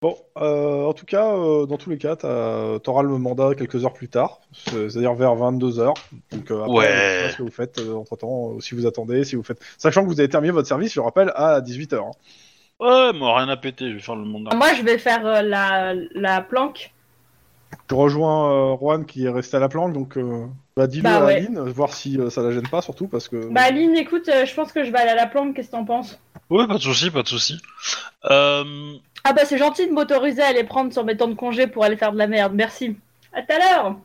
S1: Bon, euh, en tout cas, euh, dans tous les cas, t'as- t'auras le mandat quelques heures plus tard, c'est- c'est-à-dire vers 22h. Donc, euh, après, je
S6: Ouais.
S1: sais pas ce que vous faites euh, entre-temps, euh, si vous attendez, si vous faites... Sachant que vous avez terminé votre service, je rappelle, à hein. 18h.
S6: Ouais, moi, rien à péter, je vais faire le mandat.
S4: Moi, je vais faire euh, la, la planque.
S1: Tu rejoins euh, Juan qui est resté à la planque, donc euh, bah, dis-le
S4: Bah
S1: à
S4: ouais.
S1: Aline, voir si euh, ça la gêne pas, surtout, parce que...
S4: Bah, Aline, écoute, euh, je pense que je vais aller à la planque. Qu'est-ce que t'en penses
S6: Ouais, pas de souci, pas de souci. Euh,
S4: Ah, bah, c'est gentil de m'autoriser à aller prendre sur mes temps de congé pour aller faire de la merde. Merci. À tout à l'heure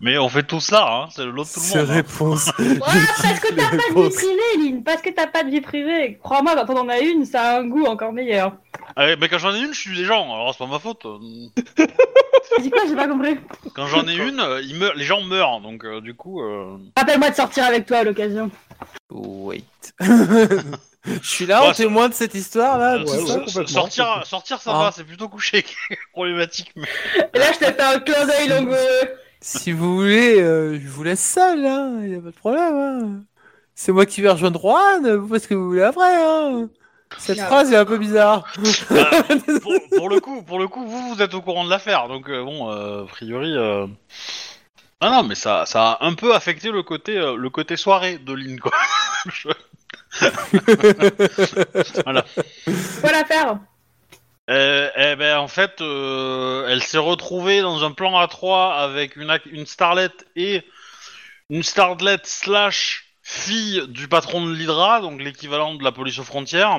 S6: mais on fait tout ça, hein, c'est l'autre tout
S2: Ces
S6: le monde. hein.
S2: réponses.
S4: Ouais, parce que t'as pas de vie privée, Lynn Parce que t'as pas de vie privée Crois-moi, quand on en a une, ça a un goût encore meilleur.
S6: Eh, mais quand j'en ai une, je suis des gens, alors c'est pas ma faute.
S4: Tu dis quoi J'ai pas compris.
S6: Quand j'en ai une, euh, ils meurent- les gens meurent, donc euh, du coup. euh,
S4: Rappelle-moi de sortir avec toi à l'occasion.
S2: Wait. Je suis là
S6: Ouais,
S2: en
S6: c'est-
S2: témoin de cette histoire là.
S6: euh,
S1: Ah, ouais,
S6: so-
S1: ouais, complètement. Hein.
S6: sortir, sortir, ça
S2: Ah.
S6: va, c'est plutôt coucher qui est problématique. mais-
S4: Et là, je t'ai fait un clin d'œil euh, langoureux.
S2: Si vous voulez, euh, je vous laisse seul, hein. Il y a pas de problème, hein. C'est moi qui vais rejoindre Juan, vous faites ce que vous voulez après, hein. Cette phrase est un peu bizarre.
S6: Bah, pour, pour le coup, pour le coup, vous vous êtes au courant de l'affaire, donc euh, bon, euh, a priori. euh, Ah non, mais ça, ça a un peu affecté le côté, euh, le côté soirée de Lynn, quoi. Je- voilà.
S4: Quoi la faire
S6: Euh, eh ben, en fait, euh, elle s'est retrouvée dans un plan A3 avec une, ac- une starlette et une starlette slash fille du patron de l'Hydra, donc l'équivalent de la police aux frontières.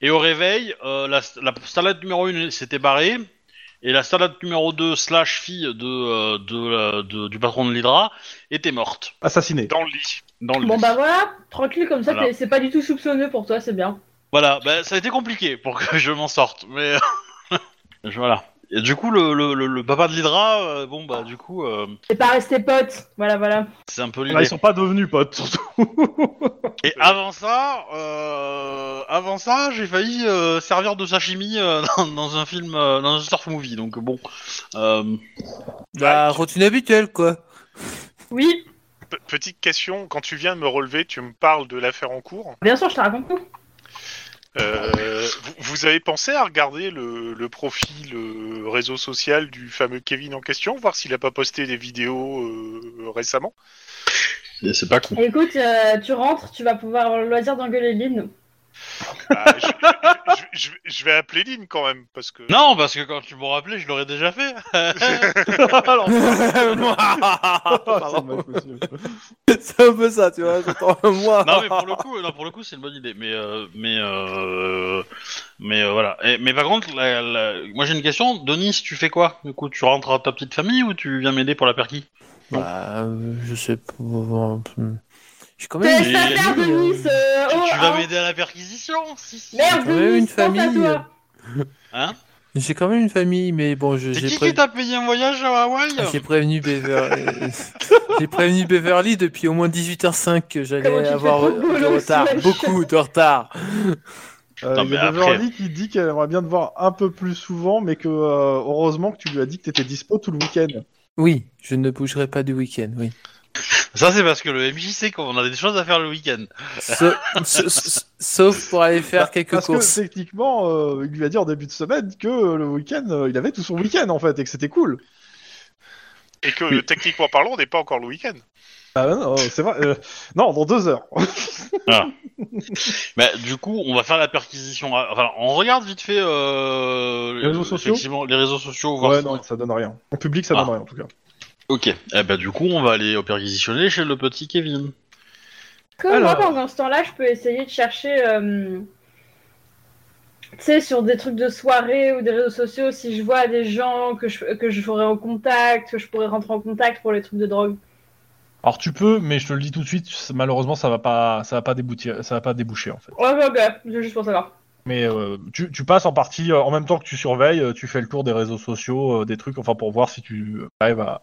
S6: Et au réveil, euh, la, la starlette numéro 1 s'était barrée, et la starlette numéro 2 slash fille de, euh, de la- de- du patron de l'Hydra était morte.
S1: Assassiné.
S3: Dans le lit.
S6: Dans le
S4: Bon
S6: lit.
S4: bah voilà, tranquille comme ça,
S6: Voilà.
S4: t'es- c'est pas du tout soupçonneux pour toi, c'est bien.
S6: Voilà, bah, ça a été compliqué pour que je m'en sorte, mais je- voilà. Et du coup, le, le- le- le papa de l'Hydra, euh, bon bah du coup, euh,
S4: C'est pas resté pote, voilà voilà.
S6: c'est un peu
S1: Là,
S6: l'idée.
S1: Ah, ils sont pas devenus potes, surtout.
S6: Et avant ça, euh, avant ça, j'ai failli euh, servir de sashimi euh, dans, dans un film, euh, dans un surf movie, donc bon. euh,
S2: La routine habituelle, quoi.
S4: Oui,
S3: Pe- petite question, quand tu viens de me relever, tu me parles de l'affaire en cours.
S4: bien sûr, je te raconte tout.
S3: Euh, vous, vous avez pensé à regarder le, le profil euh, réseau social du fameux Kevin en question, voir s'il a pas posté des vidéos euh, récemment
S6: et c'est pas con.
S4: Écoute, euh, tu rentres, tu vas pouvoir avoir le loisir d'engueuler Lynn.
S3: Bah, je, je- je- je vais appeler Lynn quand même, parce que...
S6: Non, parce que quand tu me rappelais, je l'aurais déjà fait. Alors,
S1: Ah, C'est le mec aussi.
S2: C'est un peu ça, tu vois. J'entends moi.
S6: non mais pour le coup, non pour le coup c'est une bonne idée. Mais euh, mais euh, mais euh, voilà. Et- mais par contre, la- la- moi j'ai une question. Denis, tu fais quoi Du coup, tu rentres à ta petite famille ou tu viens m'aider pour la perquis
S2: Bah, euh, je sais pas. Je suis quand même.
S4: T'es
S6: il
S4: la
S6: a
S4: terre de
S2: dit, euh,
S4: Nice euh,
S6: Tu-
S4: oh,
S6: Tu vas
S4: hein.
S6: m'aider à la perquisition Si, si.
S4: Merde,
S2: Quand même
S4: Denis,
S2: une
S4: pense à
S2: famille.
S4: toi.
S2: J'ai quand même une famille, mais bon, je-
S6: C'est
S2: j'ai
S6: qui
S2: pré-
S6: qui t'a payé un voyage à Hawaï
S1: Ah,
S2: j'ai prévenu Beverly. j'ai prévenu Beverly depuis au moins 18h05 que
S4: Comment tu
S2: j'allais
S4: te fais
S2: avoir
S4: trop
S2: du
S4: bolos,
S2: retard,
S4: wesh.
S2: beaucoup de retard.
S1: Euh,
S6: Non,
S1: il y
S6: mais
S1: a
S6: après-
S1: Beverly qui dit qu'elle aimerait bien te voir un peu plus souvent, mais que euh, heureusement que tu lui as dit que t'étais dispo tout le week-end.
S2: Oui, je ne bougerai pas du week-end, oui.
S6: Ça, c'est parce que le MJ sait qu'on a des choses à faire le week-end.
S2: Sauf, sa- sa- sauf pour aller faire
S1: Bah,
S2: quelques
S1: Parce
S2: courses.
S1: que techniquement, euh, il lui a dit en début de semaine que euh, le week-end, euh, il avait tout son week-end en fait, et que c'était cool.
S3: Et que techniquement parlant, on n'est pas encore le week-end.
S1: Ah non, c'est vrai. euh, non, dans deux heures.
S6: Bah, du coup, on va faire la perquisition. à- Enfin, on regarde vite fait euh,
S1: Les réseaux sociaux
S6: effectivement, les réseaux sociaux. Voir
S1: ouais,
S6: si-
S1: non, ça donne rien. En public, ça
S6: Ah.
S1: donne rien en tout cas.
S6: Ok. Eh ben, du coup, on va aller perquisitionner chez le petit Kevin.
S4: Comment,
S1: Alors.
S4: pendant ce temps-là, je peux essayer de chercher, euh, tu sais, sur des trucs de soirée ou des réseaux sociaux, si je vois des gens que je, que je ferai en contact, que je pourrais rentrer en contact pour les trucs de drogue.
S1: Alors tu peux, mais je te le dis tout de suite, c- malheureusement, ça va pas, ça va pas déboutir, ça va pas déboucher en fait.
S4: Ouais, ouais, ouais, c'est juste pour savoir.
S1: Mais euh, tu, tu passes en partie, euh, en même temps que tu surveilles, euh, tu fais le tour des réseaux sociaux, euh, des trucs, enfin pour voir si tu euh, arrives à,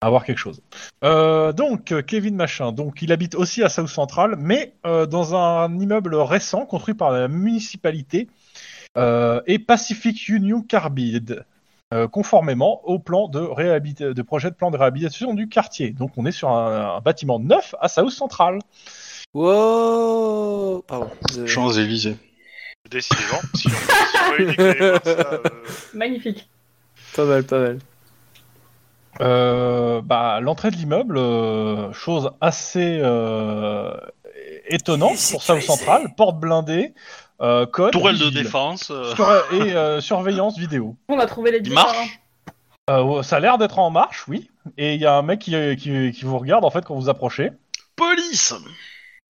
S1: à avoir quelque chose. Euh, donc euh, Kevin Machin, donc il habite aussi à South Central, mais euh, dans un immeuble récent construit par la municipalité euh, et Pacific Union Carbide, euh, conformément au plan de réhabilitation, de projet de plan de réhabilitation du quartier. Donc on est sur un, un bâtiment neuf à South Central.
S2: Wow Pardon.
S1: Euh.
S2: désolé.
S6: Champs-Élysées.
S3: Décidément, si on, si on m'avait dit que j'allais voir ça, euh,
S4: Magnifique.
S2: Pas mal, pas mal.
S1: Euh, bah, l'entrée de l'immeuble, euh, chose assez euh, étonnante pour South Central, porte blindée, euh, code,
S6: Tourelle de
S1: vigile.
S6: défense. euh,
S1: Sur- et euh, surveillance vidéo.
S4: On a trouvé les
S6: Il
S4: différents.
S6: marche.
S1: Euh, ouais, ça a l'air d'être en marche, oui. Et il y a un mec qui, qui, qui vous regarde en fait quand vous approchez.
S6: Police.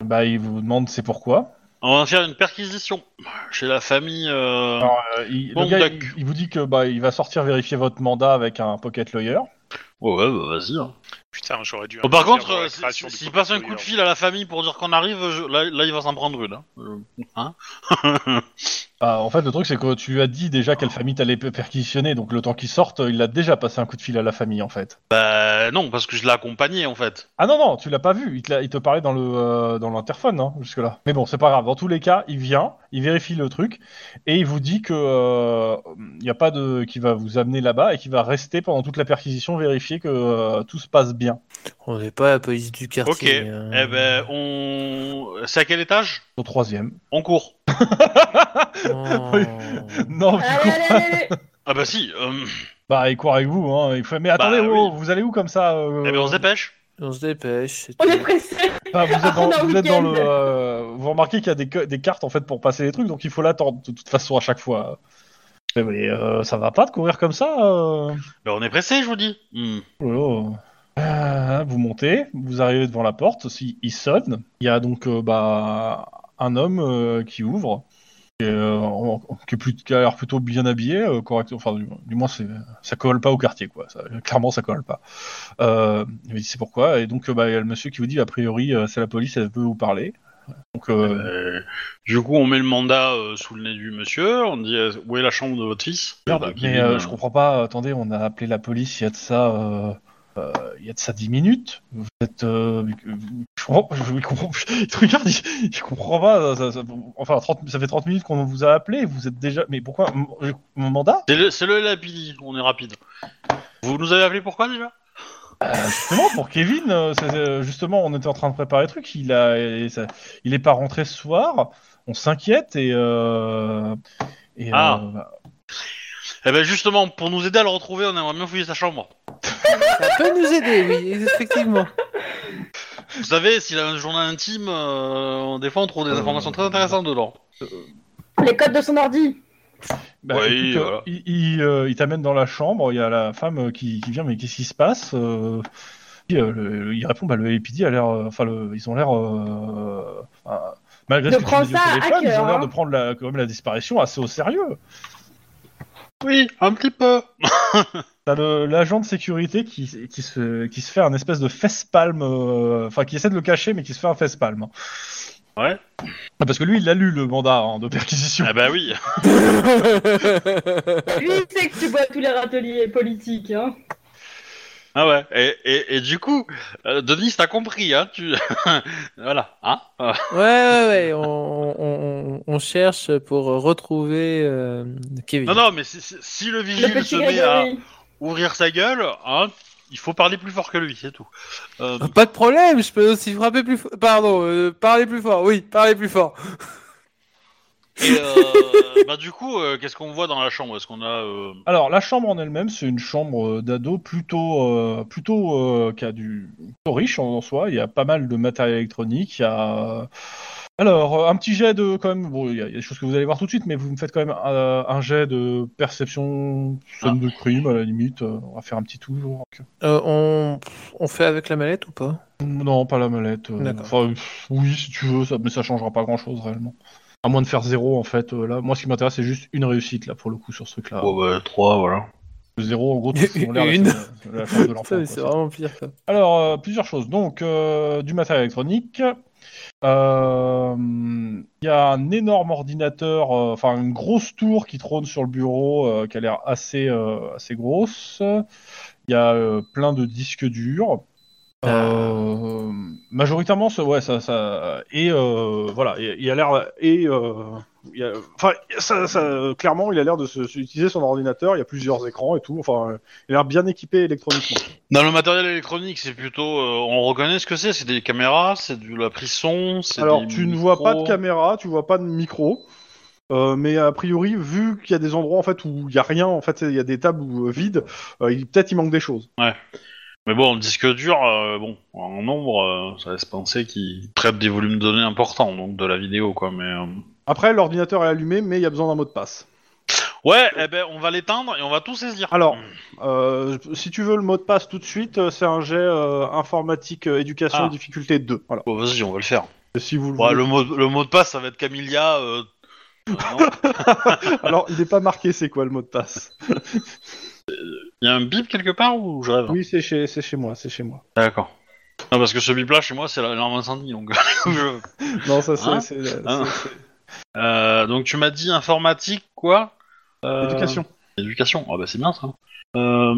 S1: Bah, il vous demande c'est pourquoi.
S6: On va faire une perquisition chez la famille. euh,
S1: Alors, euh, il,
S6: Bon,
S1: le gars,
S6: d'accord.
S1: il, il vous dit que bah, il va sortir vérifier votre mandat avec un pocket lawyer.
S6: Ouais, ouais, bah, vas-y. hein.
S3: Putain, j'aurais dû...
S6: Bon, par
S3: investir
S6: contre,
S3: dans la
S6: euh, si-
S3: création
S6: si-
S3: du hein.
S6: s'il passe un coup de fil à la famille pour dire qu'on arrive, je- là, là, il va s'en prendre une. hein. Euh, hein
S1: Bah, en fait, le truc c'est que tu as dit déjà quelle famille t'allais per- perquisitionner, donc le temps qu'il sorte, il a déjà passé un coup de fil à la famille en fait.
S6: bah non, parce que je l'ai accompagné en fait.
S1: Ah non, non, tu l'as pas vu, il te, l'a- il te parlait dans le euh, dans l'interphone hein, jusque-là. Mais bon, c'est pas grave, dans tous les cas, il vient, il vérifie le truc, et il vous dit que euh, il y a pas de... qui va vous amener là-bas et qui va rester pendant toute la perquisition vérifier que euh, tout se passe bien.
S2: On n'est pas la police du quartier.
S6: Ok.
S2: hein.
S1: Mmh.
S6: Eh ben, on. C'est à quel étage
S1: Au troisième.
S6: On court.
S2: Oh.
S1: Non, du
S4: Allez,
S1: coup,
S4: allez, allez, allez.
S6: Ah bah si. euh,
S1: bah, il court avec vous. Hein. Il fait, mais attendez,
S6: Bah,
S1: oh, vous allez où comme ça euh,
S6: Eh ben, on se dépêche.
S2: On se dépêche. c'est
S4: On est
S2: tout.
S4: pressé.
S1: bah, vous êtes dans,
S4: On est en
S1: vous êtes dans le.
S4: week-end.
S1: euh, vous remarquez qu'il y a des, que- des cartes en fait pour passer les trucs, donc il faut l'attendre de toute façon à chaque fois. Mais, mais, euh, ça va pas de courir comme ça. euh
S6: Ben, on est pressé, je vous dis. Hmm.
S1: Oh. Euh, vous montez, vous arrivez devant la porte, si, il sonne. Il y a donc euh, bah, un homme euh, qui ouvre, et, euh, en- qui, est plus- qui a l'air plutôt bien habillé, euh, correct, enfin du, du moins c'est- ça colle pas au quartier, quoi. Ça- clairement ça colle pas. Euh, il dit, c'est pourquoi, et donc euh, bah, il y a le monsieur qui vous dit a priori euh, c'est la police, elle veut vous parler. Donc euh,
S6: Euh, du coup, on met le mandat euh, sous le nez du monsieur. On dit euh, où est la chambre de votre fils
S1: Merde,
S6: Bah, Kevin,
S1: mais euh,
S6: euh,
S1: je comprends pas. Attendez, on a appelé la police il y a de ça, euh, euh, il y a de ça 10 minutes. Vous êtes, euh, je comprends, pas, je, je comprends, il te regarde, il- je comprends pas. ça- ça- enfin, 30 ça fait 30 minutes qu'on vous a appelé. Vous êtes déjà, mais pourquoi mon- je- mon mandat
S6: C'est le, c'est le LAPD, on est rapide. Vous nous avez appelé pourquoi déjà
S1: Ah, Justement, pour Kevin, euh, c'est, euh, justement, on était en train de préparer le truc. Il a, et ça- il est pas rentré ce soir. On s'inquiète et. euh, et,
S6: Ah.
S1: euh,
S6: Eh ben justement, pour nous aider à le retrouver, on aimerait bien fouiller sa chambre.
S2: Ça peut nous aider, oui, effectivement.
S6: Vous savez, s'il a un journal intime, euh, des fois on trouve des
S1: Euh,
S6: informations très intéressantes dedans.
S4: Les codes de son ordi.
S1: Bah,
S6: Ouais,
S1: écoute,
S6: il-
S1: euh,
S6: voilà.
S1: il, il, euh, il t'amène dans la chambre, il y a la femme euh, qui, qui vient, mais qu'est-ce qui se passe Euh, il, euh, le- il répond, bah, le LPD a l'air, euh, enfin, le- ils ont l'air, euh, enfin, malgré
S4: De
S1: ce que tu
S4: prendre
S1: dis au
S4: ça à
S1: téléphone, ils
S4: cœur,
S1: ont l'air
S4: hein.
S1: de prendre la, quand même la disparition assez au sérieux.
S6: Oui, un petit peu.
S1: T'as le- l'agent de sécurité qui, qui, se, qui se fait un espèce de fesse-palme, euh, enfin, qui essaie de le cacher, mais qui se fait un fesse-palme.
S6: Ouais.
S1: Ah, Parce que lui, il a lu le mandat hein, de perquisition.
S6: Ah bah oui.
S4: Lui, il sait que tu bois tous les râteliers politiques. Hein.
S6: Ah ouais. Et, et, et du coup, euh, Denis, t'as compris, hein Tu voilà, hein Euh,
S2: Ouais, ouais, ouais, on, on- on- on cherche pour retrouver euh, Kevin.
S6: Non, non, mais si, si- si le
S4: Le
S6: vigile se
S4: petit
S6: met à
S4: Grégory.
S6: ouvrir sa gueule, hein, il faut parler plus fort que lui, c'est tout. Euh,
S2: Ah, Pas de problème, je peux aussi frapper plus fort. Pardon, euh, parler plus fort, oui, parler plus fort.
S6: et, euh, bah du coup, euh, qu'est-ce qu'on voit dans la chambre Est-ce qu'on a euh,
S1: Alors la chambre en elle-même, c'est une chambre euh, d'ado plutôt euh, plutôt euh, qui a du plutôt riche en en soi. Il y a pas mal de matériel électronique. Il y a alors euh, un petit jet de quand même. Bon, il y, a il y a des choses que vous allez voir tout de suite, mais vous me faites quand même euh, un jet de perception, scène
S2: Ah.
S1: de crime à la limite. Euh, on va faire un petit tour.
S2: Euh, on, on fait avec la mallette ou pas
S1: euh, Non, pas la mallette. euh,
S2: D'accord.
S1: enfin, pff, oui, si tu veux, ça, mais ça changera pas grand-chose réellement. À moins de faire zéro en fait. euh, là, moi, ce qui m'intéresse, c'est juste une réussite là pour le coup sur ce truc-là.
S6: Oh bah, 3, voilà.
S1: Zéro en gros. tout ce qui a l'air
S2: Une.
S1: d'être, euh, la chambre de l'enfant,
S2: Ça,
S1: quoi,
S2: mais
S1: c'est
S2: C'est vraiment pire. ça.
S1: Alors, euh, plusieurs choses. Donc, euh, du matériel électronique. Euh, Il y a un énorme ordinateur, euh, enfin une grosse tour qui trône sur le bureau, euh, qui a l'air assez, euh, assez grosse. Il y a euh, plein de disques durs. Euh, majoritairement, ce, ouais, ça, ça, et euh, voilà, et- il a l'air, et euh, il y a- enfin, ça, ça- clairement, il a l'air de se- utiliser son ordinateur. Il y a plusieurs écrans et tout. Enfin, il a l'air bien équipé électroniquement.
S6: Dans le matériel électronique, c'est plutôt. euh, on reconnaît ce que c'est C'est des caméras, c'est de la prise son, c'est
S1: Alors,
S6: des
S1: tu ne
S6: micros.
S1: vois pas de caméra, tu vois pas de micro. Euh, mais a priori, vu qu'il y a des endroits en fait où il y a rien, en fait, il y a des tables où, euh, vides, euh, il- peut-être il manque des choses.
S6: Mais bon, le disque dur, euh, bon, en nombre, euh, ça laisse penser qu'il traite des volumes de données importants, donc de la vidéo, quoi. Mais euh,
S1: Après, l'ordinateur est allumé, mais il y a besoin d'un mot de passe.
S6: ouais, eh ben, on va l'éteindre et on va tout saisir.
S1: Alors, euh, si tu veux le mot de passe tout de suite, euh, c'est un jet euh, informatique euh, éducation
S6: Ah.
S1: difficulté 2. Voilà.
S6: Bon, vas-y, on va le faire.
S1: Et si vous le
S6: Ouais,
S1: voulez-
S6: le mot, le mot de passe, ça va être Camilla. euh, euh, non.
S1: Alors, il n'est pas marqué, c'est quoi le mot de passe
S6: Il y a un bip quelque part ou je rêve
S1: Oui, c'est chez, c'est chez moi, c'est chez moi.
S6: D'accord. Non, parce que ce bip là, chez moi, c'est l'arme incendie, donc. je-
S1: Non, ça c'est
S6: Hein
S1: c'est- c'est-
S6: Hein Euh, donc tu m'as dit informatique, quoi
S1: c'est
S6: Euh,
S1: éducation.
S6: Éducation, ah bah c'est bien ça. Euh,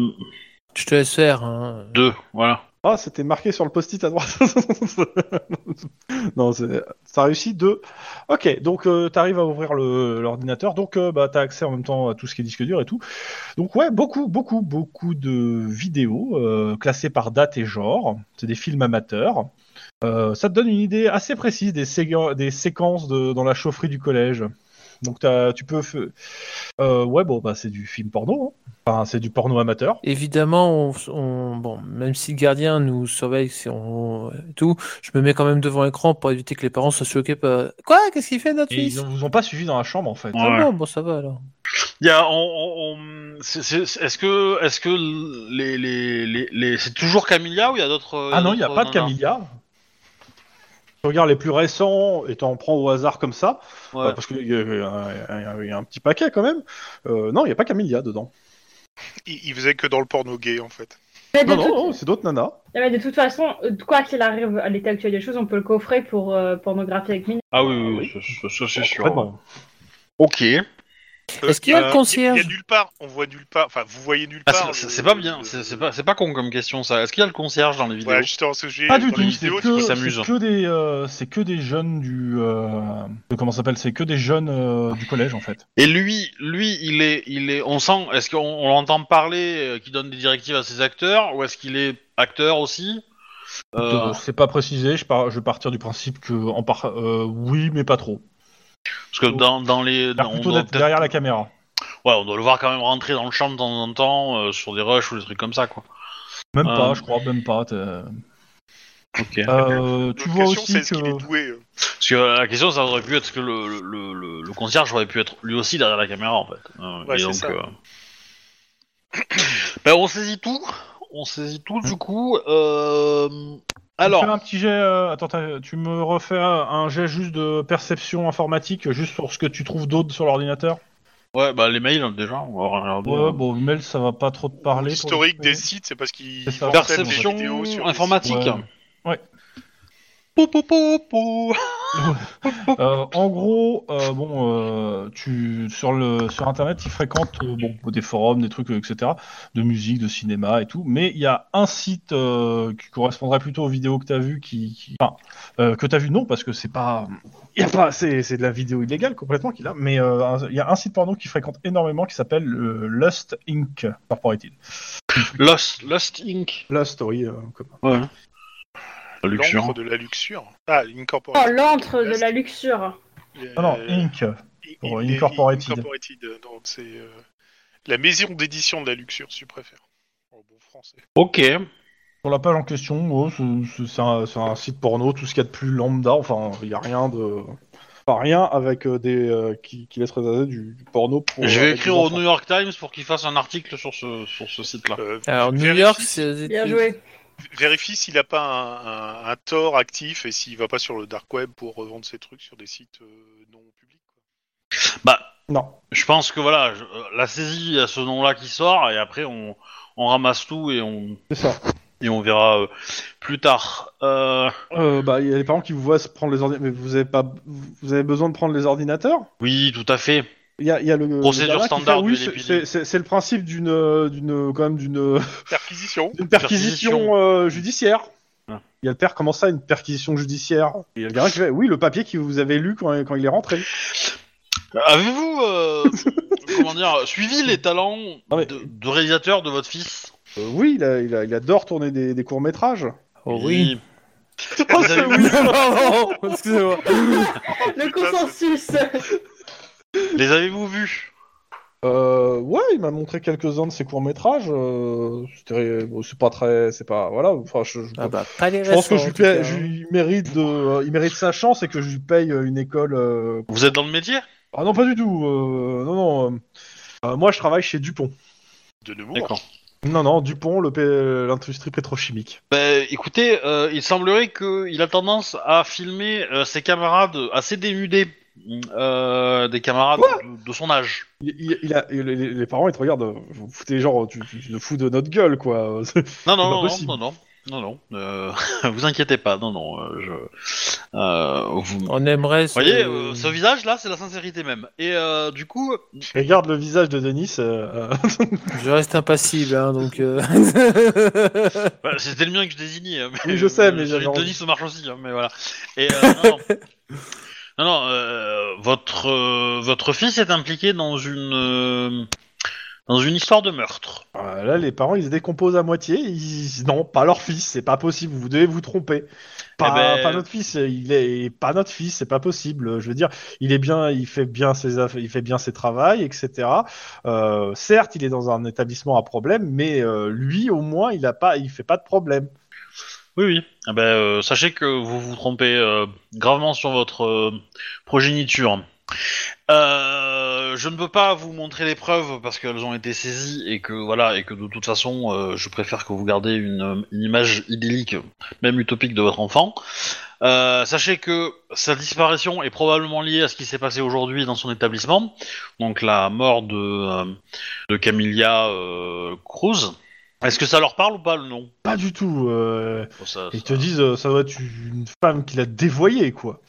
S2: Je te laisse faire. hein.
S6: deux, voilà.
S1: Ah, c'était marqué sur le post-it à droite. non, c'est- ça réussit de. Ok, donc euh, t'arrives à ouvrir le- l'ordinateur, donc euh, bah, t'as accès en même temps à tout ce qui est disque dur et tout. Donc ouais, beaucoup, beaucoup, beaucoup de vidéos euh, classées par date et genre. C'est des films amateurs. Euh, ça te donne une idée assez précise des, ségu- des séquences de- dans la chaufferie du collège. Donc t'as- tu peux... f- euh, ouais, bon, bah, c'est du film porno. hein. Enfin, c'est du porno amateur.
S2: Évidemment, on, on- bon, même si le gardien nous surveille, si on et tout, je me mets quand même devant l'écran pour éviter que les parents soient choqués par. Quoi Qu'est-ce qu'il fait notre
S1: Et
S2: fils
S1: ils ne vous ont pas suivi dans la chambre, en fait.
S6: Ouais.
S2: Ah bon, bon, ça va alors.
S6: Il y a, on, on- on- c'est- c'est- est-ce que, est-ce que les, les, les, les- c'est toujours Camilla ou il y a d'autres
S1: Ah non, il n'y a
S6: d'autres
S1: pas de
S6: nanas
S1: Camilla. Tu regardes les plus récents et t'en prends au hasard comme ça,
S6: Ouais.
S1: euh, parce qu'il y, a- il y a- il y a un petit paquet quand même. Euh, non, il n'y a pas Camilla dedans.
S3: Il, il faisait que dans le porno gay en fait.
S4: Mais de,
S1: Non, non,
S4: toute...
S1: non, c'est d'autres nanas.
S4: non, mais de toute façon, euh, quoi qu'il arrive à l'état actuel des choses, on peut le coffrer pour euh, pornographie avec mine.
S6: Ah oui, oui, oui, ça- ça, c'est sûr.
S1: Complètement.
S6: Ok.
S3: Euh,
S2: Est-ce qu'il
S6: bah,
S2: y a le
S3: Il y a
S2: concierge
S3: nulle part, on voit nulle part, enfin vous voyez nulle
S6: Ah,
S3: part. euh,
S6: c'est- c'est c'est pas bien, c'est c'est pas, c'est pas con comme question ça. Est-ce qu'il y a le concierge dans les vidéos
S3: Voilà, justement, ce que j'ai
S1: Pas du
S3: dans les
S1: tout, c'est
S3: vidéos,
S1: que,
S6: qui
S1: c'est
S6: s'amusent.
S1: que des, euh, c'est que des jeunes du, euh, de- comment ça s'appelle, c'est que des jeunes euh, du collège en fait.
S6: Et lui, lui, il est, il est, on sent, est-ce qu'on on l'entend parler, qui donne des directives à ses acteurs, ou est-ce qu'il est acteur aussi Euh,
S1: Donc, C'est pas précisé, je, par- je vais partir du principe que, en par- euh, oui, mais pas trop.
S6: Parce que dans, dans
S1: Il
S6: les,
S1: a l'air
S6: on
S1: plutôt
S6: doit
S1: d'être
S6: peut-être-
S1: derrière la caméra.
S6: ouais, on doit le voir quand même rentrer dans le champ de temps en temps euh, sur des rushs ou des trucs comme ça quoi.
S1: Même
S6: Euh.
S1: pas, je crois, même pas. t'es-
S6: Ok.
S1: Euh,
S3: L'autre
S1: tu vois
S3: question,
S1: aussi
S3: c'est est-ce qu'il
S1: que.
S3: est doué euh,
S6: Parce que la question, ça aurait pu être que le, le- le, le, le concierge aurait pu être lui aussi derrière la caméra, en fait. Euh,
S3: Ouais,
S6: et
S3: c'est
S6: donc,
S3: ça.
S6: euh, ben, on saisit tout. On saisit tout, du coup. Euh... Alors,
S1: Tu me fais un petit jet. euh, attends, t'as- tu me refais un jet juste de perception informatique, juste sur ce que tu trouves d'autre sur l'ordinateur.
S6: ouais, bah, les mails, déjà, on va regarder.
S1: Ouais, bon, mail, ça va pas trop te parler. pour
S3: L'historique
S1: le coup.
S3: des sites, c'est parce qu'il
S1: C'est ça.
S3: vendait des
S6: Perception
S3: vidéos sur les
S6: informatique.
S1: sites. bah, Ouais. Ouais.
S6: Pou, pou, pou, pou.
S1: Euh, en gros, euh, bon, euh, tu sur le sur internet, ils fréquentent euh, bon des forums, des trucs, euh, etc. De musique, de cinéma et tout. Mais il y a un site euh, qui correspondrait plutôt aux vidéos que t'as vu, qui, qui- enfin, euh, que t'as vu non parce que c'est pas, il y a pas, c'est c'est de la vidéo illégale complètement qu'il a. Mais euh, un- il y a un site porno qui fréquente énormément qui s'appelle euh, Lust Inc. Corporated.
S6: Lost, Lost Inc.
S1: Lust, oui.
S6: Ouais.
S3: sites.
S6: Luxure.
S3: L'encre de la luxure. Ah,
S4: Oh,
S3: Incorporated.
S4: l'antre de la luxure.
S1: Non, non,
S3: Euh.
S1: Inc.
S3: Il-
S1: Bon,
S3: il est-
S1: Incorporated.
S3: Incorporated, euh, donc c'est euh, la maison d'édition de la luxure, si tu préfères. En bon français.
S6: Ok.
S1: Sur la page en question, oh, c'est- c'est c'est un, c'est un site porno, tout ce qu'il y a de plus lambda, enfin, il n'y a rien de. Enfin, rien avec euh, des. euh, qui, qui laisserait passer du, du porno pour. euh,
S6: Je vais
S1: avec
S6: écrire
S1: des
S6: au
S1: enfants.
S6: New York Times pour qu'il fasse un article sur ce, sur ce site-là.
S3: Euh,
S2: Alors, New
S3: vérifie-
S2: York, c'est. aux
S4: Bien
S2: États-
S4: joué.
S3: Vérifie s'il n'a pas un, un- un tort actif et s'il va pas sur le dark web pour revendre ses trucs sur des sites euh, non publics. quoi.
S6: Bah,
S1: Non.
S6: Je pense que voilà, je- euh, la saisie à ce nom-là qui sort, et après on, on ramasse tout et on,
S1: C'est ça.
S6: et on verra euh, plus tard. Euh,
S1: Euh, bah, il y a les parents qui vous voient se prendre les ordinateurs. Mais vous avez, pas... vous avez besoin de prendre les ordinateurs
S6: oui, tout à fait.
S1: Il y a, il y a le. le
S6: Procédure
S1: gars-là qui
S6: standard
S1: oui,
S6: du
S1: c'est-
S6: LAPD.
S1: c'est- c'est c'est le principe d'une. euh, d'une quand même, d'une. euh,
S3: Perquisition.
S1: d'une perquisition euh, judiciaire.
S6: Ah.
S1: Il y a le père, comment ça, une perquisition judiciaire Et il y a le gars qui fait, oui, le papier que vous avez lu quand, quand il est rentré.
S6: Avez-vous, euh, comment dire, suivi les talents
S1: Non, mais-
S6: de, de réalisateur de votre fils
S1: Euh, oui, il, a- il a- il adore tourner des, des courts-métrages.
S2: Oh oui.
S1: Oh,
S6: Vous avez-
S2: Pardon, excusez-moi.
S4: Le consensus.
S6: les avez-vous vus
S1: Euh, ouais, il m'a montré quelques-uns de ses courts-métrages. euh, c'était- bon, c'est pas très. C'est pas. Voilà, enfin, je, je-
S2: Ah bah, pas les
S1: je pense que
S2: restos,
S1: je lui,
S2: en tout
S1: paie-
S2: cas,
S1: je
S2: hein.
S1: lui mérite de, euh, il mérite sa chance et que je lui paye euh, une école. euh,
S6: Vous êtes dans le métier
S1: Ah non, pas du tout. euh, non, non. euh, euh, moi, je travaille chez Dupont.
S3: De nouveau.
S6: D'accord.
S1: Non, non, Dupont, le pé- l'industrie pétrochimique.
S6: Bah, écoutez, euh, il semblerait qu'il a tendance à filmer euh, ses camarades assez dénudés, euh, des camarades de- de son âge.
S1: Il- il- il a- il- les, les parents, ils te regardent. euh, Vous foutez genre, tu, tu te fous de notre gueule, quoi.
S6: Non,
S1: C'est
S6: non,
S1: pas
S6: non,
S1: possible.
S6: non, non. Non, non, euh, vous inquiétez pas, non, non, euh, je... euh, vous... Vous
S2: On aimerait.
S6: voyez, euh, ce visage-là, c'est la sincérité même. Et euh, du coup,
S1: Regarde le visage de Denis. euh, euh,
S2: Je reste impassible, hein, donc. euh,
S6: bah, c'était le mien que je désignais. hein,
S1: Oui, je sais, mais
S6: celui
S1: j'avais
S6: de
S1: envie.
S6: Denis au marche aussi, hein, mais voilà. Et, euh, non, non. Non, non, euh, votre, euh, votre fils est impliqué dans une, euh, dans une histoire de meurtre.
S1: euh, là, les parents, ils se décomposent à moitié. Ils... Non, pas leur fils, c'est pas possible. Vous devez vous tromper. Pas,
S6: Eh ben-
S1: pas notre fils, il est pas notre fils, c'est pas possible. Je veux dire, il est bien, il fait bien ses, aff- il fait bien ses travails, etc. Euh, certes, il est dans un établissement à problème, mais euh, lui, au moins, il a pas, il fait pas de problème.
S6: Oui, oui. Eh ben, euh, sachez que vous vous trompez euh, gravement sur votre euh, progéniture. Euh, je ne peux pas vous montrer les preuves parce qu'elles ont été saisies et que voilà et que de toute façon, euh, je préfère que vous gardez une, euh, une image idyllique, même utopique, de votre enfant. Euh, sachez que sa disparition est probablement liée à ce qui s'est passé aujourd'hui dans son établissement, donc la mort de euh, de Camilla euh, Cruz. Est-ce que ça leur parle ou pas le nom
S1: Pas du tout. euh,
S6: Bon, ça-
S1: ils
S6: ça-
S1: te disent, euh, ça doit être une femme qu'il a dévoyée, quoi.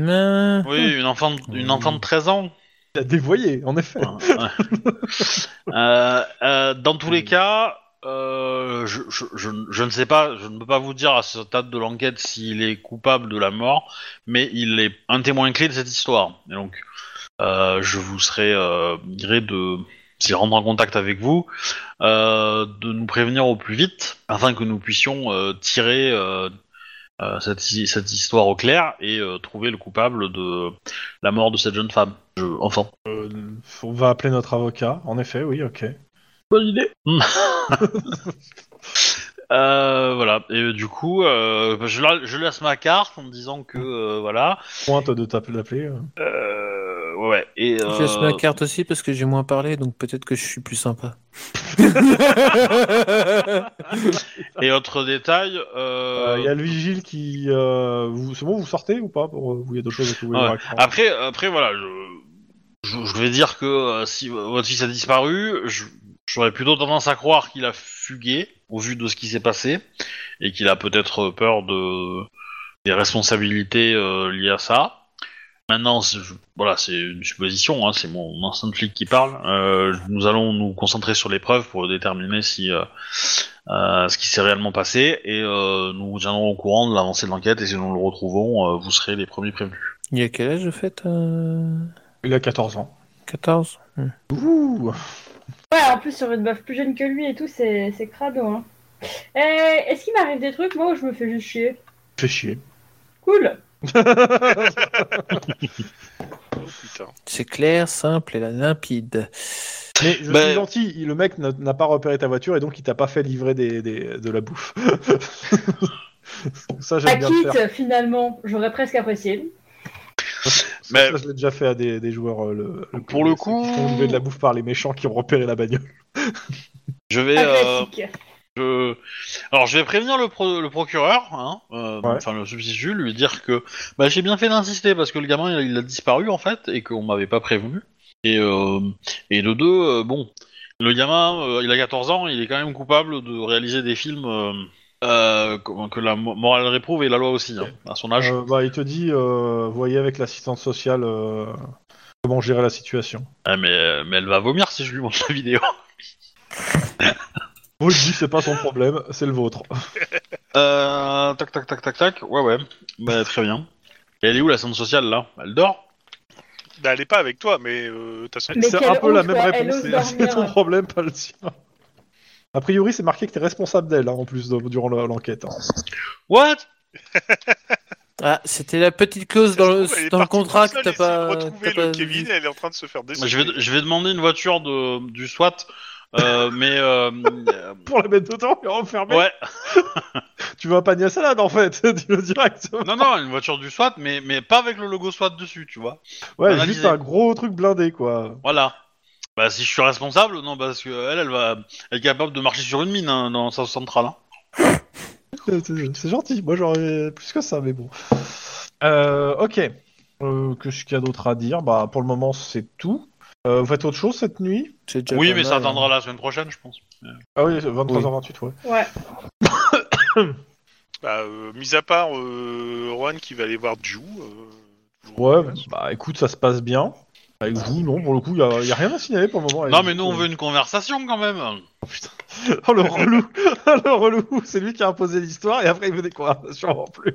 S2: mais-
S6: Oui, une enfant, de, une enfant de 13 ans.
S1: Il a dévoyé, en effet.
S6: Ouais. Euh, euh, dans tous les cas, euh, je, je- je- je ne sais pas, je ne peux pas vous dire à ce stade de l'enquête s'il est coupable de la mort, mais il est un témoin clé de cette histoire. Et donc, euh, je vous serais euh, gré de s'il rentre en contact avec vous, euh, de nous prévenir au plus vite, afin que nous puissions euh, tirer euh, euh, cette, hi- cette histoire au clair et euh, trouver le coupable de la mort de cette jeune femme, je, enfant.
S1: Euh, on va appeler notre avocat, en effet, oui, ok.
S6: Bonne idée. voilà. Et euh, du coup, euh, bah, je, la- je laisse ma carte en me disant que
S1: Mm.
S6: euh, voilà.
S1: Pointe de t'app- d'appeler. euh.
S6: Euh, ouais. Et euh,
S2: Je laisse ma carte aussi parce que j'ai moins parlé, donc peut-être que je suis plus sympa.
S6: et autre détail.
S1: Euh,
S6: euh,
S1: Il y a Louis Gilles qui. euh, vous- C'est bon, vous sortez ou pas pour, Vous il y a d'autres choses que vous voulez
S6: Ouais.
S1: me raconter
S6: Après, après voilà, je, je, je vais dire que euh, si votre fils a disparu, je- j'aurais plutôt tendance à croire qu'il a fugué au vu de ce qui s'est passé et qu'il a peut-être peur de des responsabilités euh, liées à ça. Maintenant, c'est- je- voilà, c'est une supposition, hein, c'est mon instinct de flic qui parle. Euh, nous allons nous concentrer sur les preuves pour déterminer si euh, euh, ce qui s'est réellement passé et euh, nous vous tiendrons au courant de l'avancée de l'enquête et si nous le retrouvons, euh, vous serez les premiers prévenus.
S2: Il y a quel âge, au fait euh, Hmm.
S1: Il a 14 ans.
S2: 14
S1: Ouh
S4: Ouais, en plus sur une meuf plus jeune que lui et tout, c'est c'est crado. Hein. Euh, Est-ce qu'il m'arrive des trucs, moi, où je me fais juste chier
S1: Fait chier.
S4: Cool.
S3: Oh putain.
S2: C'est clair, simple et limpide.
S1: Mais je
S6: Ben-
S1: suis gentil, il- le mec n'a- n'a pas repéré ta voiture et donc il t'a pas fait livrer des, des- de la bouffe. ça,
S4: À
S1: j'aime bien le faire.
S4: Bah, quitte, finalement, j'aurais presque apprécié.
S1: Ça,
S6: Mais-
S1: ça, je l'ai déjà fait à des, des joueurs. euh, le,
S6: Pour le
S1: ceux Qui se font
S6: coup-
S1: livrer de la bouffe par les méchants qui ont repéré la bagnole.
S6: Je vais,
S4: Pas
S6: euh,
S4: classique.
S6: je- alors je vais prévenir le, pro- le procureur, hein, euh,
S1: Ouais.
S6: enfin le substitut, lui dire que bah, j'ai bien fait d'insister parce que le gamin il, il a disparu en fait et qu'on m'avait pas prévenu. Et, euh, et de deux, euh, bon, le gamin euh, il a 14 ans, il est quand même coupable de réaliser des films euh, euh, que, que la mo- morale réprouve et la loi aussi hein, à son âge.
S1: Euh, bah, il te dit, euh, voyez avec l'assistante sociale euh, comment gérer la situation.
S6: Ah, mais, mais elle va vomir si je lui montre la vidéo.
S1: Vous le dites, c'est pas son problème, c'est le vôtre.
S6: Euh, tac tac tac tac tac, ouais ouais, bah, très bien. Et elle est où la scène sociale là Elle dort
S3: Bah, elle est pas avec toi, mais euh, t'as son-
S4: Mais-
S1: C'est
S4: quelle
S1: un peu la
S4: honte,
S1: même
S4: quoi, elle
S1: réponse,
S4: ose
S1: c'est-
S4: dormir.
S1: c'est ton problème, pas le sien. A priori, c'est marqué que t'es responsable d'elle, hein, en plus, de- durant le- l'enquête. hein.
S6: What
S2: Ah, c'était la petite clause
S3: Ça
S2: dans
S3: se
S2: le,
S3: trouve, elle est
S2: dans le
S3: partie
S2: contrat que
S3: toute
S2: t'as
S3: seule, essayer de
S2: pas.
S3: retrouver
S2: t'as pas
S3: le Kevin,
S2: vu.
S3: elle est en train de se faire
S6: Bah,
S3: déchirer.
S6: je, vais, je vais demander une voiture de, du SWAT, euh, mais euh, euh,
S1: Pour la mettre dedans et renfermer,
S6: ouais,
S1: tu veux un panier à salade, en fait, dis-le direct.
S6: non non, une voiture du SWAT, mais mais pas avec le logo SWAT dessus, tu vois.
S1: Ouais,
S6: analyser.
S1: juste un gros truc blindé, quoi.
S6: Voilà. Bah si je suis responsable, non parce que elle, elle va, elle est capable de marcher sur une mine hein, dans South Central. hein.
S1: C'est- C'est c'est gentil, moi j'aurais plus que ça, mais bon. Euh, ok. Euh, Qu'est-ce qu'il y a d'autre à dire Bah, pour le moment, c'est tout. Euh, vous faites autre chose cette nuit
S2: C'est déjà
S6: Oui,
S2: pas
S6: mais ça
S2: mal, hein.
S6: attendra la semaine prochaine, je pense.
S1: Ah oui, 23h28, ouais.
S4: Ouais.
S3: Bah, euh, mis à part euh, Juan qui va aller voir Ju. euh, toujours-
S1: Ouais, bah écoute, ça se passe bien. Avec vous, non, pour le coup, il n'y a, rien à signaler pour le moment.
S6: Non, mais nous, on veut une conversation quand même.
S1: Oh le relou Le relou C'est lui qui a imposé l'histoire et après il veut des conversations en plus.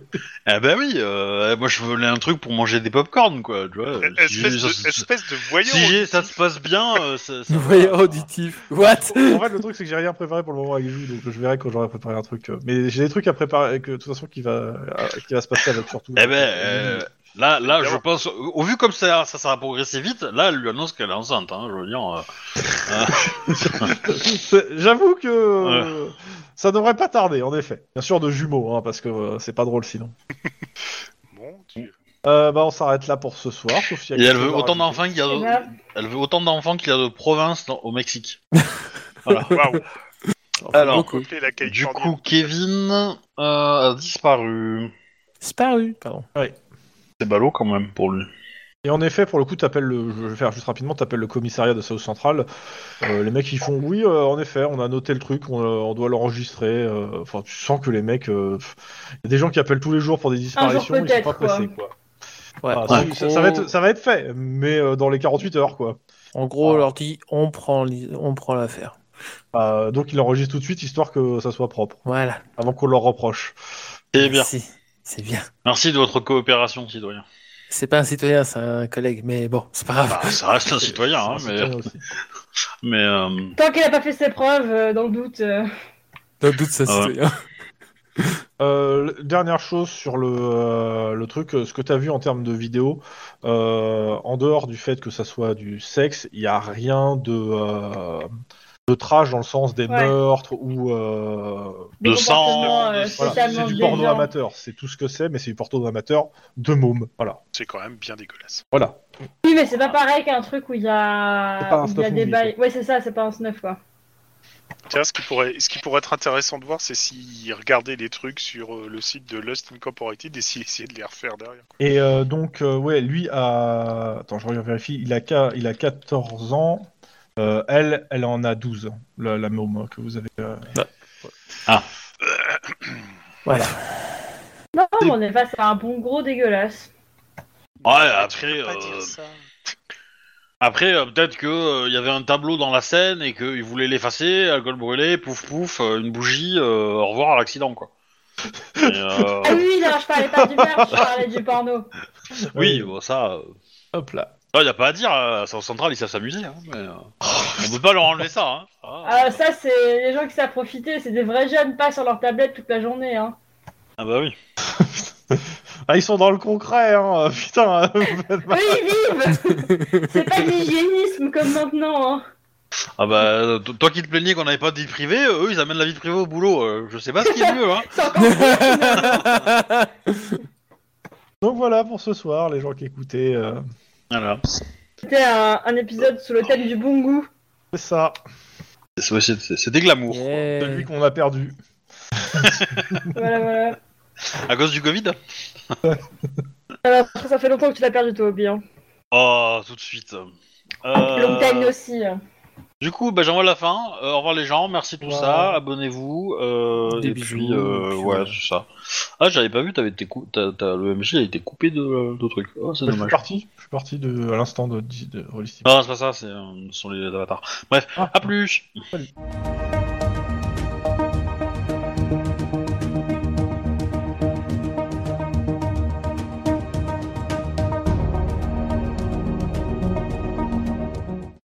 S6: Eh ben oui, euh, moi, je voulais un truc pour manger des popcorn, quoi. Tu vois,
S3: Euh,
S6: si
S3: Espèce
S6: j'ai-
S3: de,
S6: ça,
S3: espèce de voyant.
S6: si j'ai- ça se passe bien, euh, ça, ça-
S2: Voyez auditif. What
S1: en fait, le truc, c'est que j'ai rien préparé pour le moment avec vous, donc je verrai quand j'aurai préparé un truc. euh. Mais j'ai des trucs à préparer, que, de toute façon, qui va, euh, qui va se passer avec surtout.
S6: Eh ben, euh, là, là, je
S3: Évidemment.
S6: pense, au vu comme ça, ça, ça va progresser vite, là, elle lui annonce qu'elle est enceinte, hein, je veux dire. euh,
S1: C'est- J'avoue que euh, ça devrait pas tarder, en effet. Bien sûr, de jumeaux, hein, parce que euh, c'est pas drôle sinon.
S3: Mon Dieu.
S1: Euh, bah, on s'arrête là pour ce soir. sauf s'il y a
S6: Et elle
S1: quelque
S6: veut
S1: chose à
S6: autant
S1: rajouter.
S6: d'enfants qu'il y a
S4: Eh
S6: de,
S4: ben.
S6: elle veut autant d'enfants qu'il y a de provinces dans- au Mexique.
S3: Waouh.
S6: Alors,
S2: Beaucoup.
S3: Peupler la
S6: Du
S3: Californie.
S6: coup, Kevin euh, a disparu.
S2: Disparu, pardon.
S6: C'est ballot quand même pour lui.
S1: Et en effet, pour le coup, t'appelles le, je vais faire juste rapidement, t'appelles le commissariat de South Central. Euh, les mecs, ils font oui, euh, en effet, on a noté le truc, on, euh, on doit l'enregistrer. euh, Enfin, tu sens que les mecs, euh, pff, y a des gens qui appellent tous les jours pour des disparitions, ils sont
S4: peut-être,
S1: pas
S4: quoi.
S1: pressés, quoi.
S2: Ouais.
S1: Ah,
S2: en,
S1: ça-
S2: gros,
S1: ça, ça va être, ça va être fait, mais euh, dans les 48 heures, quoi.
S2: en gros,
S1: Ah.
S2: on leur dit on prend, l'i- on prend l'affaire.
S1: Euh, donc, ils l'enregistrent tout de suite, histoire que ça soit propre,
S2: Voilà.
S1: avant qu'on leur reproche. Eh
S6: C'est Eh bien.
S2: Merci. C'est bien.
S6: Merci de votre coopération, citoyen.
S2: C'est pas un citoyen, c'est un collègue, mais bon, c'est pas
S1: Ah.
S2: grave.
S6: Bah, ça reste un citoyen, hein,
S1: C'est un
S6: mais,
S1: citoyen aussi.
S6: mais euh,
S4: Tant qu'il a pas fait ses preuves, euh, dans le doute. euh,
S2: Dans le doute, c'est un
S6: Ah ouais.
S2: citoyen.
S1: Euh, le- dernière chose sur le, euh, le truc, euh, ce que tu as vu en termes de vidéo, euh, en dehors du fait que ça soit du sexe, il n'y a rien de, euh, de trash dans le sens des
S4: Ouais.
S1: meurtres ou. euh,
S4: des
S6: De sang,
S4: comportements, euh,
S1: voilà,
S6: de- Totalement
S1: c'est
S4: socialement
S1: du porno
S4: déviants.
S1: amateur, c'est tout ce que c'est, mais c'est du porno amateur de môme. Voilà.
S3: C'est quand même bien dégueulasse.
S1: voilà.
S4: Oui, mais c'est pas pareil qu'un truc où il y
S1: C'est pas
S4: a,
S1: un
S4: où il y a
S1: snuff
S4: des
S1: movie,
S4: bails. Ouais, c'est ça, c'est pas un snuff quoi.
S3: Tiens, ce qui pourrait, ce qui pourrait être intéressant de voir, c'est s'ils regardaient les trucs sur euh, le site de Lust Incorporated et s'ils essayaient de les refaire derrière.
S1: Et euh, donc, euh, ouais, lui a. Attends, je vérifie, il a, qua- il a 14 ans. Euh, elle, elle en a 12, la, la môme que vous avez. euh,
S4: Non,
S1: C'est-
S4: mais on est face à un bon gros dégueulasse.
S6: ouais, après,
S3: Pas
S6: euh,
S3: dire ça.
S6: après euh, peut-être que euh, il y avait un tableau dans la scène et qu'il voulait l'effacer, alcool brûlé, pouf pouf, euh, une bougie, euh, au revoir à l'accident, quoi. Et, euh,
S4: Ah oui, non, je parlais pas du meurtre, je parlais du porno.
S6: oui, bon, ça. euh,
S1: Hop là.
S6: Il n'y a pas à dire, euh, c'est en centrale, ils savent s'amuser. Hein, mais, euh, on peut pas leur enlever ça. Hein. Ah,
S4: Ah, ça, c'est les gens qui savent profiter, c'est des vrais jeunes, pas sur leur tablette toute la journée. Hein.
S6: ah bah oui.
S1: Ah, ils sont dans le concret, hein, putain.
S4: Oui, ils vivent C'est pas de l'hygiénisme comme maintenant. Hein.
S6: Ah bah, euh, to- toi qui te plaignais qu'on n'avait pas de vie privée, euh, eux ils amènent la vie privée au boulot. euh, je sais pas ce qui est mieux. Hein.
S4: C'est encore pire, finalement.
S1: Donc voilà pour ce soir, les gens qui écoutaient, euh,
S6: Voilà.
S4: C'était un, un épisode sous le thème du bon goût.
S1: c'est ça,
S6: C'est- c'est- C'était glamour.
S2: Yeah.
S1: celui qu'on a perdu.
S4: Voilà, voilà.
S6: À cause du Covid
S4: Alors, après, ça fait longtemps que tu l'as perdu, toi, Obi. Hein.
S6: Oh, tout de suite. Euh,
S4: Longtime aussi. hein.
S6: du coup, bah, j'envoie la fin. Euh, au revoir les gens, merci de tout
S1: Voilà.
S6: ça. Abonnez-vous. euh,
S2: Des
S6: et
S2: bisous,
S6: Puis, euh,
S2: et puis,
S6: ouais,
S2: ouais.
S6: c'est ça. Ah, j'avais pas vu, t'avais été cou- t'as- t'as- le MJ a été coupé de, de trucs. Oh, c'est
S1: Je suis
S6: dommage.
S1: parti, je suis parti de, à l'instant de, de, de Holistic.
S6: Non, c'est pas ça, c'est, euh, ce sont les avatars. Bref,
S1: Ah.
S6: à plus
S1: Salut.
S4: Salut.